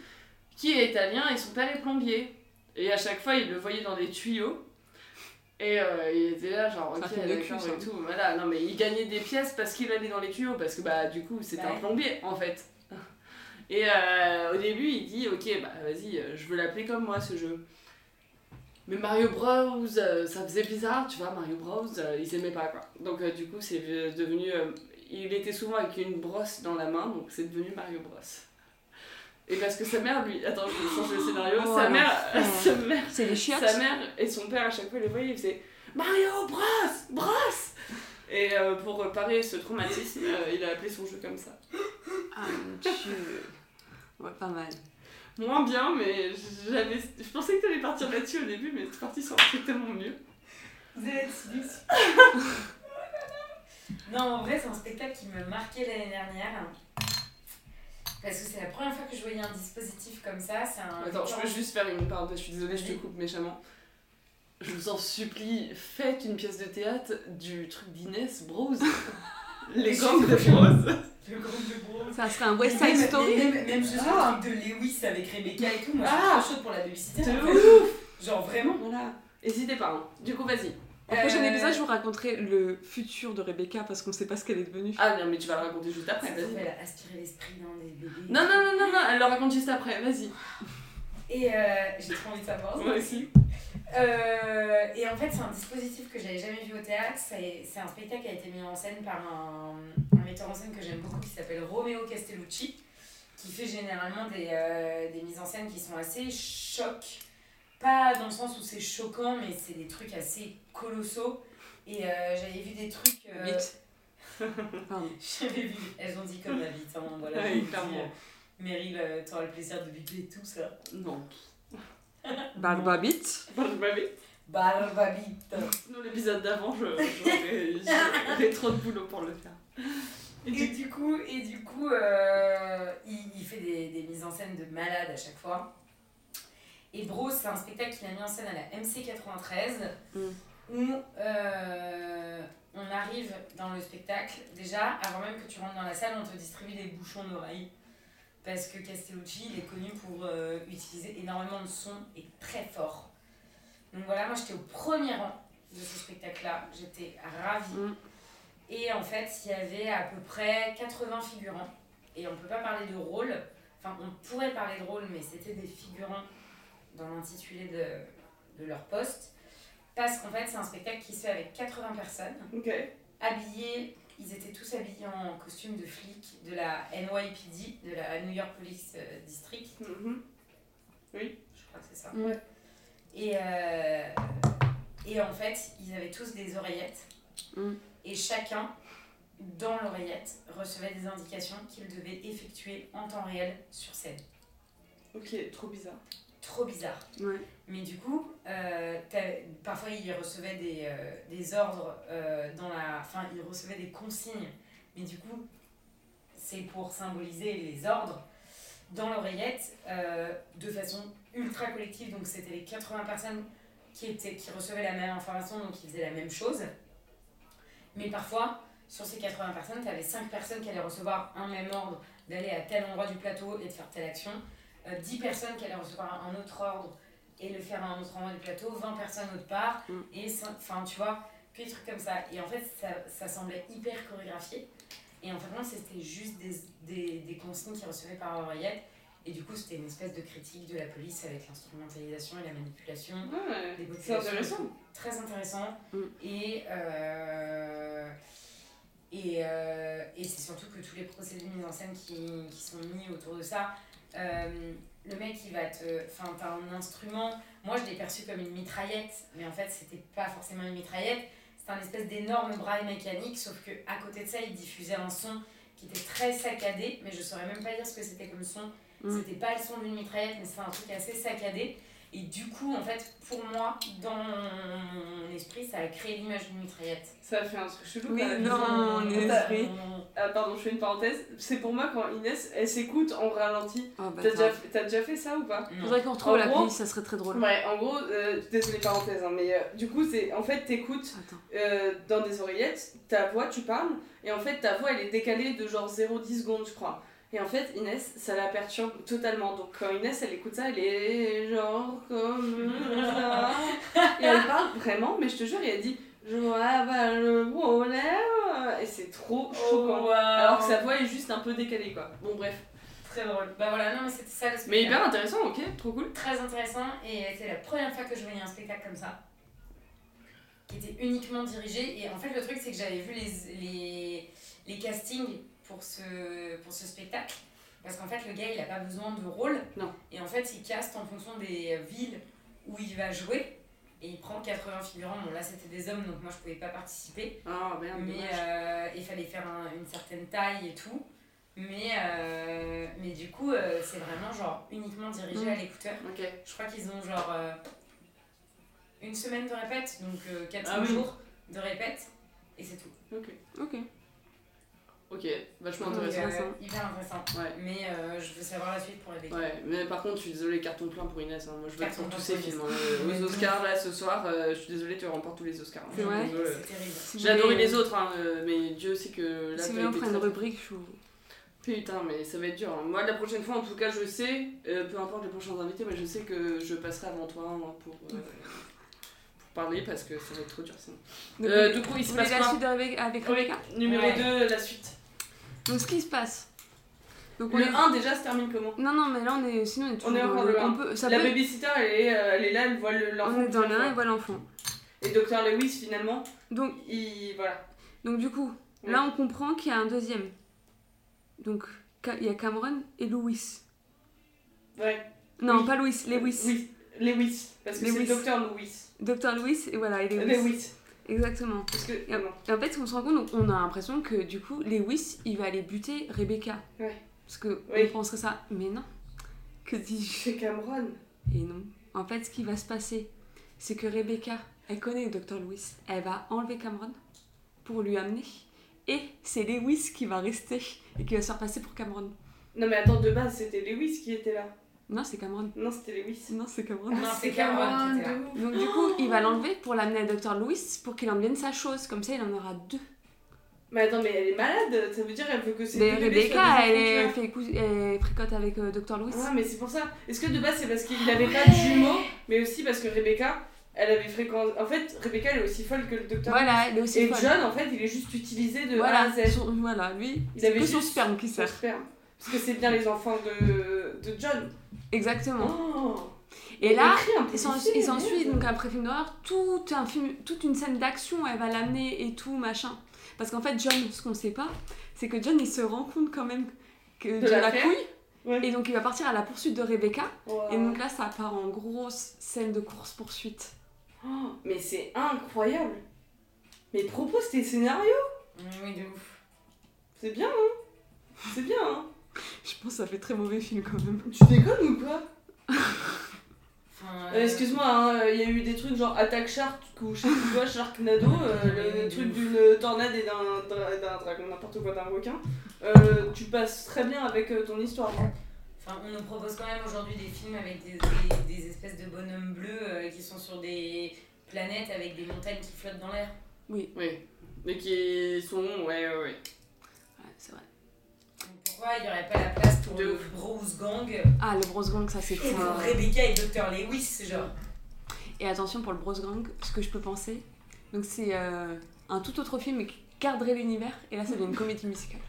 Speaker 5: Qui est italien et son père est plombier. Et à chaque fois, il le voyait dans des tuyaux. Et euh, il était là, genre,
Speaker 3: C'est un
Speaker 5: ok,
Speaker 3: film de cul,
Speaker 5: d'accord
Speaker 3: ça.
Speaker 5: et tout. Voilà, non, mais il gagnait des pièces parce qu'il allait dans les tuyaux, parce que bah, du coup, c'était
Speaker 2: Bah
Speaker 5: un plombier en
Speaker 3: [LAUGHS]
Speaker 5: fait. Et euh, au début, il dit Ok, bah vas-y, euh, je veux l'appeler comme moi ce jeu. Mais Mario Bros, euh, ça faisait bizarre, tu vois, Mario Bros, euh, ils aimaient pas quoi. Donc euh, du coup, c'est euh, devenu. euh, il était souvent avec une brosse dans la main, donc c'est devenu Mario Bros. Et parce que sa mère, lui. Attends, je change le scénario.
Speaker 3: Oh,
Speaker 5: sa, mère,
Speaker 3: l'enfer.
Speaker 5: [LAUGHS] sa mère
Speaker 3: C'est les chiottes.
Speaker 5: sa mère et son père, à chaque fois, les voyaient, ils faisaient Mario Bros Brosse Et euh, pour parer ce traumatisme, [LAUGHS] euh, il a appelé son jeu comme ça.
Speaker 3: Ah mon dieu. Ouais, pas mal.
Speaker 5: Moins bien, mais j'avais... je pensais que t'allais partir là-dessus au début, mais t'es parti sur un truc tellement mieux.
Speaker 2: Vous allez être déçus.
Speaker 5: [LAUGHS]
Speaker 2: Non, en vrai, c'est un spectacle qui m'a marqué l'année dernière. Parce que c'est la première fois que je voyais un dispositif comme ça. C'est un.
Speaker 5: Attends, je peux juste faire une parenthèse, je suis désolée, je te coupe méchamment. Je vous en supplie, faites une pièce de théâtre du truc d'Inès Bros. Les gangs de Bros.
Speaker 2: Le groupe de bros.
Speaker 3: Ça serait un West Side
Speaker 2: même,
Speaker 3: Story.
Speaker 2: Même, même juste
Speaker 5: Ah.
Speaker 2: le truc de Lewis avec Rebecca et tout, moi
Speaker 5: Ah.
Speaker 2: je suis trop chaude pour la babysitter.
Speaker 5: De
Speaker 2: en fait. Genre vraiment.
Speaker 5: Voilà. Hésitez pas, hein. Du coup, vas-y.
Speaker 3: Au prochain
Speaker 5: Euh,
Speaker 3: épisode, je vous raconterai le futur de Rebecca parce qu'on sait pas ce qu'elle est devenue.
Speaker 5: Ah non, mais tu vas le raconter juste
Speaker 3: bah,
Speaker 5: après,
Speaker 2: Ça se
Speaker 5: vas-y.
Speaker 2: trouve, elle a aspiré l'esprit d'un des bébés.
Speaker 5: Non, non, non, non, non, elle le raconte juste après, vas-y.
Speaker 2: Et euh, j'ai trop envie de savoir. ça.
Speaker 5: aussi.
Speaker 2: Euh, et en fait, c'est un dispositif que j'avais jamais vu au théâtre. C'est c'est un spectacle qui a été mis en scène par un, un metteur en scène que j'aime beaucoup qui s'appelle Romeo Castellucci, qui fait généralement des, euh, des mises en scène qui sont assez chocs. Pas dans le sens où c'est choquant, mais c'est des trucs assez colossaux. Et euh, j'avais vu des trucs. euh,
Speaker 3: Vite. [LAUGHS] Pardon.
Speaker 2: [LAUGHS] J'avais vu. Elles ont dit comme la bite, hein, voilà. je
Speaker 5: Ouais,
Speaker 2: vous le dis.
Speaker 5: clairement.
Speaker 2: Meryl, euh, t'auras le plaisir de butler tout ça.
Speaker 5: Non.
Speaker 3: Barbabit.
Speaker 5: Bon, je m'avais.
Speaker 2: Barbabite.
Speaker 5: Sinon, l'épisode d'avant, je- [LAUGHS] j'aurais- j'avais trop de boulot pour le faire. Et
Speaker 2: Et
Speaker 5: du-
Speaker 2: du coup, et du coup euh, il, il fait des, des mises en scène de malade à chaque fois. Et Bro, c'est un spectacle qu'il a mis en scène à la MC93,
Speaker 3: Mm.
Speaker 2: où euh, on arrive dans le spectacle. Déjà, avant même que tu rentres dans la salle, on te distribue des bouchons d'oreilles. Parce que Castellucci, il est connu pour euh, utiliser énormément de sons et très fort. Donc voilà, moi j'étais au premier rang de ce spectacle-là. J'étais ravie.
Speaker 3: Mm.
Speaker 2: Et en fait, il y avait à peu près 80 figurants. Et on peut pas parler de rôle. Enfin, on pourrait parler de rôle, mais c'était des figurants dans l'intitulé de, de leur poste. Parce qu'en fait, c'est un spectacle qui se fait avec 80 personnes
Speaker 5: Ok.
Speaker 2: habillés, ils étaient tous habillés en costume de flic de la NYPD, de la New York Police euh, District,
Speaker 5: Mhm.
Speaker 2: je crois que c'est ça.
Speaker 3: Ouais.
Speaker 2: Et, euh, et en fait, ils avaient tous des oreillettes.
Speaker 3: Mm.
Speaker 2: Et chacun, dans l'oreillette, recevait des indications qu'il devait effectuer en temps réel sur scène.
Speaker 5: Ok, trop bizarre.
Speaker 2: Trop bizarre.
Speaker 3: Ouais.
Speaker 2: Mais du coup, euh, t'as- parfois ils recevaient des, euh, des ordres euh, dans la. Enfin, ils recevaient des consignes. Mais du coup, c'est pour symboliser les ordres dans l'oreillette euh, de façon ultra collective. Donc c'était les 80 personnes qui, étaient, qui recevaient la même information, donc ils faisaient la même chose. Mais parfois, sur ces 80 personnes, tu avais 5 personnes qui allaient recevoir un même ordre d'aller à tel endroit du plateau et de faire telle action. Euh, 10 personnes qui allaient recevoir un autre ordre et le faire à un autre endroit du plateau, 20 personnes autre part,
Speaker 3: Mm.
Speaker 2: et cin- enfin tu vois, que des trucs comme ça. Et en fait, ça, ça semblait hyper chorégraphié. Et en fait, non, c'était juste des, des, des consignes qu'ils recevaient par oreillette. Et du coup, c'était une espèce de critique de la police avec l'instrumentalisation et la manipulation.
Speaker 5: Ouais,
Speaker 2: Des
Speaker 5: c'est intéressant.
Speaker 2: Très intéressant.
Speaker 3: Mm.
Speaker 2: Et, euh, et, euh, et c'est surtout que tous les procédés de mise en scène qui, qui sont mis autour de ça, euh, le mec, il va te. Enfin, t'as un instrument. Moi, je l'ai perçu comme une mitraillette, mais en fait, c'était pas forcément une mitraillette. C'était un espèce d'énorme bras mécanique, sauf que à côté de ça, il diffusait un son qui était très saccadé, mais je saurais même pas dire ce que c'était comme son.
Speaker 3: Mm.
Speaker 2: C'était pas le son d'une mitraillette, mais c'était un truc assez saccadé. Et du coup, en fait, pour moi, dans mon esprit, ça a créé l'image d'une mitraillette.
Speaker 5: Ça a fait un truc chelou.
Speaker 3: Oui,
Speaker 5: quand même.
Speaker 3: non. Dans mon esprit.
Speaker 5: Ah, pardon, je fais une parenthèse. C'est pour moi quand Inès, elle s'écoute en ralenti.
Speaker 3: Ah,
Speaker 5: T'as
Speaker 3: bah,
Speaker 5: déjà, t'as déjà fait ça ou pas
Speaker 2: Non.
Speaker 3: Faudrait qu'on retrouve
Speaker 5: En
Speaker 3: la
Speaker 5: gros-
Speaker 3: playlist, ça serait très drôle.
Speaker 5: Ouais, en gros, euh, désolé parenthèse, hein, mais euh, du coup, c'est en fait, t'écoutes
Speaker 3: Attends.
Speaker 5: euh, dans des oreillettes, ta voix, tu parles, et en fait, ta voix, elle est décalée de genre 0,10 secondes, je crois. Et en fait, Inès, ça la perturbe totalement. Donc, quand Inès, elle écoute ça, elle est genre comme ça. Et elle parle vraiment, mais je te jure, et elle dit Je vois pas le problème. Et c'est trop choquant.
Speaker 2: Oh,
Speaker 5: Alors que sa voix est juste un peu décalée, quoi. Bon, bref.
Speaker 2: Très drôle. Bah voilà, non, mais c'était ça le
Speaker 5: Mais
Speaker 2: spectacle.
Speaker 5: hyper intéressant, ok, trop cool.
Speaker 2: Très intéressant, et c'est la première fois que je voyais un spectacle comme ça, qui était uniquement dirigé. Et en fait, le truc, c'est que j'avais vu les, les, les castings pour ce, pour ce spectacle, parce qu'en fait, le gars, il n'a pas besoin de rôle.
Speaker 5: Non.
Speaker 2: Et en fait, il caste en fonction des villes où il va jouer, et il prend 80 figurants. Bon, là, c'était des hommes, donc moi, je pouvais pas participer.
Speaker 5: Ah merde,
Speaker 2: Mais
Speaker 5: dommage.
Speaker 2: euh, il fallait faire un- une certaine taille et tout. Mais, euh, mais du coup, euh, c'est vraiment genre uniquement dirigé
Speaker 5: Mm.
Speaker 2: à l'écouteur.
Speaker 5: Ok.
Speaker 2: Je crois qu'ils ont genre euh, une semaine de répète, donc 4
Speaker 5: Ah oui.
Speaker 2: jours de répète, et c'est tout.
Speaker 5: Ok.
Speaker 3: euh, Ok.
Speaker 5: Ok, vachement
Speaker 2: Donc,
Speaker 5: intéressant.
Speaker 2: euh, hyper intéressant.
Speaker 5: Ouais.
Speaker 2: Mais euh, je veux savoir la suite pour la découvrir.
Speaker 5: Ouais, mais par contre, je suis désolée, carton plein pour Inès. hein. Moi, je vote
Speaker 2: Carton
Speaker 5: pour
Speaker 2: plein
Speaker 5: tous ces
Speaker 2: pour
Speaker 5: films.
Speaker 2: Inès.
Speaker 5: hein.
Speaker 2: Mais
Speaker 5: Aux
Speaker 2: de
Speaker 5: Oscars, là, ce soir, euh, je suis désolée, tu remportes tous les Oscars. hein.
Speaker 3: C'est vrai
Speaker 5: Je suis désolée.
Speaker 2: C'est terrible.
Speaker 3: Si vous
Speaker 5: J'ai adoré
Speaker 3: voulez-
Speaker 5: les autres, hein, euh, mais Dieu sait que là,
Speaker 3: Si vous
Speaker 5: t'as
Speaker 3: voulez, on
Speaker 5: été
Speaker 3: prend une
Speaker 5: très-
Speaker 3: rubrique, je vous-
Speaker 5: Putain, mais ça va être dur. hein. Moi, la prochaine fois, en tout cas, je sais, euh, peu importe les prochains invités, mais je sais que je passerai avant toi hein, pour, euh, pour parler parce que ça va être trop dur sinon.
Speaker 3: Donc,
Speaker 5: Euh,
Speaker 3: vous-
Speaker 5: du coup, il se
Speaker 3: Vous voulez
Speaker 5: passe
Speaker 3: la
Speaker 5: quoi
Speaker 3: suite de Rebe- avec Rebecca
Speaker 5: Numéro
Speaker 2: Ouais.
Speaker 5: 2, la suite.
Speaker 3: Donc, ce qui se passe. Donc, on
Speaker 5: Le
Speaker 3: est-
Speaker 5: 1 déjà se termine comment
Speaker 3: Non, non, mais là, on est. Sinon, on est toujours
Speaker 5: est
Speaker 3: dans
Speaker 5: encore
Speaker 3: le-
Speaker 5: le un.
Speaker 3: on peut... ça
Speaker 5: La
Speaker 3: peut-
Speaker 5: babysitter, elle est, euh, elle est là, elle voit le- l'enfant.
Speaker 3: on est dans
Speaker 5: plusieurs
Speaker 3: le 1 et
Speaker 5: fois.
Speaker 3: voilà l'enfant.
Speaker 5: Et Dr. Lewis, finalement,
Speaker 3: Donc,
Speaker 5: il. Voilà.
Speaker 3: donc, du coup, là, on comprend qu'il y a un deuxième. Donc, Ca- il y a Cameron et Louis.
Speaker 5: Ouais.
Speaker 3: Non,
Speaker 5: Oui.
Speaker 3: pas Louis, Lewis.
Speaker 5: Oui. Lewis. Parce que c'est
Speaker 3: Lewis.
Speaker 5: Dr. Lewis.
Speaker 3: Docteur Louis, et voilà, et
Speaker 5: Euh,
Speaker 3: Lewis.
Speaker 5: Lewis.
Speaker 3: Exactement.
Speaker 5: Parce que.
Speaker 3: Yep.
Speaker 5: non.
Speaker 3: Et en fait, on se rend compte, donc, on a l'impression que du coup, Lewis, il va aller buter Rebecca.
Speaker 5: Ouais.
Speaker 3: Parce que
Speaker 5: Oui.
Speaker 3: on penserait ça, mais non. Que dis-je
Speaker 5: C'est Cameron.
Speaker 3: Et non. En fait, ce qui va se passer, c'est que Rebecca, elle connaît le docteur Lewis, elle va enlever Cameron pour lui amener. Et c'est Lewis qui va rester et qui va se repasser pour Cameron.
Speaker 5: Non, mais attends, de base, c'était Lewis qui était là.
Speaker 3: Non, c'est Cameron.
Speaker 5: Non, c'était Lewis. Ah,
Speaker 3: Non, c'est Cameron.
Speaker 2: Non, c'est Cameron qui était là.
Speaker 3: Donc du coup, il va l'enlever pour l'amener à Dr. Lewis pour qu'il emmène sa chose. Comme ça, il en aura deux.
Speaker 5: Mais attends, mais elle est malade. Ça veut dire elle veut que c'est.
Speaker 3: Mais
Speaker 5: deux bébés soient
Speaker 3: Ben, Rebecca,
Speaker 5: des
Speaker 3: elle,
Speaker 5: enfants,
Speaker 3: est-
Speaker 5: tu
Speaker 3: fait cou- elle fricote avec euh, Dr. Lewis.
Speaker 5: vois. Ouais, mais c'est pour ça. Est-ce que de base, c'est parce qu'il n'avait pas de jumeaux, mais aussi parce que Rebecca, elle avait fréquenté. En fait, Rebecca, elle est aussi folle que le docteur.
Speaker 3: Voilà, elle est aussi
Speaker 5: Et
Speaker 3: folle.
Speaker 5: John, en fait, il est juste utilisé de A à
Speaker 3: voilà,
Speaker 5: Z.
Speaker 3: son- voilà, lui,
Speaker 5: Il
Speaker 3: c'est
Speaker 5: avait
Speaker 3: que son
Speaker 5: juste
Speaker 3: sperme qui
Speaker 5: Son
Speaker 3: sert.
Speaker 5: sperme. Parce que c'est bien les enfants de, de John.
Speaker 3: Exactement.
Speaker 5: Oh.
Speaker 3: Et là,
Speaker 5: Écrit un
Speaker 3: il s'en-
Speaker 5: policier,
Speaker 3: il s'ensuit
Speaker 5: merde.
Speaker 3: donc après film d'horreur tout un film, toute une scène d'action, elle va l'amener et tout, machin. Parce qu'en fait, John, ce qu'on sait pas, c'est que John, il se rend compte quand même que de, la
Speaker 5: l'affaire.
Speaker 3: couille.
Speaker 5: Ouais.
Speaker 3: Et donc, il va partir à la poursuite de Rebecca.
Speaker 5: Wow.
Speaker 3: Et donc là, ça part en grosse scène de course-poursuite.
Speaker 5: Oh, mais c'est incroyable. Mais propose tes scénarios.
Speaker 2: Mm, Oui, de ouf.
Speaker 5: C'est bien, hein C'est bien, hein
Speaker 3: Je pense que ça fait très mauvais film quand même.
Speaker 5: Tu déconnes ou quoi
Speaker 2: Enfin,
Speaker 5: Euh, Excuse-moi, hein, euh, il y a eu des trucs genre attaque shark ou je sais plus quoi, Sharknado,
Speaker 3: [LAUGHS]
Speaker 5: euh, le, le truc d'une tornade et d'un dra- d'un dragon, n'importe quoi, d'un requin. Euh, tu passes très bien avec euh, ton histoire. hein.
Speaker 2: Enfin, on nous propose quand même aujourd'hui des films avec des, des- des espèces de bonhommes bleus euh, qui sont sur des planètes avec des montagnes qui flottent dans l'air.
Speaker 5: Oui, mais qui sont. Ouais, ouais, ouais.
Speaker 3: Ouais, c'est vrai.
Speaker 2: Donc Pourquoi il n'y aurait pas la place pour
Speaker 5: De
Speaker 2: le
Speaker 5: ouf.
Speaker 2: Bros Gang
Speaker 3: Ah, le Bros Gang, ça c'est
Speaker 2: et pour
Speaker 3: un-
Speaker 2: Rebecca et Dr. Lewis, genre
Speaker 3: Et attention pour le Bros Gang, ce que je peux penser, donc c'est euh, un tout autre film mais qui garderait l'univers, et là ça devient une comédie musicale.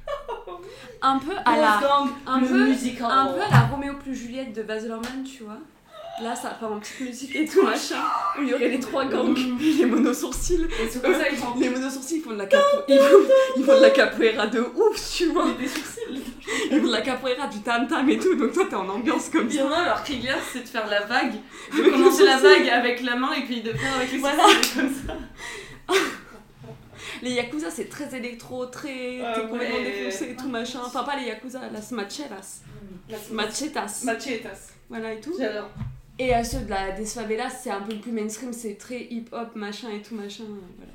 Speaker 3: un peu à la,
Speaker 5: Wolfgang,
Speaker 3: un
Speaker 5: le
Speaker 3: peu-
Speaker 5: musical.
Speaker 3: un peu à la Roméo plus Juliette de Baz Luhrmann, tu vois. Là, ça part en petite musique et tout machin. Où il y aurait les trois gangs, puis les monosourcils.
Speaker 5: Et c'est comme ça ils
Speaker 3: [LAUGHS]
Speaker 5: font
Speaker 3: Les monosourcils, ils font de la capo- ils font- ils font de la capoeira de ouf, tu vois.
Speaker 5: des sourcils.
Speaker 3: Ils font de la capoeira, du tam tam et tout. Donc toi, t'es en ambiance comme
Speaker 5: Il y
Speaker 3: ça.
Speaker 5: en a leur trigger c'est de faire la vague, de
Speaker 3: Avec
Speaker 5: commencer
Speaker 3: les
Speaker 5: la
Speaker 3: sourcils.
Speaker 5: vague avec la main et puis de faire avec les
Speaker 3: Voilà.
Speaker 5: sourcils comme ça.
Speaker 3: Les yakuza, c'est très électro, très.
Speaker 5: Ah
Speaker 3: t'es complètement
Speaker 5: ouais.
Speaker 3: défoncé et tout machin. Enfin, pas les yakuza, las macheras. Machetas.
Speaker 5: Machetas.
Speaker 3: voilà et tout.
Speaker 5: J'adore.
Speaker 3: Et à ceux de la, des favelas, c'est un peu plus mainstream, c'est très hip-hop, machin et tout, machin. euh, Voilà.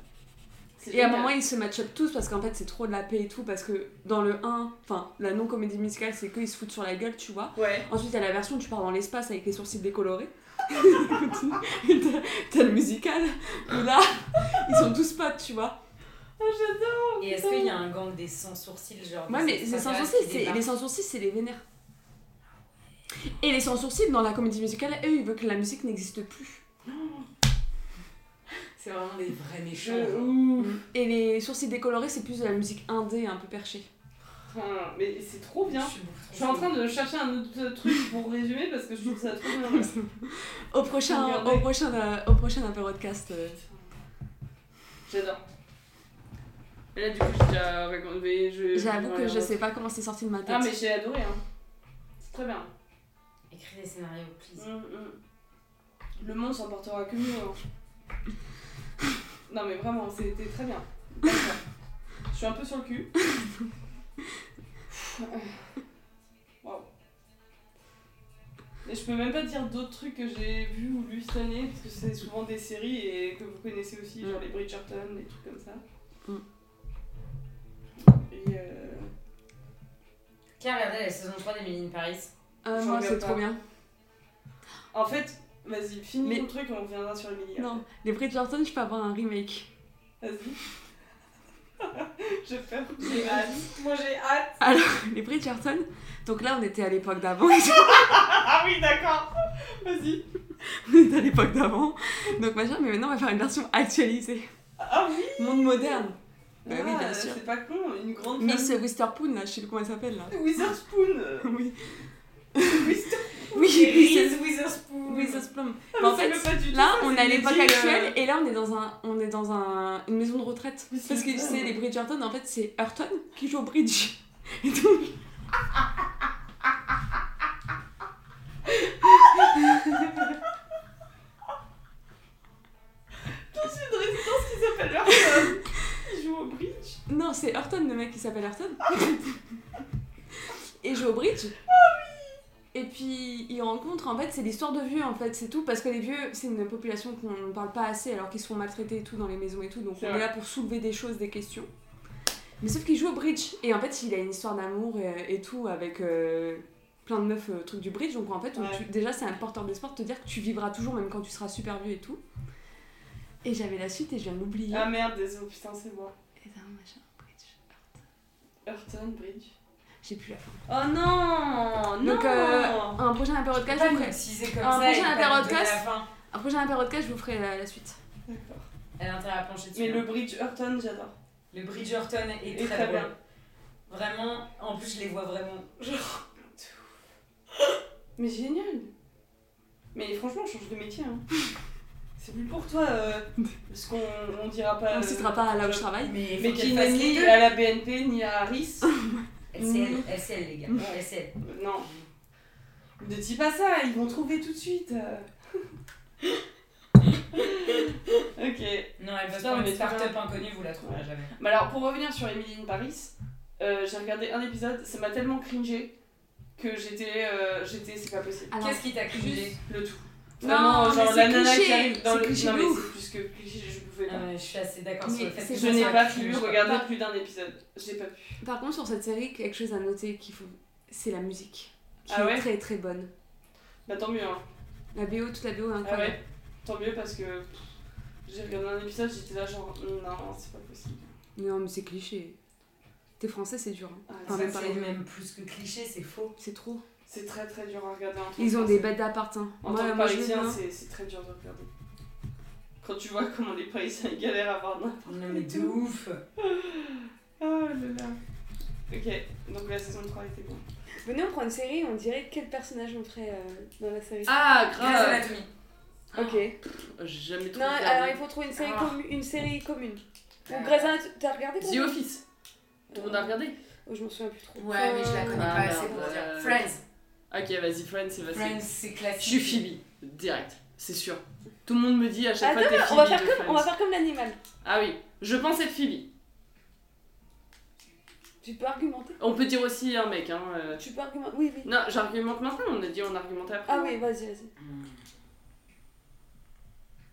Speaker 5: C'est
Speaker 3: Et à un
Speaker 5: génial.
Speaker 3: moment, ils se match up tous parce qu'en fait, c'est trop de la paix et tout. Parce que dans le 1, enfin, la non-comédie musicale, c'est qu'ils se foutent sur la gueule, tu vois.
Speaker 5: Ouais.
Speaker 3: Ensuite, t'as la version où tu pars dans l'espace avec les sourcils décolorés. [LAUGHS] Et t'as- t'as le musical où là, ils sont tous potes, tu vois.
Speaker 5: Oh,
Speaker 2: Et est-ce qu'il y a un gang des sans sourcils genre
Speaker 3: Ouais,
Speaker 2: des
Speaker 3: mais les sans
Speaker 2: extraterrestres
Speaker 3: sourcils,
Speaker 2: qui
Speaker 3: c'est les
Speaker 2: débarquent
Speaker 3: sans sourcils, c'est les vénères. Et les sans sourcils dans la comédie musicale, eux, ils veulent que la musique n'existe plus.
Speaker 5: C'est vraiment
Speaker 2: Des vrais méchants.
Speaker 5: Je- Ouh.
Speaker 3: Et les sourcils décolorés, c'est plus de la musique indé, un peu perchée.
Speaker 5: Putain, Mais c'est trop bien.
Speaker 2: suis beaucoup trop
Speaker 5: Je suis en train
Speaker 2: chaude.
Speaker 5: de chercher un autre truc pour résumer parce que je trouve ça trop bien.
Speaker 3: Au prochain,
Speaker 5: Regardez.
Speaker 3: au prochain, euh, au prochain euh, podcast.
Speaker 5: J'adore. Et là, du coup, j'ai déjà raconté. je-
Speaker 3: J'avoue que je
Speaker 5: regarde.
Speaker 3: sais pas comment c'est sorti de ma tête.
Speaker 5: Ah, mais j'ai adoré, hein. C'est très bien.
Speaker 2: Écris des scénarios, please.
Speaker 5: Mm, mm. Le monde s'en portera que mieux.
Speaker 3: [LAUGHS]
Speaker 5: hein. non, mais vraiment, c'était très bien. D'accord. Je suis un peu sur le
Speaker 3: [LAUGHS]
Speaker 5: cul. Waouh. Et je peux même pas dire d'autres trucs que j'ai vus ou lus cette année, parce que c'est souvent des séries et que vous connaissez aussi,
Speaker 3: Mm.
Speaker 5: genre les Bridgerton, des trucs comme ça. Et euh,
Speaker 2: Qui a regardé la saison 3 d'Emily in Paris
Speaker 3: Euh,
Speaker 5: j'en
Speaker 3: moi,
Speaker 5: reviens
Speaker 3: c'est
Speaker 5: pas.
Speaker 3: trop bien.
Speaker 5: En fait, vas-y, finis
Speaker 3: Mais-
Speaker 5: ton truc et on reviendra sur Emilia.
Speaker 3: Non, les Bridgerton, je peux avoir un remake.
Speaker 5: [LAUGHS] Vas-y. J'ai peur. J'ai hâte. Moi j'ai hâte.
Speaker 3: Alors, [LAUGHS] les Bridgerton, donc là, on était à l'époque d'avant. [LAUGHS] et tout.
Speaker 5: Ah oui, d'accord. Vas-y.
Speaker 3: on était à l'époque d'avant. Donc, machin, mais maintenant, on va faire une version actualisée.
Speaker 5: Ah oui.
Speaker 3: Monde moderne. Bah oui,
Speaker 5: Ah,
Speaker 3: bien sûr.
Speaker 5: C'est pas con. Une grande
Speaker 3: Miss Witherspoon, là, je sais plus comment elle
Speaker 5: [LAUGHS]
Speaker 3: s'appelle, là.
Speaker 5: famille. Witherspoon. euh, [LAUGHS]
Speaker 3: [LAUGHS] Oui.
Speaker 5: Witherspoon.
Speaker 3: Oui,
Speaker 2: Reese Witherspoon.
Speaker 3: Witherspoon.
Speaker 5: Ah,
Speaker 3: Mais en
Speaker 5: mais c'est même pas
Speaker 3: fait,
Speaker 5: du tout
Speaker 3: là,
Speaker 5: ça,
Speaker 3: on
Speaker 5: c'est
Speaker 3: est à
Speaker 5: les
Speaker 3: l'époque
Speaker 5: deals, euh,
Speaker 3: actuelle et là, on est dans, un, on est dans un, une maison de retraite.
Speaker 5: Mais c'est
Speaker 3: Parce que
Speaker 5: dingue.
Speaker 3: tu sais, les Bridgerton, en fait, c'est Hurton qui joue au bridge. Et donc.
Speaker 5: Dans une résidence qui s'appelle Hearthstone. Ils jouent au bridge.
Speaker 3: Non, c'est Hurton, le mec qui
Speaker 5: [LAUGHS]
Speaker 3: s'appelle Hurton. et joue au bridge.
Speaker 5: Ah
Speaker 3: Et puis, ils rencontrent, en fait, c'est l'histoire de vieux, en fait, c'est tout. Parce que les vieux, c'est une population qu'on ne parle pas assez, alors qu'ils sont maltraités et tout dans les maisons et tout. Donc,
Speaker 5: C'est
Speaker 3: on est
Speaker 5: vrai.
Speaker 3: là pour soulever des choses, des questions. Mais sauf qu'il joue au bridge. Et en fait, il a une histoire d'amour et, et tout avec euh, plein de meufs, euh, trucs du bridge. Donc, en fait, on-
Speaker 5: Ouais.
Speaker 3: tu- déjà, c'est un porteur d'espoir de te dire que tu vivras toujours, même quand tu seras super vieux et tout. Et j'avais la suite et je viens de l'oublier.
Speaker 5: Ah merde, désolé. Putain, c'est moi.
Speaker 3: Et d'un machin, bridge.
Speaker 5: Hearthstone Bridge.
Speaker 3: J'ai plus la fin.
Speaker 5: Oh non.
Speaker 3: Donc, euh, un prochain apéro de cash, je vous ferai.
Speaker 2: Si c'est comme
Speaker 3: Un
Speaker 2: ça,
Speaker 3: prochain
Speaker 2: il peut pas nous
Speaker 3: apéro de
Speaker 2: donner la
Speaker 3: casse.
Speaker 2: fin.
Speaker 3: Un prochain apéro de cash, je vous ferai la, la suite.
Speaker 5: D'accord.
Speaker 2: Elle a intérêt à plancher dessus.
Speaker 5: Mais le bridge Hearthstone, j'adore.
Speaker 2: Le Bridgerton est
Speaker 5: Et
Speaker 2: très,
Speaker 5: très
Speaker 2: drôle.
Speaker 5: bien.
Speaker 2: Vraiment, en plus je les vois vraiment. Genre,
Speaker 5: Mais génial Mais franchement, on change de métier. Hein. [LAUGHS] C'est plus pour toi, euh, parce qu'on on dira pas.
Speaker 3: On
Speaker 5: euh,
Speaker 3: ne citera pas là où je travaille.
Speaker 2: mais il
Speaker 5: Mais euh,
Speaker 2: faut qu'elle
Speaker 5: qui n'est
Speaker 2: fasse les
Speaker 5: ni
Speaker 2: deux.
Speaker 5: à la BNP ni à
Speaker 3: [LAUGHS]
Speaker 5: Harris.
Speaker 2: SL, SL les gars, SL.
Speaker 5: Euh, non. Ne dis pas ça, ils vont trouver tout de suite. [LAUGHS] euh. ok.
Speaker 2: Non, elle va se
Speaker 5: Putain,
Speaker 2: prendre
Speaker 5: mais
Speaker 2: une
Speaker 5: c'est
Speaker 2: start-up
Speaker 5: bien.
Speaker 2: inconnue, vous la trouverez jamais.
Speaker 5: Mais alors, pour revenir sur Emily in Paris, euh, j'ai regardé un épisode, ça m'a tellement cringé que j'étais. euh, j'étais, c'est pas possible.
Speaker 3: Alors,
Speaker 2: Qu'est-ce qui t'a cringé
Speaker 5: Juste le tout.
Speaker 3: Ah.
Speaker 5: Vraiment,
Speaker 3: Non, mais
Speaker 5: genre
Speaker 3: c'est
Speaker 5: la nana
Speaker 3: cliché,
Speaker 5: qui arrive dans
Speaker 3: c'est
Speaker 5: le.
Speaker 3: cliché
Speaker 5: non,
Speaker 3: de
Speaker 5: mais
Speaker 3: ouf. Ah.
Speaker 5: c'est plus que cliché, je pouvais pas.
Speaker 2: Euh, Je suis assez d'accord
Speaker 3: Mais
Speaker 2: sur le fait que
Speaker 3: c'est
Speaker 5: Je
Speaker 3: ça,
Speaker 5: n'ai
Speaker 3: ça
Speaker 5: pas
Speaker 2: cringe,
Speaker 5: pu
Speaker 2: quoi.
Speaker 5: regarder plus d'un épisode. J'ai pas pu.
Speaker 3: par contre, sur cette série, quelque chose à noter qu'il faut, c'est la musique, qui
Speaker 5: Ah ouais
Speaker 3: est très très bonne.
Speaker 5: Bah tant mieux. Hein.
Speaker 3: La BO, toute la BO est
Speaker 5: Ah
Speaker 3: incroyable.
Speaker 5: ouais. Tant mieux parce que pff, j'ai regardé un épisode, j'étais là genre non, c'est pas possible.
Speaker 3: Non, mais c'est cliché. T'es français, c'est dur. hein.
Speaker 5: Ah,
Speaker 3: Enfin,
Speaker 5: ça,
Speaker 3: même pas
Speaker 2: C'est
Speaker 3: loin.
Speaker 2: même plus que cliché, c'est faux.
Speaker 3: C'est trop.
Speaker 5: C'est très très dur à regarder. En tant
Speaker 3: Ils
Speaker 5: que
Speaker 3: ont des
Speaker 5: Français.
Speaker 3: bêtes d'appartin.
Speaker 5: En
Speaker 3: Moi,
Speaker 5: tant que
Speaker 3: moi, je les
Speaker 5: Parisien,
Speaker 3: vois.
Speaker 5: c'est c'est très dur de regarder. Quand tu vois comment les
Speaker 2: Ah,
Speaker 5: Parisiens galèrent à voir n'importe
Speaker 3: Ah,
Speaker 2: Non mais de ouf.
Speaker 5: Oh là là.
Speaker 6: Ok, donc la saison 3 était bonne.
Speaker 3: Venez, on prend une série, on dirait quel personnage on ferait euh, dans la série.
Speaker 6: Ah,
Speaker 2: Grey's
Speaker 6: grave Oh,
Speaker 2: Anatomy.
Speaker 3: ok.
Speaker 6: J'ai jamais trop
Speaker 3: Non,
Speaker 6: regardé.
Speaker 3: alors il faut trouver une série,
Speaker 2: Ah.
Speaker 3: commu- une série commune.
Speaker 2: Euh,
Speaker 3: Donc Grey's Anatomy, t'as regardé toi
Speaker 6: The Office, tout le monde a
Speaker 3: Euh,
Speaker 6: regardé.
Speaker 3: oh, je m'en souviens plus trop.
Speaker 2: Ouais, mais je la connais
Speaker 6: Ah,
Speaker 2: pas assez
Speaker 6: merde,
Speaker 2: pour
Speaker 6: euh,
Speaker 2: dire. Friends.
Speaker 6: Ok, vas-y, Friends, c'est
Speaker 2: Friends,
Speaker 6: facile.
Speaker 2: c'est
Speaker 6: Je
Speaker 2: classique.
Speaker 6: suis Phoebe, direct, c'est sûr. Tout le monde me dit à chaque
Speaker 3: Attends,
Speaker 6: fois t'es
Speaker 3: on va,
Speaker 6: Phoebe
Speaker 3: faire
Speaker 6: de
Speaker 3: comme, on va
Speaker 6: Friends.
Speaker 3: faire comme l'animal.
Speaker 6: Ah oui, je pense être Phoebe.
Speaker 3: Tu peux argumenter
Speaker 6: On peut dire aussi un mec, hein. euh,
Speaker 3: Tu peux argumenter Oui, oui.
Speaker 6: Non, j'argumente maintenant, on a dit on argumentait après.
Speaker 3: Ah oui, vas-y, vas-y.
Speaker 2: Hmm. [LAUGHS]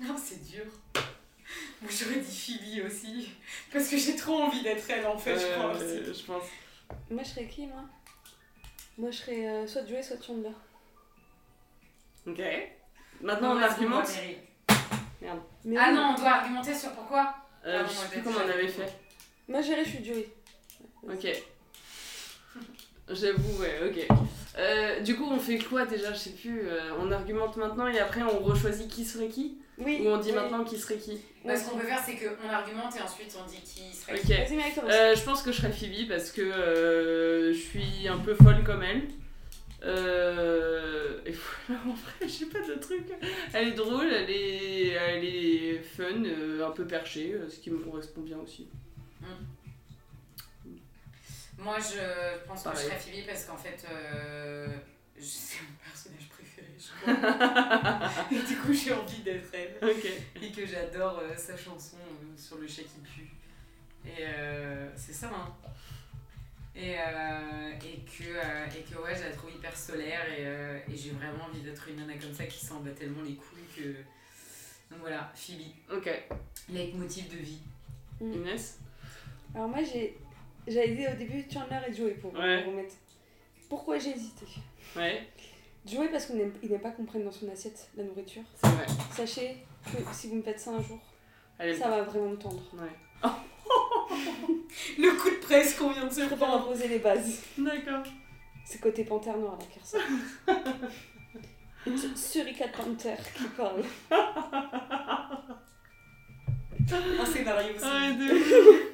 Speaker 2: Non, c'est dur. Moi, j'aurais dit Phoebe aussi. Parce que j'ai trop envie d'être elle, en fait, je crois aussi.
Speaker 6: Euh, je pense.
Speaker 3: Moi, je serais qui, moi Moi, je serais euh, soit Joey, soit Chandler.
Speaker 6: Ok. Maintenant on
Speaker 2: est-ce qu'on doit
Speaker 6: argumente.
Speaker 2: mairie
Speaker 3: Mais
Speaker 2: Ah
Speaker 3: oui.
Speaker 2: non, on doit argumenter sur pourquoi
Speaker 6: Euh,
Speaker 2: Ah,
Speaker 6: je sais
Speaker 2: moi,
Speaker 6: plus
Speaker 2: j'ai
Speaker 6: comment on
Speaker 2: déjà
Speaker 6: avait
Speaker 2: fait.
Speaker 6: fait.
Speaker 3: Moi, je dirais, je suis Joey.
Speaker 6: Ok. J'avoue, ouais, ok. Euh, du coup, on fait quoi déjà Je sais plus. euh, on argumente maintenant et après on rechoisit qui serait qui
Speaker 3: Oui.
Speaker 6: Ou on dit
Speaker 3: oui.
Speaker 6: maintenant qui serait qui
Speaker 3: Ouais,
Speaker 2: Bah, ce qu'on peut faire, c'est qu'on argumente et ensuite on dit qui serait
Speaker 6: Ok.
Speaker 3: Vas-y, Marie, commence.
Speaker 6: Euh, je pense que je serais Phoebe parce que euh, je suis un peu folle comme elle. Euh, et voilà, en vrai, [LAUGHS] j'ai pas de truc. Elle est drôle, elle est, elle est fun, euh, un peu perchée, euh, ce qui me correspond bien aussi.
Speaker 2: Moi, je pense que
Speaker 6: Pareil.
Speaker 2: je serais Phoebe parce qu'en fait, euh, je- c'est mon personnage préféré, je crois.
Speaker 6: [LAUGHS]
Speaker 2: et du coup, j'ai envie d'être elle.
Speaker 6: Ok.
Speaker 2: Et que j'adore euh, sa chanson euh, sur le chat qui pue. Et euh, c'est ça, hein. Et, euh, et, que, euh, et que, ouais, je la trouve hyper solaire et, euh, et j'ai vraiment envie d'être une nana comme ça qui s'en bat tellement les couilles que. Donc voilà, Phoebe,
Speaker 6: Ok.
Speaker 2: leitmotiv de vie.
Speaker 6: Inès Euh.
Speaker 3: Alors, moi, j'ai. J'avais dit au début Chandler et Joey pour
Speaker 6: Ouais.
Speaker 3: pour remettre. Pourquoi j'ai hésité
Speaker 6: Ouais,
Speaker 3: Joey, parce qu'il n'aime il n'aime pas qu'on prenne dans son assiette la nourriture.
Speaker 6: c'est vrai.
Speaker 3: Sachez que si vous me faites ça un jour,
Speaker 6: Elle est
Speaker 3: ça va vraiment me tendre.
Speaker 6: Ouais.
Speaker 2: Le coup de presse qu'on vient de se
Speaker 3: Je préfère en poser les bases.
Speaker 6: D'accord.
Speaker 3: C'est côté panthère noire là qui
Speaker 6: [LAUGHS]
Speaker 3: ressort. Une suricate panthère qui parle.
Speaker 2: Un scénario aussi.
Speaker 6: Ouais,
Speaker 3: [LAUGHS]
Speaker 6: de...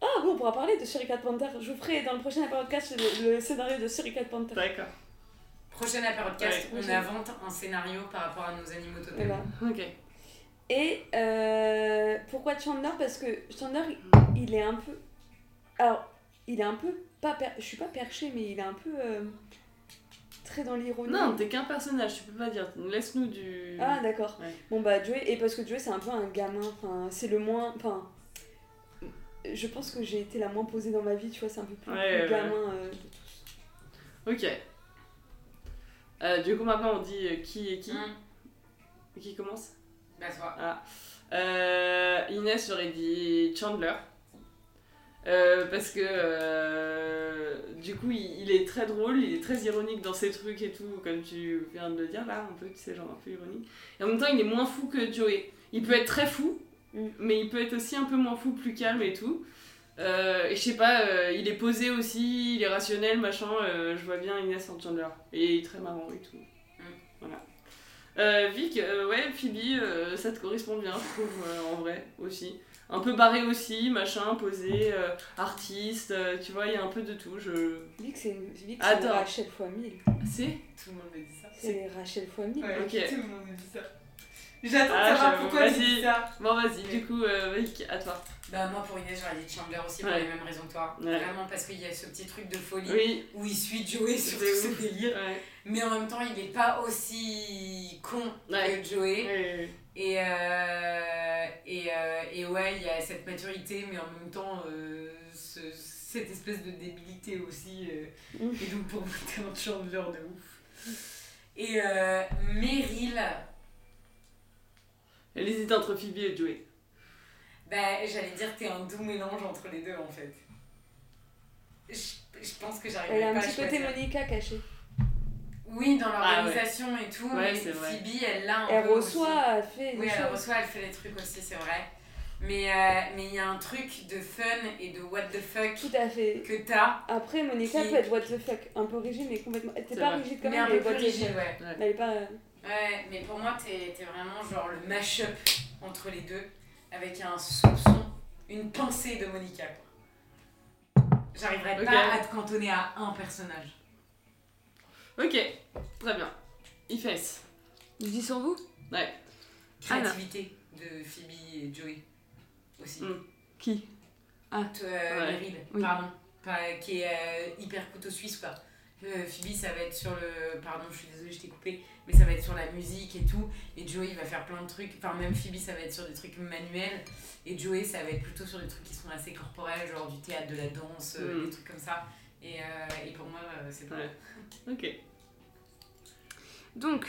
Speaker 3: Ah oui, on pourra parler de suricate panthère. Je vous ferai dans le prochain podcast le, le scénario de suricate panthère.
Speaker 6: D'accord.
Speaker 2: Prochaine apéro de cast,
Speaker 3: Ouais.
Speaker 2: on invente un scénario par rapport à nos animaux totems.
Speaker 3: Voilà.
Speaker 6: Ok.
Speaker 3: Et euh, pourquoi Chandler Parce que Chandler, il est un peu. Alors, il est un peu. Pas per- Je suis pas perché, mais il est un peu. euh, très dans l'ironie.
Speaker 6: Non, t'es qu'un personnage, tu peux pas dire. Laisse-nous du.
Speaker 3: Ah d'accord.
Speaker 6: Ouais.
Speaker 3: Bon bah Joey, et parce que Joey c'est un peu un gamin, enfin c'est le moins, enfin je pense que j'ai été la moins posée dans ma vie, tu vois, c'est un peu plus,
Speaker 6: Ouais,
Speaker 3: plus
Speaker 6: ouais,
Speaker 3: gamin. euh, de tous.
Speaker 6: Ok. Euh, du coup, maintenant on dit euh, qui est qui.
Speaker 3: Ah.
Speaker 2: Hum,
Speaker 6: Qui commence
Speaker 2: bah toi.
Speaker 6: Euh, Inès, j'aurais dit Chandler. Euh, parce que euh, du coup, il, il est très drôle, il est très ironique dans ses trucs et tout, comme tu viens de le dire là, un peu, tu sais, genre un peu ironique. Et en même temps, il est moins fou que Joey. Il peut être très fou,
Speaker 3: Mm.
Speaker 6: mais il peut être aussi un peu moins fou, plus calme et tout. Euh, et je sais pas, euh, il est posé aussi, il est rationnel, machin. euh, je vois bien Inès en Chandler. Et il est très marrant et tout. Voilà. Euh, Vic, euh, ouais, Phoebe, euh, ça te correspond bien, je trouve, euh, en vrai, aussi. Un peu barré aussi, machin, posé, euh, artiste, euh, tu vois, il y a un peu de tout. Je...
Speaker 3: Vic c'est une, Vic, c'est
Speaker 6: Attends.
Speaker 3: Rachel fois 1000.
Speaker 6: C'est
Speaker 2: Tout le monde me dit ça.
Speaker 3: C'est Rachel fois 1000.
Speaker 2: Ouais,
Speaker 6: ok.
Speaker 2: Tout le monde me dit ça. J'attends
Speaker 6: Ah,
Speaker 2: de savoir
Speaker 6: j'avoue,
Speaker 2: pourquoi elle
Speaker 6: vas-y.
Speaker 2: dit ça.
Speaker 6: Bon, vas-y, du coup, euh, Vic, à toi.
Speaker 2: Bah moi pour Inès j'aurais dit Chandler aussi pour
Speaker 6: Ouais.
Speaker 2: les mêmes raisons que toi.
Speaker 6: Ouais.
Speaker 2: Vraiment parce qu'il y a ce petit truc de folie
Speaker 6: Oui,
Speaker 2: où il suit Joey sur
Speaker 6: De
Speaker 2: tout ce délire.
Speaker 6: ouais.
Speaker 2: Mais en même temps il est pas aussi con
Speaker 6: Ouais.
Speaker 2: que Joey.
Speaker 6: ouais.
Speaker 2: Et, euh, et, euh, et ouais, il y a cette maturité, mais en même temps, euh, ce- cette espèce de débilité aussi. euh,
Speaker 3: Mm.
Speaker 2: et donc, pour moi, [LAUGHS] t'es un Chandler de ouf. Et euh, Meryl,
Speaker 6: Elle hésite entre Phoebe et Joey.
Speaker 2: bah, j'allais dire que t'es un doux mélange entre les deux, en fait. Je, je pense que
Speaker 3: Elle a
Speaker 2: j'arriverai
Speaker 3: un
Speaker 2: pas à
Speaker 3: petit côté
Speaker 2: choisir.
Speaker 3: Monica caché.
Speaker 2: Oui, dans
Speaker 6: Ah ouais.
Speaker 2: l'organisation et tout,
Speaker 6: Ouais,
Speaker 2: mais
Speaker 6: c'est vrai.
Speaker 2: Phoebe, elle l'a un
Speaker 3: Elle
Speaker 2: peu aussi.
Speaker 3: reçoit, elle fait des
Speaker 2: Oui, elle
Speaker 3: choses.
Speaker 2: reçoit, elle fait les trucs aussi, c'est vrai. Mais euh, mais il y a un truc de fun et de what the fuck
Speaker 3: Tout à fait.
Speaker 2: que t'as,
Speaker 3: Après Monica
Speaker 2: Qui-
Speaker 3: peut être what the fuck, un peu rigide mais complètement. T'es
Speaker 6: C'est
Speaker 3: pas
Speaker 6: vrai.
Speaker 3: rigide comme
Speaker 2: mais
Speaker 3: elle,
Speaker 2: un peu
Speaker 3: mais
Speaker 2: plus
Speaker 3: what the
Speaker 2: rigide,
Speaker 3: fuck.
Speaker 2: ouais.
Speaker 3: Elle est pas. euh,
Speaker 2: Ouais, mais pour moi, t'es t'es vraiment genre le mash-up entre les deux, avec un soupçon une pincée de Monica. quoi. J'arriverai
Speaker 5: Ok.
Speaker 2: pas à te cantonner à un personnage.
Speaker 5: Ok, très bien. Il fesse.
Speaker 3: Je dis sur vous
Speaker 5: Ouais.
Speaker 3: Anna.
Speaker 2: Créativité de Phoebe et Joey aussi.
Speaker 5: Mm.
Speaker 3: Qui Ah.
Speaker 2: Euh, Meryl,
Speaker 3: Oui.
Speaker 2: pardon, Pas- qui est euh, hyper couteau suisse quoi. Euh, Phoebe, ça va être sur le. Pardon, je suis désolée, je t'ai coupé, mais ça va être sur la musique et tout. Et Joey va faire plein de trucs. Enfin, même Phoebe, ça va être sur des trucs manuels. Et Joey, ça va être plutôt sur des trucs qui sont assez corporels, genre du théâtre, de la danse, euh,
Speaker 5: Mm.
Speaker 2: des trucs comme ça. Et, euh, et pour moi, euh, c'est pas.
Speaker 5: Ouais. Ok.
Speaker 3: Donc,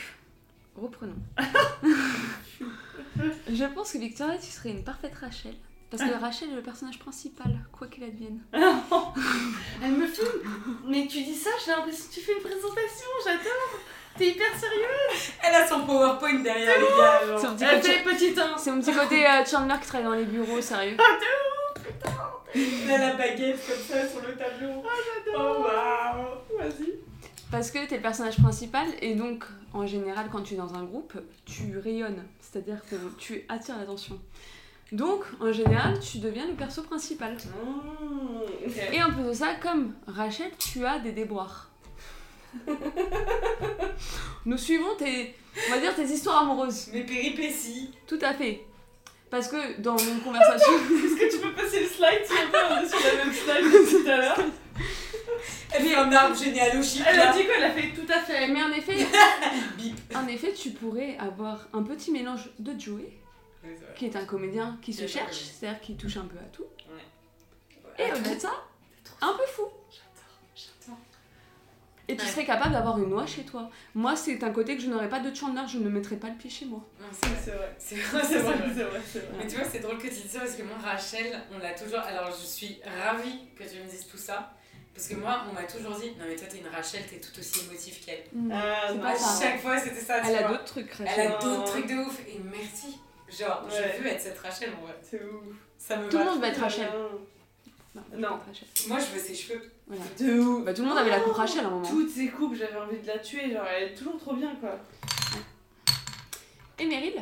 Speaker 3: reprenons. [LAUGHS] je pense que Victoria, tu serais une parfaite Rachel. Parce que Rachel est le personnage principal, quoi qu'il advienne.
Speaker 5: Elle me filme Mais tu dis ça, j'ai l'impression que tu fais une présentation, j'adore T'es hyper sérieux
Speaker 2: Elle a son PowerPoint derrière les gars. genre.
Speaker 3: C'est mon petit
Speaker 5: Elle
Speaker 3: côté,
Speaker 5: fait petit
Speaker 6: hein.
Speaker 5: temps
Speaker 3: c'est mon petit côté, euh, Chandler qui travaille dans les bureaux, sérieux.
Speaker 2: Elle a la baguette comme ça sur le tableau. Oh, waouh!
Speaker 5: Vas-y
Speaker 3: Parce que t'es le personnage principal et donc, en général, quand tu es dans un groupe, tu rayonnes. C'est-à-dire que tu attires l'attention. Donc, en général, tu deviens le perso principal. Ah.
Speaker 5: Ok.
Speaker 3: Et en plus de ça, comme Rachel, tu as des déboires. Nous suivons tes, on va dire tes histoires amoureuses.
Speaker 2: Mes péripéties.
Speaker 3: Tout à fait. Parce que dans mon conversation,
Speaker 5: Est-ce que tu peux passer le slide s'il te plaît On est sur la même slide que tout à l'heure.
Speaker 2: Elle fait un arbre généalogique.
Speaker 5: Elle a
Speaker 2: là.
Speaker 5: dit quoi Elle a fait tout à fait
Speaker 3: mais en effet,
Speaker 2: Bip.
Speaker 3: en effet, tu pourrais avoir un petit mélange de Joey, qui est un comédien qui se cherche, c'est-à-dire qui touche un peu à tout, et
Speaker 2: euh,
Speaker 3: au-delà de ça, un peu fou. Et tu
Speaker 2: Ouais.
Speaker 3: serais capable d'avoir une noix chez toi. Moi, c'est un côté que je n'aurais pas de Chandler, je ne mettrais pas le pied chez moi.
Speaker 2: Non, c'est vrai.
Speaker 5: C'est vrai.
Speaker 2: C'est vrai, c'est vrai.
Speaker 5: c'est vrai, c'est vrai.
Speaker 2: Mais tu vois, c'est drôle que tu dises ça parce que moi, Rachel, on l'a toujours. Alors, je suis ravie que tu me dises tout ça. Parce que moi, on m'a toujours dit Non, mais toi, t'es une Rachel, t'es tout aussi émotive qu'elle.
Speaker 5: Ah,
Speaker 3: C'est
Speaker 5: non.
Speaker 3: pas
Speaker 2: À
Speaker 3: ça.
Speaker 2: chaque fois, c'était ça. tu
Speaker 3: Elle a
Speaker 2: vois.
Speaker 3: d'autres trucs, Rachel.
Speaker 2: Elle a
Speaker 5: Non.
Speaker 2: d'autres trucs de ouf. Et merci. Genre,
Speaker 5: Ouais.
Speaker 2: je veux être cette Rachel en vrai.
Speaker 5: C'est ouf. Ah,
Speaker 2: Ça me
Speaker 3: Tout
Speaker 2: va.
Speaker 3: le monde va être Rachel. Non.
Speaker 5: Non.
Speaker 2: Moi, je veux ses cheveux.
Speaker 3: Voilà.
Speaker 5: De ouf.
Speaker 3: Bah, tout le monde avait la
Speaker 2: Oh,
Speaker 3: coupe Rachel à un moment.
Speaker 5: Toutes ces coupes, j'avais envie de la tuer, genre elle est toujours trop bien quoi.
Speaker 3: Et Meryl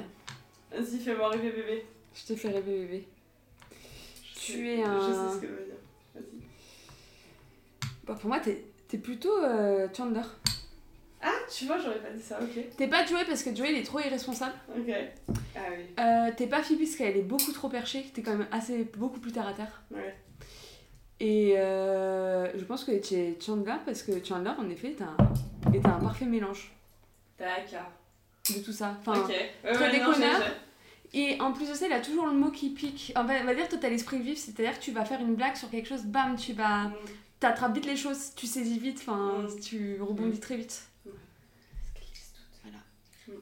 Speaker 5: Vas-y, fais-moi rêver bébé.
Speaker 3: Je t'ai fait rêver bébé.
Speaker 5: Je
Speaker 3: Tu
Speaker 5: sais-
Speaker 3: es un-
Speaker 5: Je sais ce que veut dire. Vas-y.
Speaker 3: Bah, pour moi, t'es t'es plutôt euh, Chandler.
Speaker 5: Ah, tu vois, j'aurais pas dit ça, ok.
Speaker 3: T'es pas Joey parce que Joey il est trop irresponsable.
Speaker 5: Ok. Ah oui.
Speaker 3: Euh, t'es pas Phoebe parce qu'elle est beaucoup trop perchée. T'es quand même assez beaucoup plus terre à terre.
Speaker 5: Ouais.
Speaker 3: Et euh, je pense que tu es Chandler parce que Chandler en effet est un, est un parfait mélange
Speaker 5: D'accord.
Speaker 3: de tout ça. Enfin,
Speaker 5: Ok. Ouais, ouais,
Speaker 3: très
Speaker 5: non, j'ai-
Speaker 3: déconneur.
Speaker 5: j'ai-
Speaker 3: Et en plus de ça, il a toujours le mot qui pique. On va, on va dire, toi, t'as l'esprit vif, c'est-à-dire que tu vas faire une blague sur quelque chose, bam, tu vas. T'attrapes vite les choses, tu saisis vite, enfin,
Speaker 5: Mm.
Speaker 3: tu rebondis très vite.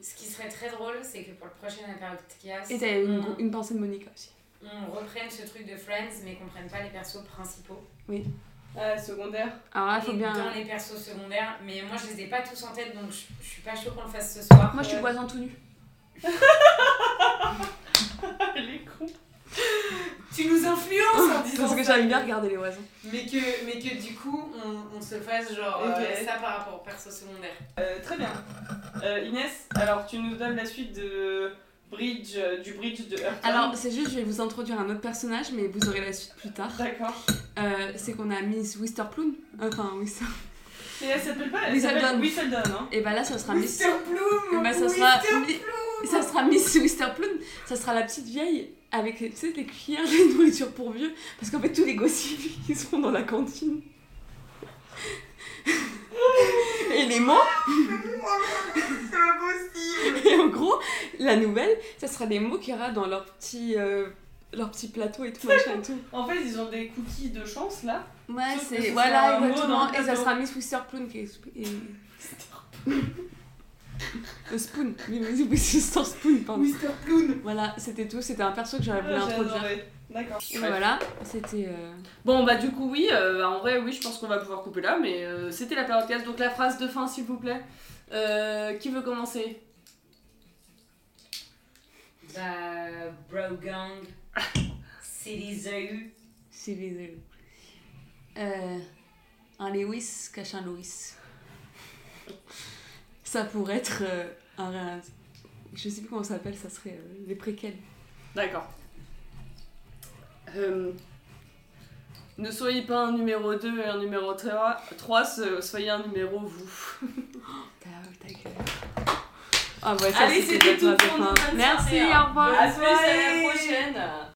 Speaker 2: Ce qui serait très drôle, c'est que pour le prochain podcast,
Speaker 3: Et t'as
Speaker 5: Mm.
Speaker 3: une,
Speaker 2: on-
Speaker 3: une pensée de Monica aussi.
Speaker 2: on reprenne ce truc de Friends, mais qu'on prenne pas les persos principaux.
Speaker 5: Ah, secondaire.
Speaker 3: Alors là, faut
Speaker 2: Et
Speaker 3: bien.
Speaker 2: dans les persos secondaires, mais moi je les ai pas tous en tête donc je, je suis pas chaud qu'on le fasse ce soir. Euh,
Speaker 3: Moi, je suis
Speaker 5: Ouais.
Speaker 3: voisin tout nu.
Speaker 5: Elle est con.
Speaker 2: Tu nous influences
Speaker 3: [LAUGHS]
Speaker 2: en disant
Speaker 3: Parce que
Speaker 2: ça.
Speaker 3: j'aime bien regarder les voisins.
Speaker 2: Mais que, mais que du coup on, on se fasse genre
Speaker 5: Ok.
Speaker 2: euh, ça par rapport aux persos secondaires.
Speaker 5: Euh, très bien. Euh, Inès, alors tu nous donnes la suite de Bridge, euh, du Bridge de Hurton.
Speaker 3: Alors, c'est juste, je vais vous introduire un autre personnage, mais vous aurez la suite plus tard.
Speaker 5: D'accord.
Speaker 3: Euh, c'est qu'on a Miss Wisterploon. Enfin, Wister.
Speaker 5: Mais elle s'appelle pas. Elle
Speaker 3: Miss
Speaker 5: s'appelle
Speaker 3: Eldon.
Speaker 5: Whistledown, hein.
Speaker 3: Et bah là, ça sera Miss.
Speaker 2: Bloom
Speaker 3: Bah, ça sera. Mi- Ça sera Miss [LAUGHS] Wisterploon, ça sera la petite vieille avec tu sais, les cuillères [LAUGHS] de nourriture pour vieux, parce qu'en fait tous les gossips [LAUGHS] ils seront dans la cantine. Et les mots,
Speaker 2: [LAUGHS] C'est pas possible
Speaker 3: et en gros, la nouvelle, ça sera les mots qu'il y aura dans leur petit, euh, leur petit plateau et tout, machin et tout.
Speaker 5: En fait, ils ont des cookies de chance là.
Speaker 3: Ouais,
Speaker 5: Sauf que
Speaker 3: c'est.
Speaker 5: ce sera
Speaker 3: Voilà,
Speaker 5: un mot dans
Speaker 3: exactement.
Speaker 5: le
Speaker 3: Et ça
Speaker 5: plateau.
Speaker 3: sera Miss Wisterploon qui explique. et- Euh, Spoon, oui, oui, oui, Mr. Spoon, pardon.
Speaker 5: Mr. Clown.
Speaker 3: Voilà, c'était tout, c'était un perso que j'avais voulu
Speaker 5: Ah, j'ai
Speaker 3: introduire.
Speaker 5: adoré. D'accord.
Speaker 3: Et voilà, c'était. euh,
Speaker 5: Bon, bah du coup, oui, euh, en vrai, oui, je pense qu'on va pouvoir couper là, mais euh, c'était la période casse, donc la phrase de fin, s'il vous plaît. Euh, qui veut commencer
Speaker 2: Bah Bro [LAUGHS] Gang, City
Speaker 3: C'est les ailes. Euh, un Lewis cache un Louis. Ça pourrait être euh, un, un- Je sais plus comment ça s'appelle, ça serait euh, les préquels.
Speaker 5: D'accord.
Speaker 6: Euh, ne soyez pas un numéro 2 et un numéro 3, 3 so- soyez un numéro vous.
Speaker 2: Ta ta gueule. Ah ouais, ça
Speaker 6: Allez, c'était
Speaker 2: notre
Speaker 6: tout pour nous, bonne
Speaker 2: Merci,
Speaker 6: soirée.
Speaker 2: au revoir.
Speaker 6: à plus, à la prochaine